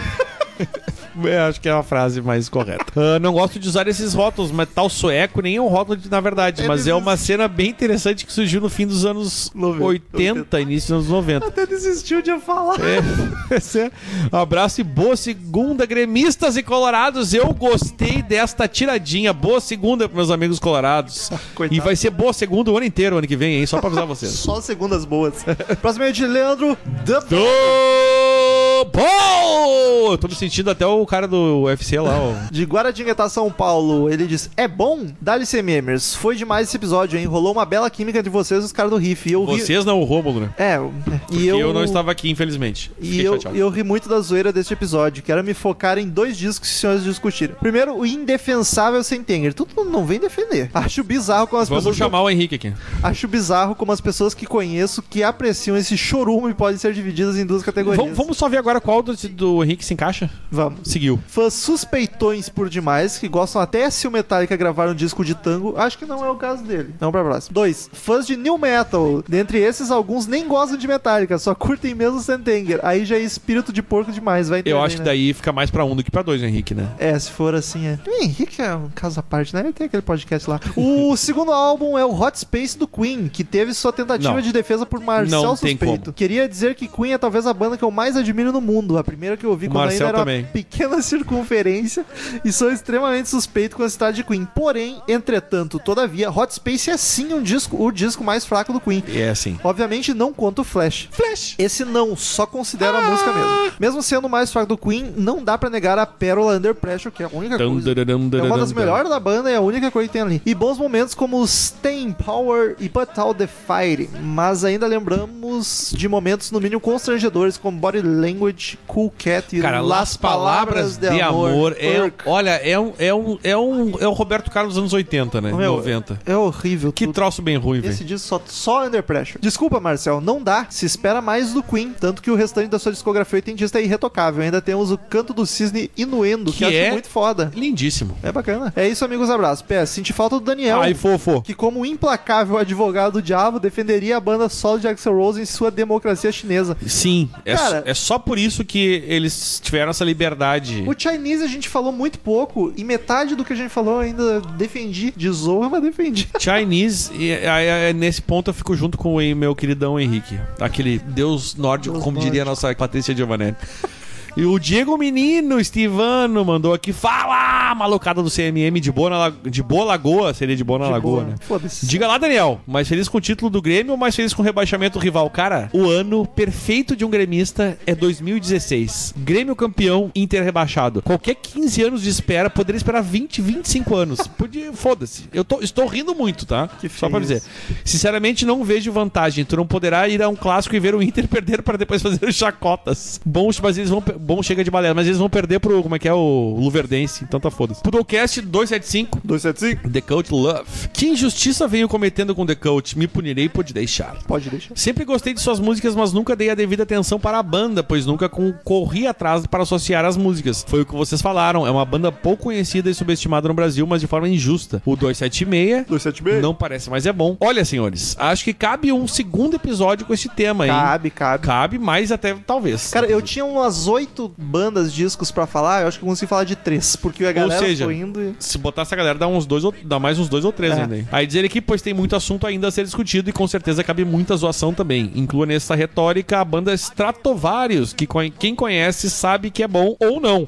Speaker 2: Eu acho que é uma frase mais correta. *laughs* Ah, não gosto de usar esses rótulos, metal sueco nem é um rótulo de, na verdade, mas é uma cena bem interessante que surgiu no fim dos anos
Speaker 1: 90,
Speaker 2: 80, início dos anos 90.
Speaker 1: Até desistiu de eu falar.
Speaker 2: É, esse é- Abraço e boa segunda, gremistas e colorados. Eu gostei desta tiradinha. Boa segunda pros meus amigos colorados.
Speaker 1: *laughs* Coitado.
Speaker 2: E vai ser boa segunda o ano inteiro, ano que vem, hein? Só pra
Speaker 1: *laughs*
Speaker 2: avisar vocês.
Speaker 1: Só segundas boas. Próximo é de Leandro Duff.
Speaker 2: Do Paul! Eu tô me sentindo até o cara do UFC
Speaker 1: *laughs*
Speaker 2: lá, ó.
Speaker 1: De Guaratinguetá, São Paulo, ele diz: É bom? Dá-lhe memers. Foi demais esse episódio, hein? Rolou uma bela química entre vocês e os caras do Riff. E eu ri-
Speaker 2: Vocês não, o Rômulo, né?
Speaker 1: É,
Speaker 2: Porque
Speaker 1: e eu,
Speaker 2: eu... não estava aqui, infelizmente.
Speaker 1: E
Speaker 2: Fiquei
Speaker 1: eu,
Speaker 2: chateado.
Speaker 1: eu ri muito da zoeira deste episódio. Quero me focar em dois discos que os senhores discutiram. Primeiro, o indefensável Sentenger. Todo mundo não vem defender. Acho bizarro como as
Speaker 2: Vamos
Speaker 1: pessoas. que eu-
Speaker 2: chamar o Henrique aqui.
Speaker 1: Acho bizarro como as pessoas que conheço que apreciam esse chorume podem ser divididas em duas categorias.
Speaker 2: Vamos, vamos só ver agora qual do, do Henrique se encaixa.
Speaker 1: Vamos.
Speaker 2: Seguiu.
Speaker 1: Fãs suspeitões por demais, que gostam até se o Metallica gravar um disco de tango. Acho que não é o caso dele. Vamos pra próxima. Dois, fãs de New Metal. Dentre esses, alguns nem gostam de Metallica, só curtem mesmo Sentenger. Aí já é espírito de porco demais, vai entender.
Speaker 2: Eu acho que
Speaker 1: né?
Speaker 2: daí fica mais pra um do que pra dois, Henrique, né?
Speaker 1: É, se for assim, é. O Henrique é um caso à parte, né? Ele tem aquele podcast
Speaker 2: *laughs*
Speaker 1: lá. O segundo álbum é o Hot Space do Queen, que teve sua tentativa
Speaker 2: Não.
Speaker 1: de defesa por Marcel
Speaker 2: Não tem
Speaker 1: Suspeito.
Speaker 2: como.
Speaker 1: Queria dizer que Queen é talvez a banda que eu mais admiro no mundo. A primeira que eu vi
Speaker 2: O
Speaker 1: quando
Speaker 2: Marcel
Speaker 1: ainda era
Speaker 2: também.
Speaker 1: uma pequena *laughs* circunferência e sou extremamente suspeito com a cidade de Queen. Porém, entretanto, todavia, Hot Space é sim um disco, o disco mais fraco do Queen.
Speaker 2: É assim.
Speaker 1: Obviamente não conta o Flash.
Speaker 2: Flash!
Speaker 1: Esse não, só considera a música mesmo. Mesmo sendo o mais fraco do Queen, não dá pra negar a pérola Under Pressure, que é a única coisa. É uma das melhores da banda e é a única coisa que tem ali. E bons momentos como Stain Power e Put Out the Fire. Mas ainda lembramos de momentos, no mínimo, constrangedores, como Body Language, Cool Cat e
Speaker 2: Cara, Las Palavras de, Amor, é,
Speaker 1: Urk.
Speaker 2: olha, é um, é, um, é, um, é o Roberto Carlos dos anos 80, né?
Speaker 1: Meu,
Speaker 2: 90.
Speaker 1: É horrível.
Speaker 2: Que
Speaker 1: tudo.
Speaker 2: troço bem ruim, velho.
Speaker 1: Esse disco só, só Under Pressure. Desculpa, Marcel, não dá. Se espera mais do Queen, tanto que o restante da sua discografia oitentista é irretocável. Ainda temos o Canto do Cisne Inuendo, que,
Speaker 2: Que
Speaker 1: eu acho
Speaker 2: é?
Speaker 1: muito foda.
Speaker 2: Lindíssimo.
Speaker 1: É bacana. É isso, amigos, abraço. PS, senti falta do Daniel.
Speaker 2: Ai, fofo.
Speaker 1: que, como implacável advogado do diabo, defenderia a banda solo de Axel Rose em sua democracia chinesa.
Speaker 2: Sim, é,
Speaker 1: Cara-
Speaker 2: s- é só por isso que eles tiveram essa liberdade. *laughs*
Speaker 1: O Chinese a gente falou muito pouco, e metade do que a gente falou ainda defendi. De zoa, mas defendi.
Speaker 2: Chinese, e, aí, aí, nesse ponto eu fico junto com o Hen- meu queridão Henrique. Aquele deus nórdico,
Speaker 1: Deus
Speaker 2: como diria a nossa Patrícia Giovanetti. E o Diego Menino, Estivano, mandou aqui. Fala, malucada do CMM de boa, na, Lago- de boa Lagoa. Seria de boa na Lagoa, né?
Speaker 1: Foda-se.
Speaker 2: Diga lá, Daniel, mais feliz com o título do Grêmio ou mais feliz com o rebaixamento do rival? Cara, o ano perfeito de um gremista é 2016. Grêmio campeão, Inter rebaixado. Qualquer 15 anos de espera, poderia esperar 20, 25 anos. Podia, foda-se. Eu tô- estou rindo muito, tá? Só
Speaker 1: feio
Speaker 2: pra dizer. Sinceramente, não vejo vantagem. Tu não poderá ir a um clássico e ver o Inter *laughs* perder para depois fazer os chacotas. Bom, mas eles vão. pe- Bom, chega de balela, mas eles vão perder pro. Como é que é o Luverdense? Então tá foda-se. Pudolcast 275.
Speaker 1: 275?
Speaker 2: The Coach Love. Que injustiça venho cometendo com The Coach, me punirei por te deixar.
Speaker 1: Pode deixar.
Speaker 2: Sempre gostei de suas músicas, mas nunca dei a devida atenção para a banda, pois nunca com- corri atrás para associar as músicas. Foi o que vocês falaram, é uma banda pouco conhecida e subestimada no Brasil, mas de forma injusta. O 276
Speaker 1: 276?
Speaker 2: não parece, mas é bom. Olha, senhores, acho que cabe um segundo episódio com esse tema, hein?
Speaker 1: Cabe, cabe.
Speaker 2: Cabe, mas até talvez.
Speaker 1: Cara, eu tinha umas oito bandas, discos pra falar, eu acho que eu consegui falar de três, porque a galera
Speaker 2: seja,
Speaker 1: foi indo e...
Speaker 2: Se botar essa galera, dá uns dois ou- dá mais uns dois ou três
Speaker 1: É.
Speaker 2: ainda. Aí. aí diz ele que, pois tem muito assunto ainda a ser discutido e com certeza cabe muita zoação também. Inclua nessa retórica a banda Stratovarius, que co- quem conhece sabe que é bom
Speaker 1: *laughs*
Speaker 2: ou não.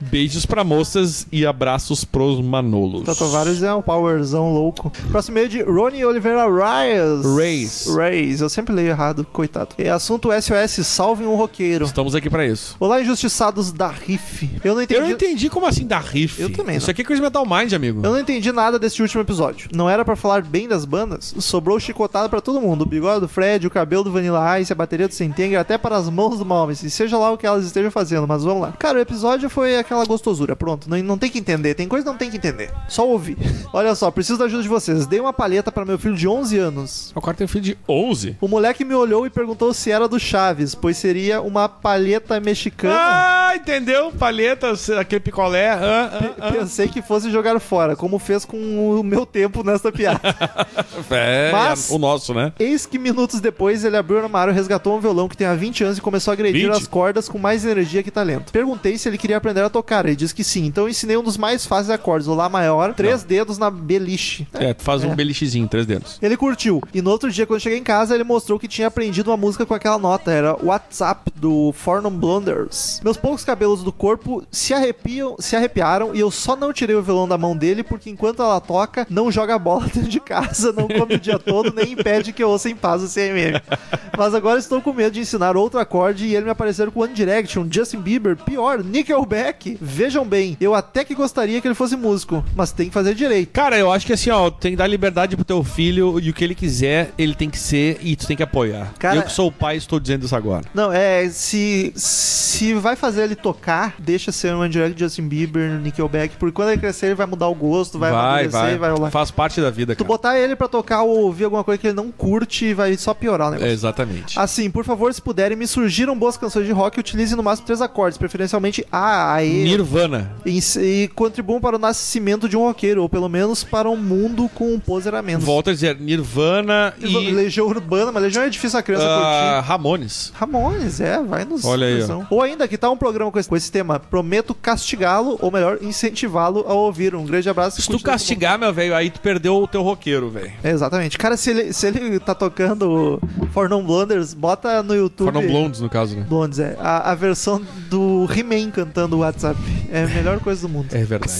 Speaker 2: Beijos pra moças e abraços pros Manolos.
Speaker 1: Tatovares é um powerzão louco. Próximo meio de Rony Oliveira Reyes.
Speaker 2: Reis.
Speaker 1: Reis. Eu sempre leio errado, coitado. É assunto SOS, salvem um roqueiro.
Speaker 2: Estamos aqui pra isso.
Speaker 1: Olá, injustiçados da Riff. Eu não entendi...
Speaker 2: Eu não entendi como assim da riff.
Speaker 1: Eu também
Speaker 2: Isso
Speaker 1: não.
Speaker 2: aqui é Crazy Metal Mind, amigo.
Speaker 1: Eu não entendi nada desse último episódio. Não era pra falar bem das bandas, sobrou chicotada pra todo mundo. O bigode do Fred, o cabelo do Vanilla Ice, a bateria do Sentenger, até para as mãos do Malmes, e seja lá o que elas estejam fazendo, mas vamos lá. Cara, o episódio foi aquela gostosura, pronto. Não, não tem que entender, tem coisa que não tem que entender. Só ouvir. *laughs* Olha só, preciso da ajuda de vocês. Dei uma palheta pra meu filho de 11 anos.
Speaker 2: O cara tem um filho de 11.
Speaker 1: O moleque me olhou e perguntou se era do Chaves, pois seria uma palheta mexicana.
Speaker 2: Ah, Ah, entendeu? Palhetas, aquele picolé. ah, ah,
Speaker 1: Pe- Pensei que fosse jogar fora, como fez com o meu tempo nesta piada.
Speaker 2: É,
Speaker 1: Mas-
Speaker 2: o nosso, né?
Speaker 1: Eis que minutos depois ele abriu o armário, resgatou um violão que tem há 20 anos e começou a agredir
Speaker 2: 20?
Speaker 1: as cordas com mais energia que talento. Perguntei se ele queria aprender a tocar, ele disse que sim. Então eu ensinei um dos mais fáceis acordes, o Lá maior, três dedos na beliche.
Speaker 2: É, tu faz um belichezinho, três dedos.
Speaker 1: Ele curtiu. E no outro dia, quando eu cheguei em casa, ele mostrou que tinha aprendido uma música com aquela nota. Era WhatsApp do Fornum Blunders. Meus poucos cabelos do corpo se arrepiam, se arrepiaram e eu só não tirei o violão da mão dele porque enquanto ela toca, não joga bola *laughs* dentro de casa, não come o dia todo, nem impede que eu ouça em paz o CMM. Mas agora estou com medo de ensinar outro acorde e ele me aparecer com One Direction, Justin Bieber, pior, Nickelback. Vejam bem, eu até que gostaria que ele fosse músico, mas tem que fazer direito.
Speaker 2: Cara, eu acho que assim, ó, tem que dar liberdade pro teu filho e o que ele quiser, ele tem que ser e tu tem que apoiar.
Speaker 1: Cara-
Speaker 2: eu que sou o pai, estou dizendo isso agora.
Speaker 1: Não, é. Se, se vai fazer ele tocar, deixa ser um One Direct Justin Bieber, Nickelback, porque quando ele crescer, ele vai mudar o gosto, vai
Speaker 2: Vai,
Speaker 1: amadurecer
Speaker 2: vai.
Speaker 1: e vai rolar.
Speaker 2: Faz parte da vida,
Speaker 1: Tu
Speaker 2: cara.
Speaker 1: botar ele pra tocar ou ouvir alguma coisa que ele não curte, vai só piorar o
Speaker 2: É,
Speaker 1: negócio.
Speaker 2: exatamente.
Speaker 1: Assim, por favor, se puderem, me surgiram boas canções de rock, utilize no máximo três acordes, preferencialmente A, A, E.
Speaker 2: Nirvana.
Speaker 1: E, e contribuam para o nascimento de um roqueiro, ou pelo menos para um mundo com um poser a menos.
Speaker 2: Volto a dizer, Nirvana e
Speaker 1: Legião Urbana, mas Legião é difícil a criança curtir.
Speaker 2: ah, Ramones.
Speaker 1: Ramones, é, vai nos.
Speaker 2: Olha aí,
Speaker 1: nos- Ou ainda, que tá um programa com esse, com esse tema? Prometo castigá-lo, ou melhor, incentivá-lo a ouvir. Um grande abraço. e
Speaker 2: Se tu
Speaker 1: continue
Speaker 2: castigar, meu velho, aí tu perdeu o teu roqueiro, velho.
Speaker 1: tomando- É, exatamente. Cara, se ele, se ele tá tocando Fornum Blunders, bota no YouTube.
Speaker 2: Foram blondes, no caso, né?
Speaker 1: Blondes, é. A, a versão do He-Man cantando o WhatsApp. É a melhor coisa do mundo.
Speaker 2: É verdade.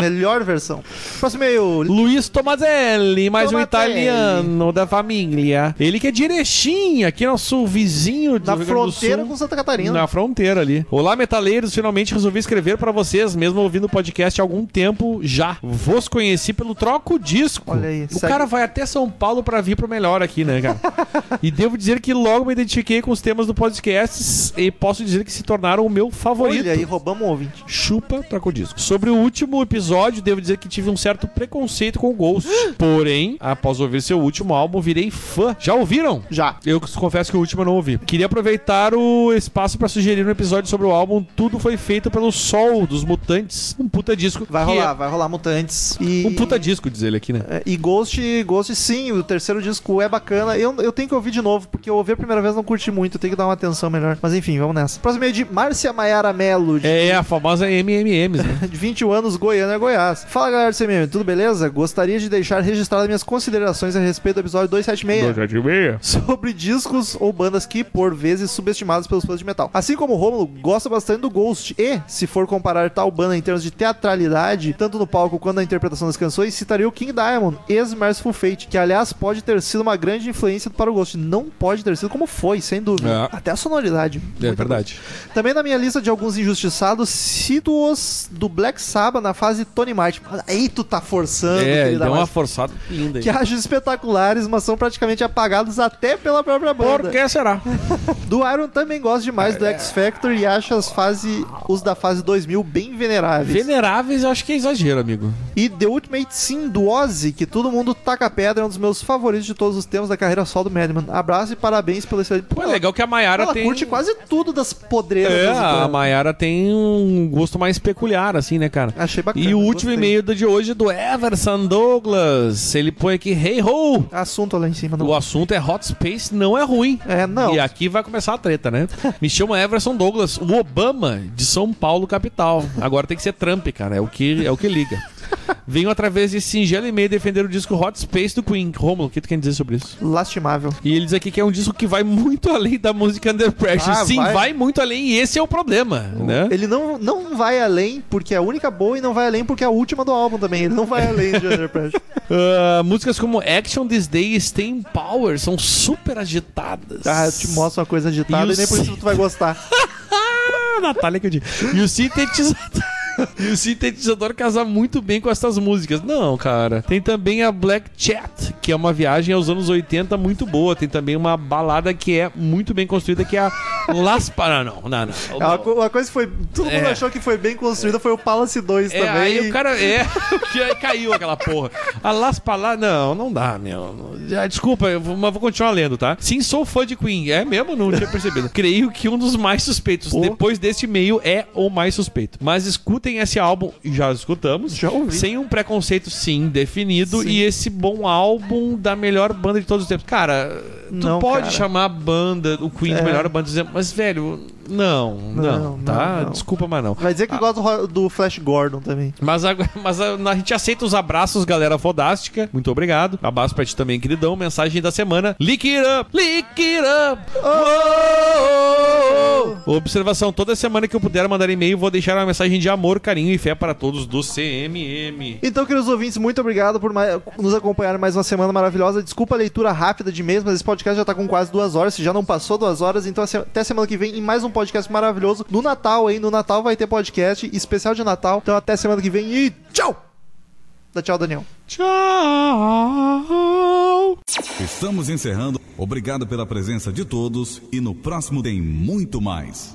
Speaker 1: Melhor versão. Próximo e-mail.
Speaker 2: Luiz Tomazelli, mais um
Speaker 1: Tomazelli.
Speaker 2: italiano da família. Ele que é direitinho, aqui nosso vizinho do
Speaker 1: Na
Speaker 2: Rio Grande do
Speaker 1: fronteira
Speaker 2: Sul.
Speaker 1: com Santa Catarina.
Speaker 2: Na fronteira ali. Olá, metaleiros. Finalmente resolvi escrever pra vocês, mesmo ouvindo o podcast há algum tempo já. Vos conheci pelo Troco Disco.
Speaker 1: Olha aí,
Speaker 2: O
Speaker 1: segue.
Speaker 2: cara vai até São Paulo pra vir pro melhor aqui,
Speaker 1: *laughs*
Speaker 2: né, cara? e devo dizer que logo me identifiquei com os temas do podcast e posso dizer que se tornaram o meu favorito.
Speaker 1: Olha aí, roubamos um ouvinte.
Speaker 2: Chupa Troca o Disco. Sobre o último episódio, devo dizer que tive um certo preconceito com
Speaker 1: *gasps*
Speaker 2: o Ghost. Porém, após ouvir seu último álbum, virei fã. Já ouviram?
Speaker 1: Já.
Speaker 2: Eu confesso que o último eu não ouvi. Queria aproveitar o espaço pra sugerir um episódio sobre o álbum Tudo Foi Feito pelo Sol dos Mutantes. Um puta disco.
Speaker 1: Vai
Speaker 2: que
Speaker 1: rolar, vai rolar Mutantes. E...
Speaker 2: é- Um puta disco, diz ele aqui, né?
Speaker 1: É, E Ghost, Ghost sim, o terceiro disco é bacana. Eu, eu tenho que ouvir de novo, porque eu ouvi a primeira vez não curti muito, eu tenho que dar uma atenção melhor. Mas enfim, vamos nessa. Próximo é de Márcia Maiara Melo, de,
Speaker 2: É a famosa MMMs, né?
Speaker 1: de 21 anos, Goiânia, Goiás. Fala galera do CMM, tudo beleza? Gostaria de deixar registradas minhas considerações a respeito do episódio 276 sobre discos ou bandas que, por vezes, subestimadas pelos fãs de metal. Assim como o Rômulo gosta bastante do Ghost e, se for comparar tal banda em termos de teatralidade, tanto no palco quanto na interpretação das canções, citaria o King Diamond, ex-Merciful Fate, que, aliás, pode ter sido uma grande influência para o Ghost. Não pode ter sido como foi, sem dúvida.
Speaker 2: É.
Speaker 1: Até a sonoridade.
Speaker 2: É
Speaker 1: Muita
Speaker 2: verdade.
Speaker 1: também na minha lista de alguns injustiçados, cito os do Black Sabbath na fase Tony Martin. Aí tu tá forçando,
Speaker 2: É, ele
Speaker 1: querida
Speaker 2: deu uma
Speaker 1: Márcia.
Speaker 2: forçada linda aí.
Speaker 1: Que acho espetaculares, mas são praticamente apagados até pela própria banda.
Speaker 2: Por É. que será?
Speaker 1: Do Iron também gosto demais do X Factor e acho as fase, os da fase 2000 bem veneráveis.
Speaker 2: Veneráveis, eu acho que é exagero, amigo.
Speaker 1: e The Ultimate Sim do Ozzy, que todo mundo taca pedra, é um dos meus favoritos de todos os tempos da carreira solo do Madman. Abraço e parabéns pelo excelente.
Speaker 2: Pô, é legal que a Mayara
Speaker 1: Ela
Speaker 2: tem.
Speaker 1: curte quase tudo das podreiras.
Speaker 2: É,
Speaker 1: brasileiras.
Speaker 2: a Mayara tem um gosto mais peculiar, assim, né, cara?
Speaker 1: Achei bacana.
Speaker 2: E o último
Speaker 1: gostei.
Speaker 2: e-mail de hoje é do Everson Douglas. Ele põe aqui, hey ho!
Speaker 1: Assunto lá em cima. Não.
Speaker 2: O assunto é Hot Space, não é ruim.
Speaker 1: É, não.
Speaker 2: E aqui vai começar a
Speaker 1: *laughs*
Speaker 2: treta, né? Me chama Everson Douglas, o Obama de São Paulo, capital. Agora tem que ser Trump, cara. É o que, é o que liga. Venho através desse singelo e-mail defender o disco Hot Space do Queen. Romulo, o que tu quer dizer sobre isso?
Speaker 1: Lastimável.
Speaker 2: E ele diz aqui que é um disco que vai muito além da música Under Pressure.
Speaker 1: Ah,
Speaker 2: Sim, vai.
Speaker 1: vai.
Speaker 2: muito além e esse é o problema, né?
Speaker 1: Ele não, não vai além porque é a única boa e não vai além porque é a última do álbum também. Ele não vai além de Under Pressure.
Speaker 2: Ah, músicas como Action These Days Tem Power são super agitadas.
Speaker 1: *laughs* Ah, eu te mostro uma coisa agitada
Speaker 2: E
Speaker 1: e,
Speaker 2: o
Speaker 1: nem por isso
Speaker 2: Sid?
Speaker 1: tu vai gostar.
Speaker 2: *laughs* Ah, Natália que eu digo. E o sintetizador. *laughs* E o sintetizador casa muito bem com essas músicas. Não, cara. Tem também a Black Chat, que é uma viagem aos anos 80 muito boa. Tem também uma balada que é muito bem construída, que é a Las Paraná. Não, não, não.
Speaker 1: É Uma, co- uma coisa que foi. Todo mundo
Speaker 2: Tá É.
Speaker 1: achou que foi bem construída foi o Palace 2
Speaker 2: É,
Speaker 1: também.
Speaker 2: aí o cara.
Speaker 1: *laughs*
Speaker 2: É, que aí caiu aquela porra. A Las Palas. Não, não dá, meu. Ah, Desculpa, eu vou- mas vou continuar lendo, tá? Sim, sou fã de Queen. É mesmo? Não tinha
Speaker 1: *laughs*
Speaker 2: percebido. Creio que um dos mais suspeitos.
Speaker 1: Pô.
Speaker 2: Depois deste e-mail é o mais suspeito. Mas escutem esse álbum. Já escutamos.
Speaker 1: Já ouvi.
Speaker 2: Sem um preconceito, sim, definido.
Speaker 1: Sim.
Speaker 2: E esse bom álbum da melhor banda de todos os tempos. Cara, tu
Speaker 1: Não,
Speaker 2: pode
Speaker 1: cara.
Speaker 2: chamar a banda, o Queen, de
Speaker 1: É.
Speaker 2: melhor banda de todos os tempos. Mas, velho, não, não,
Speaker 1: Não, não,
Speaker 2: tá?
Speaker 1: não.
Speaker 2: Desculpa, mas não.
Speaker 1: Vai dizer que
Speaker 2: Ah.
Speaker 1: gosta do Ro- do Flash Gordon também.
Speaker 2: Mas, agora- mas a, *laughs* a gente aceita os abraços, galera fodástica. Muito obrigado. Abraço pra ti também, queridão. Mensagem da semana. Lick it up! Lick it up! Uou! Observação: toda semana que eu puder mandar e-mail, vou deixar uma mensagem de amor, carinho e fé para todos do CMM.
Speaker 1: Então, queridos ouvintes, muito obrigado por mai- nos acompanhar mais uma semana maravilhosa. Desculpa a leitura rápida de mês, mas esse podcast já tá com quase duas horas. Se já não passou duas horas, então até- até semana que vem em mais um podcast maravilhoso. No Natal, hein? No Natal vai ter podcast especial de Natal. Então até semana que vem e tchau! Dá tchau, Daniel.
Speaker 2: Tchau!
Speaker 7: Estamos encerrando. Obrigado pela presença de todos e no próximo tem muito mais.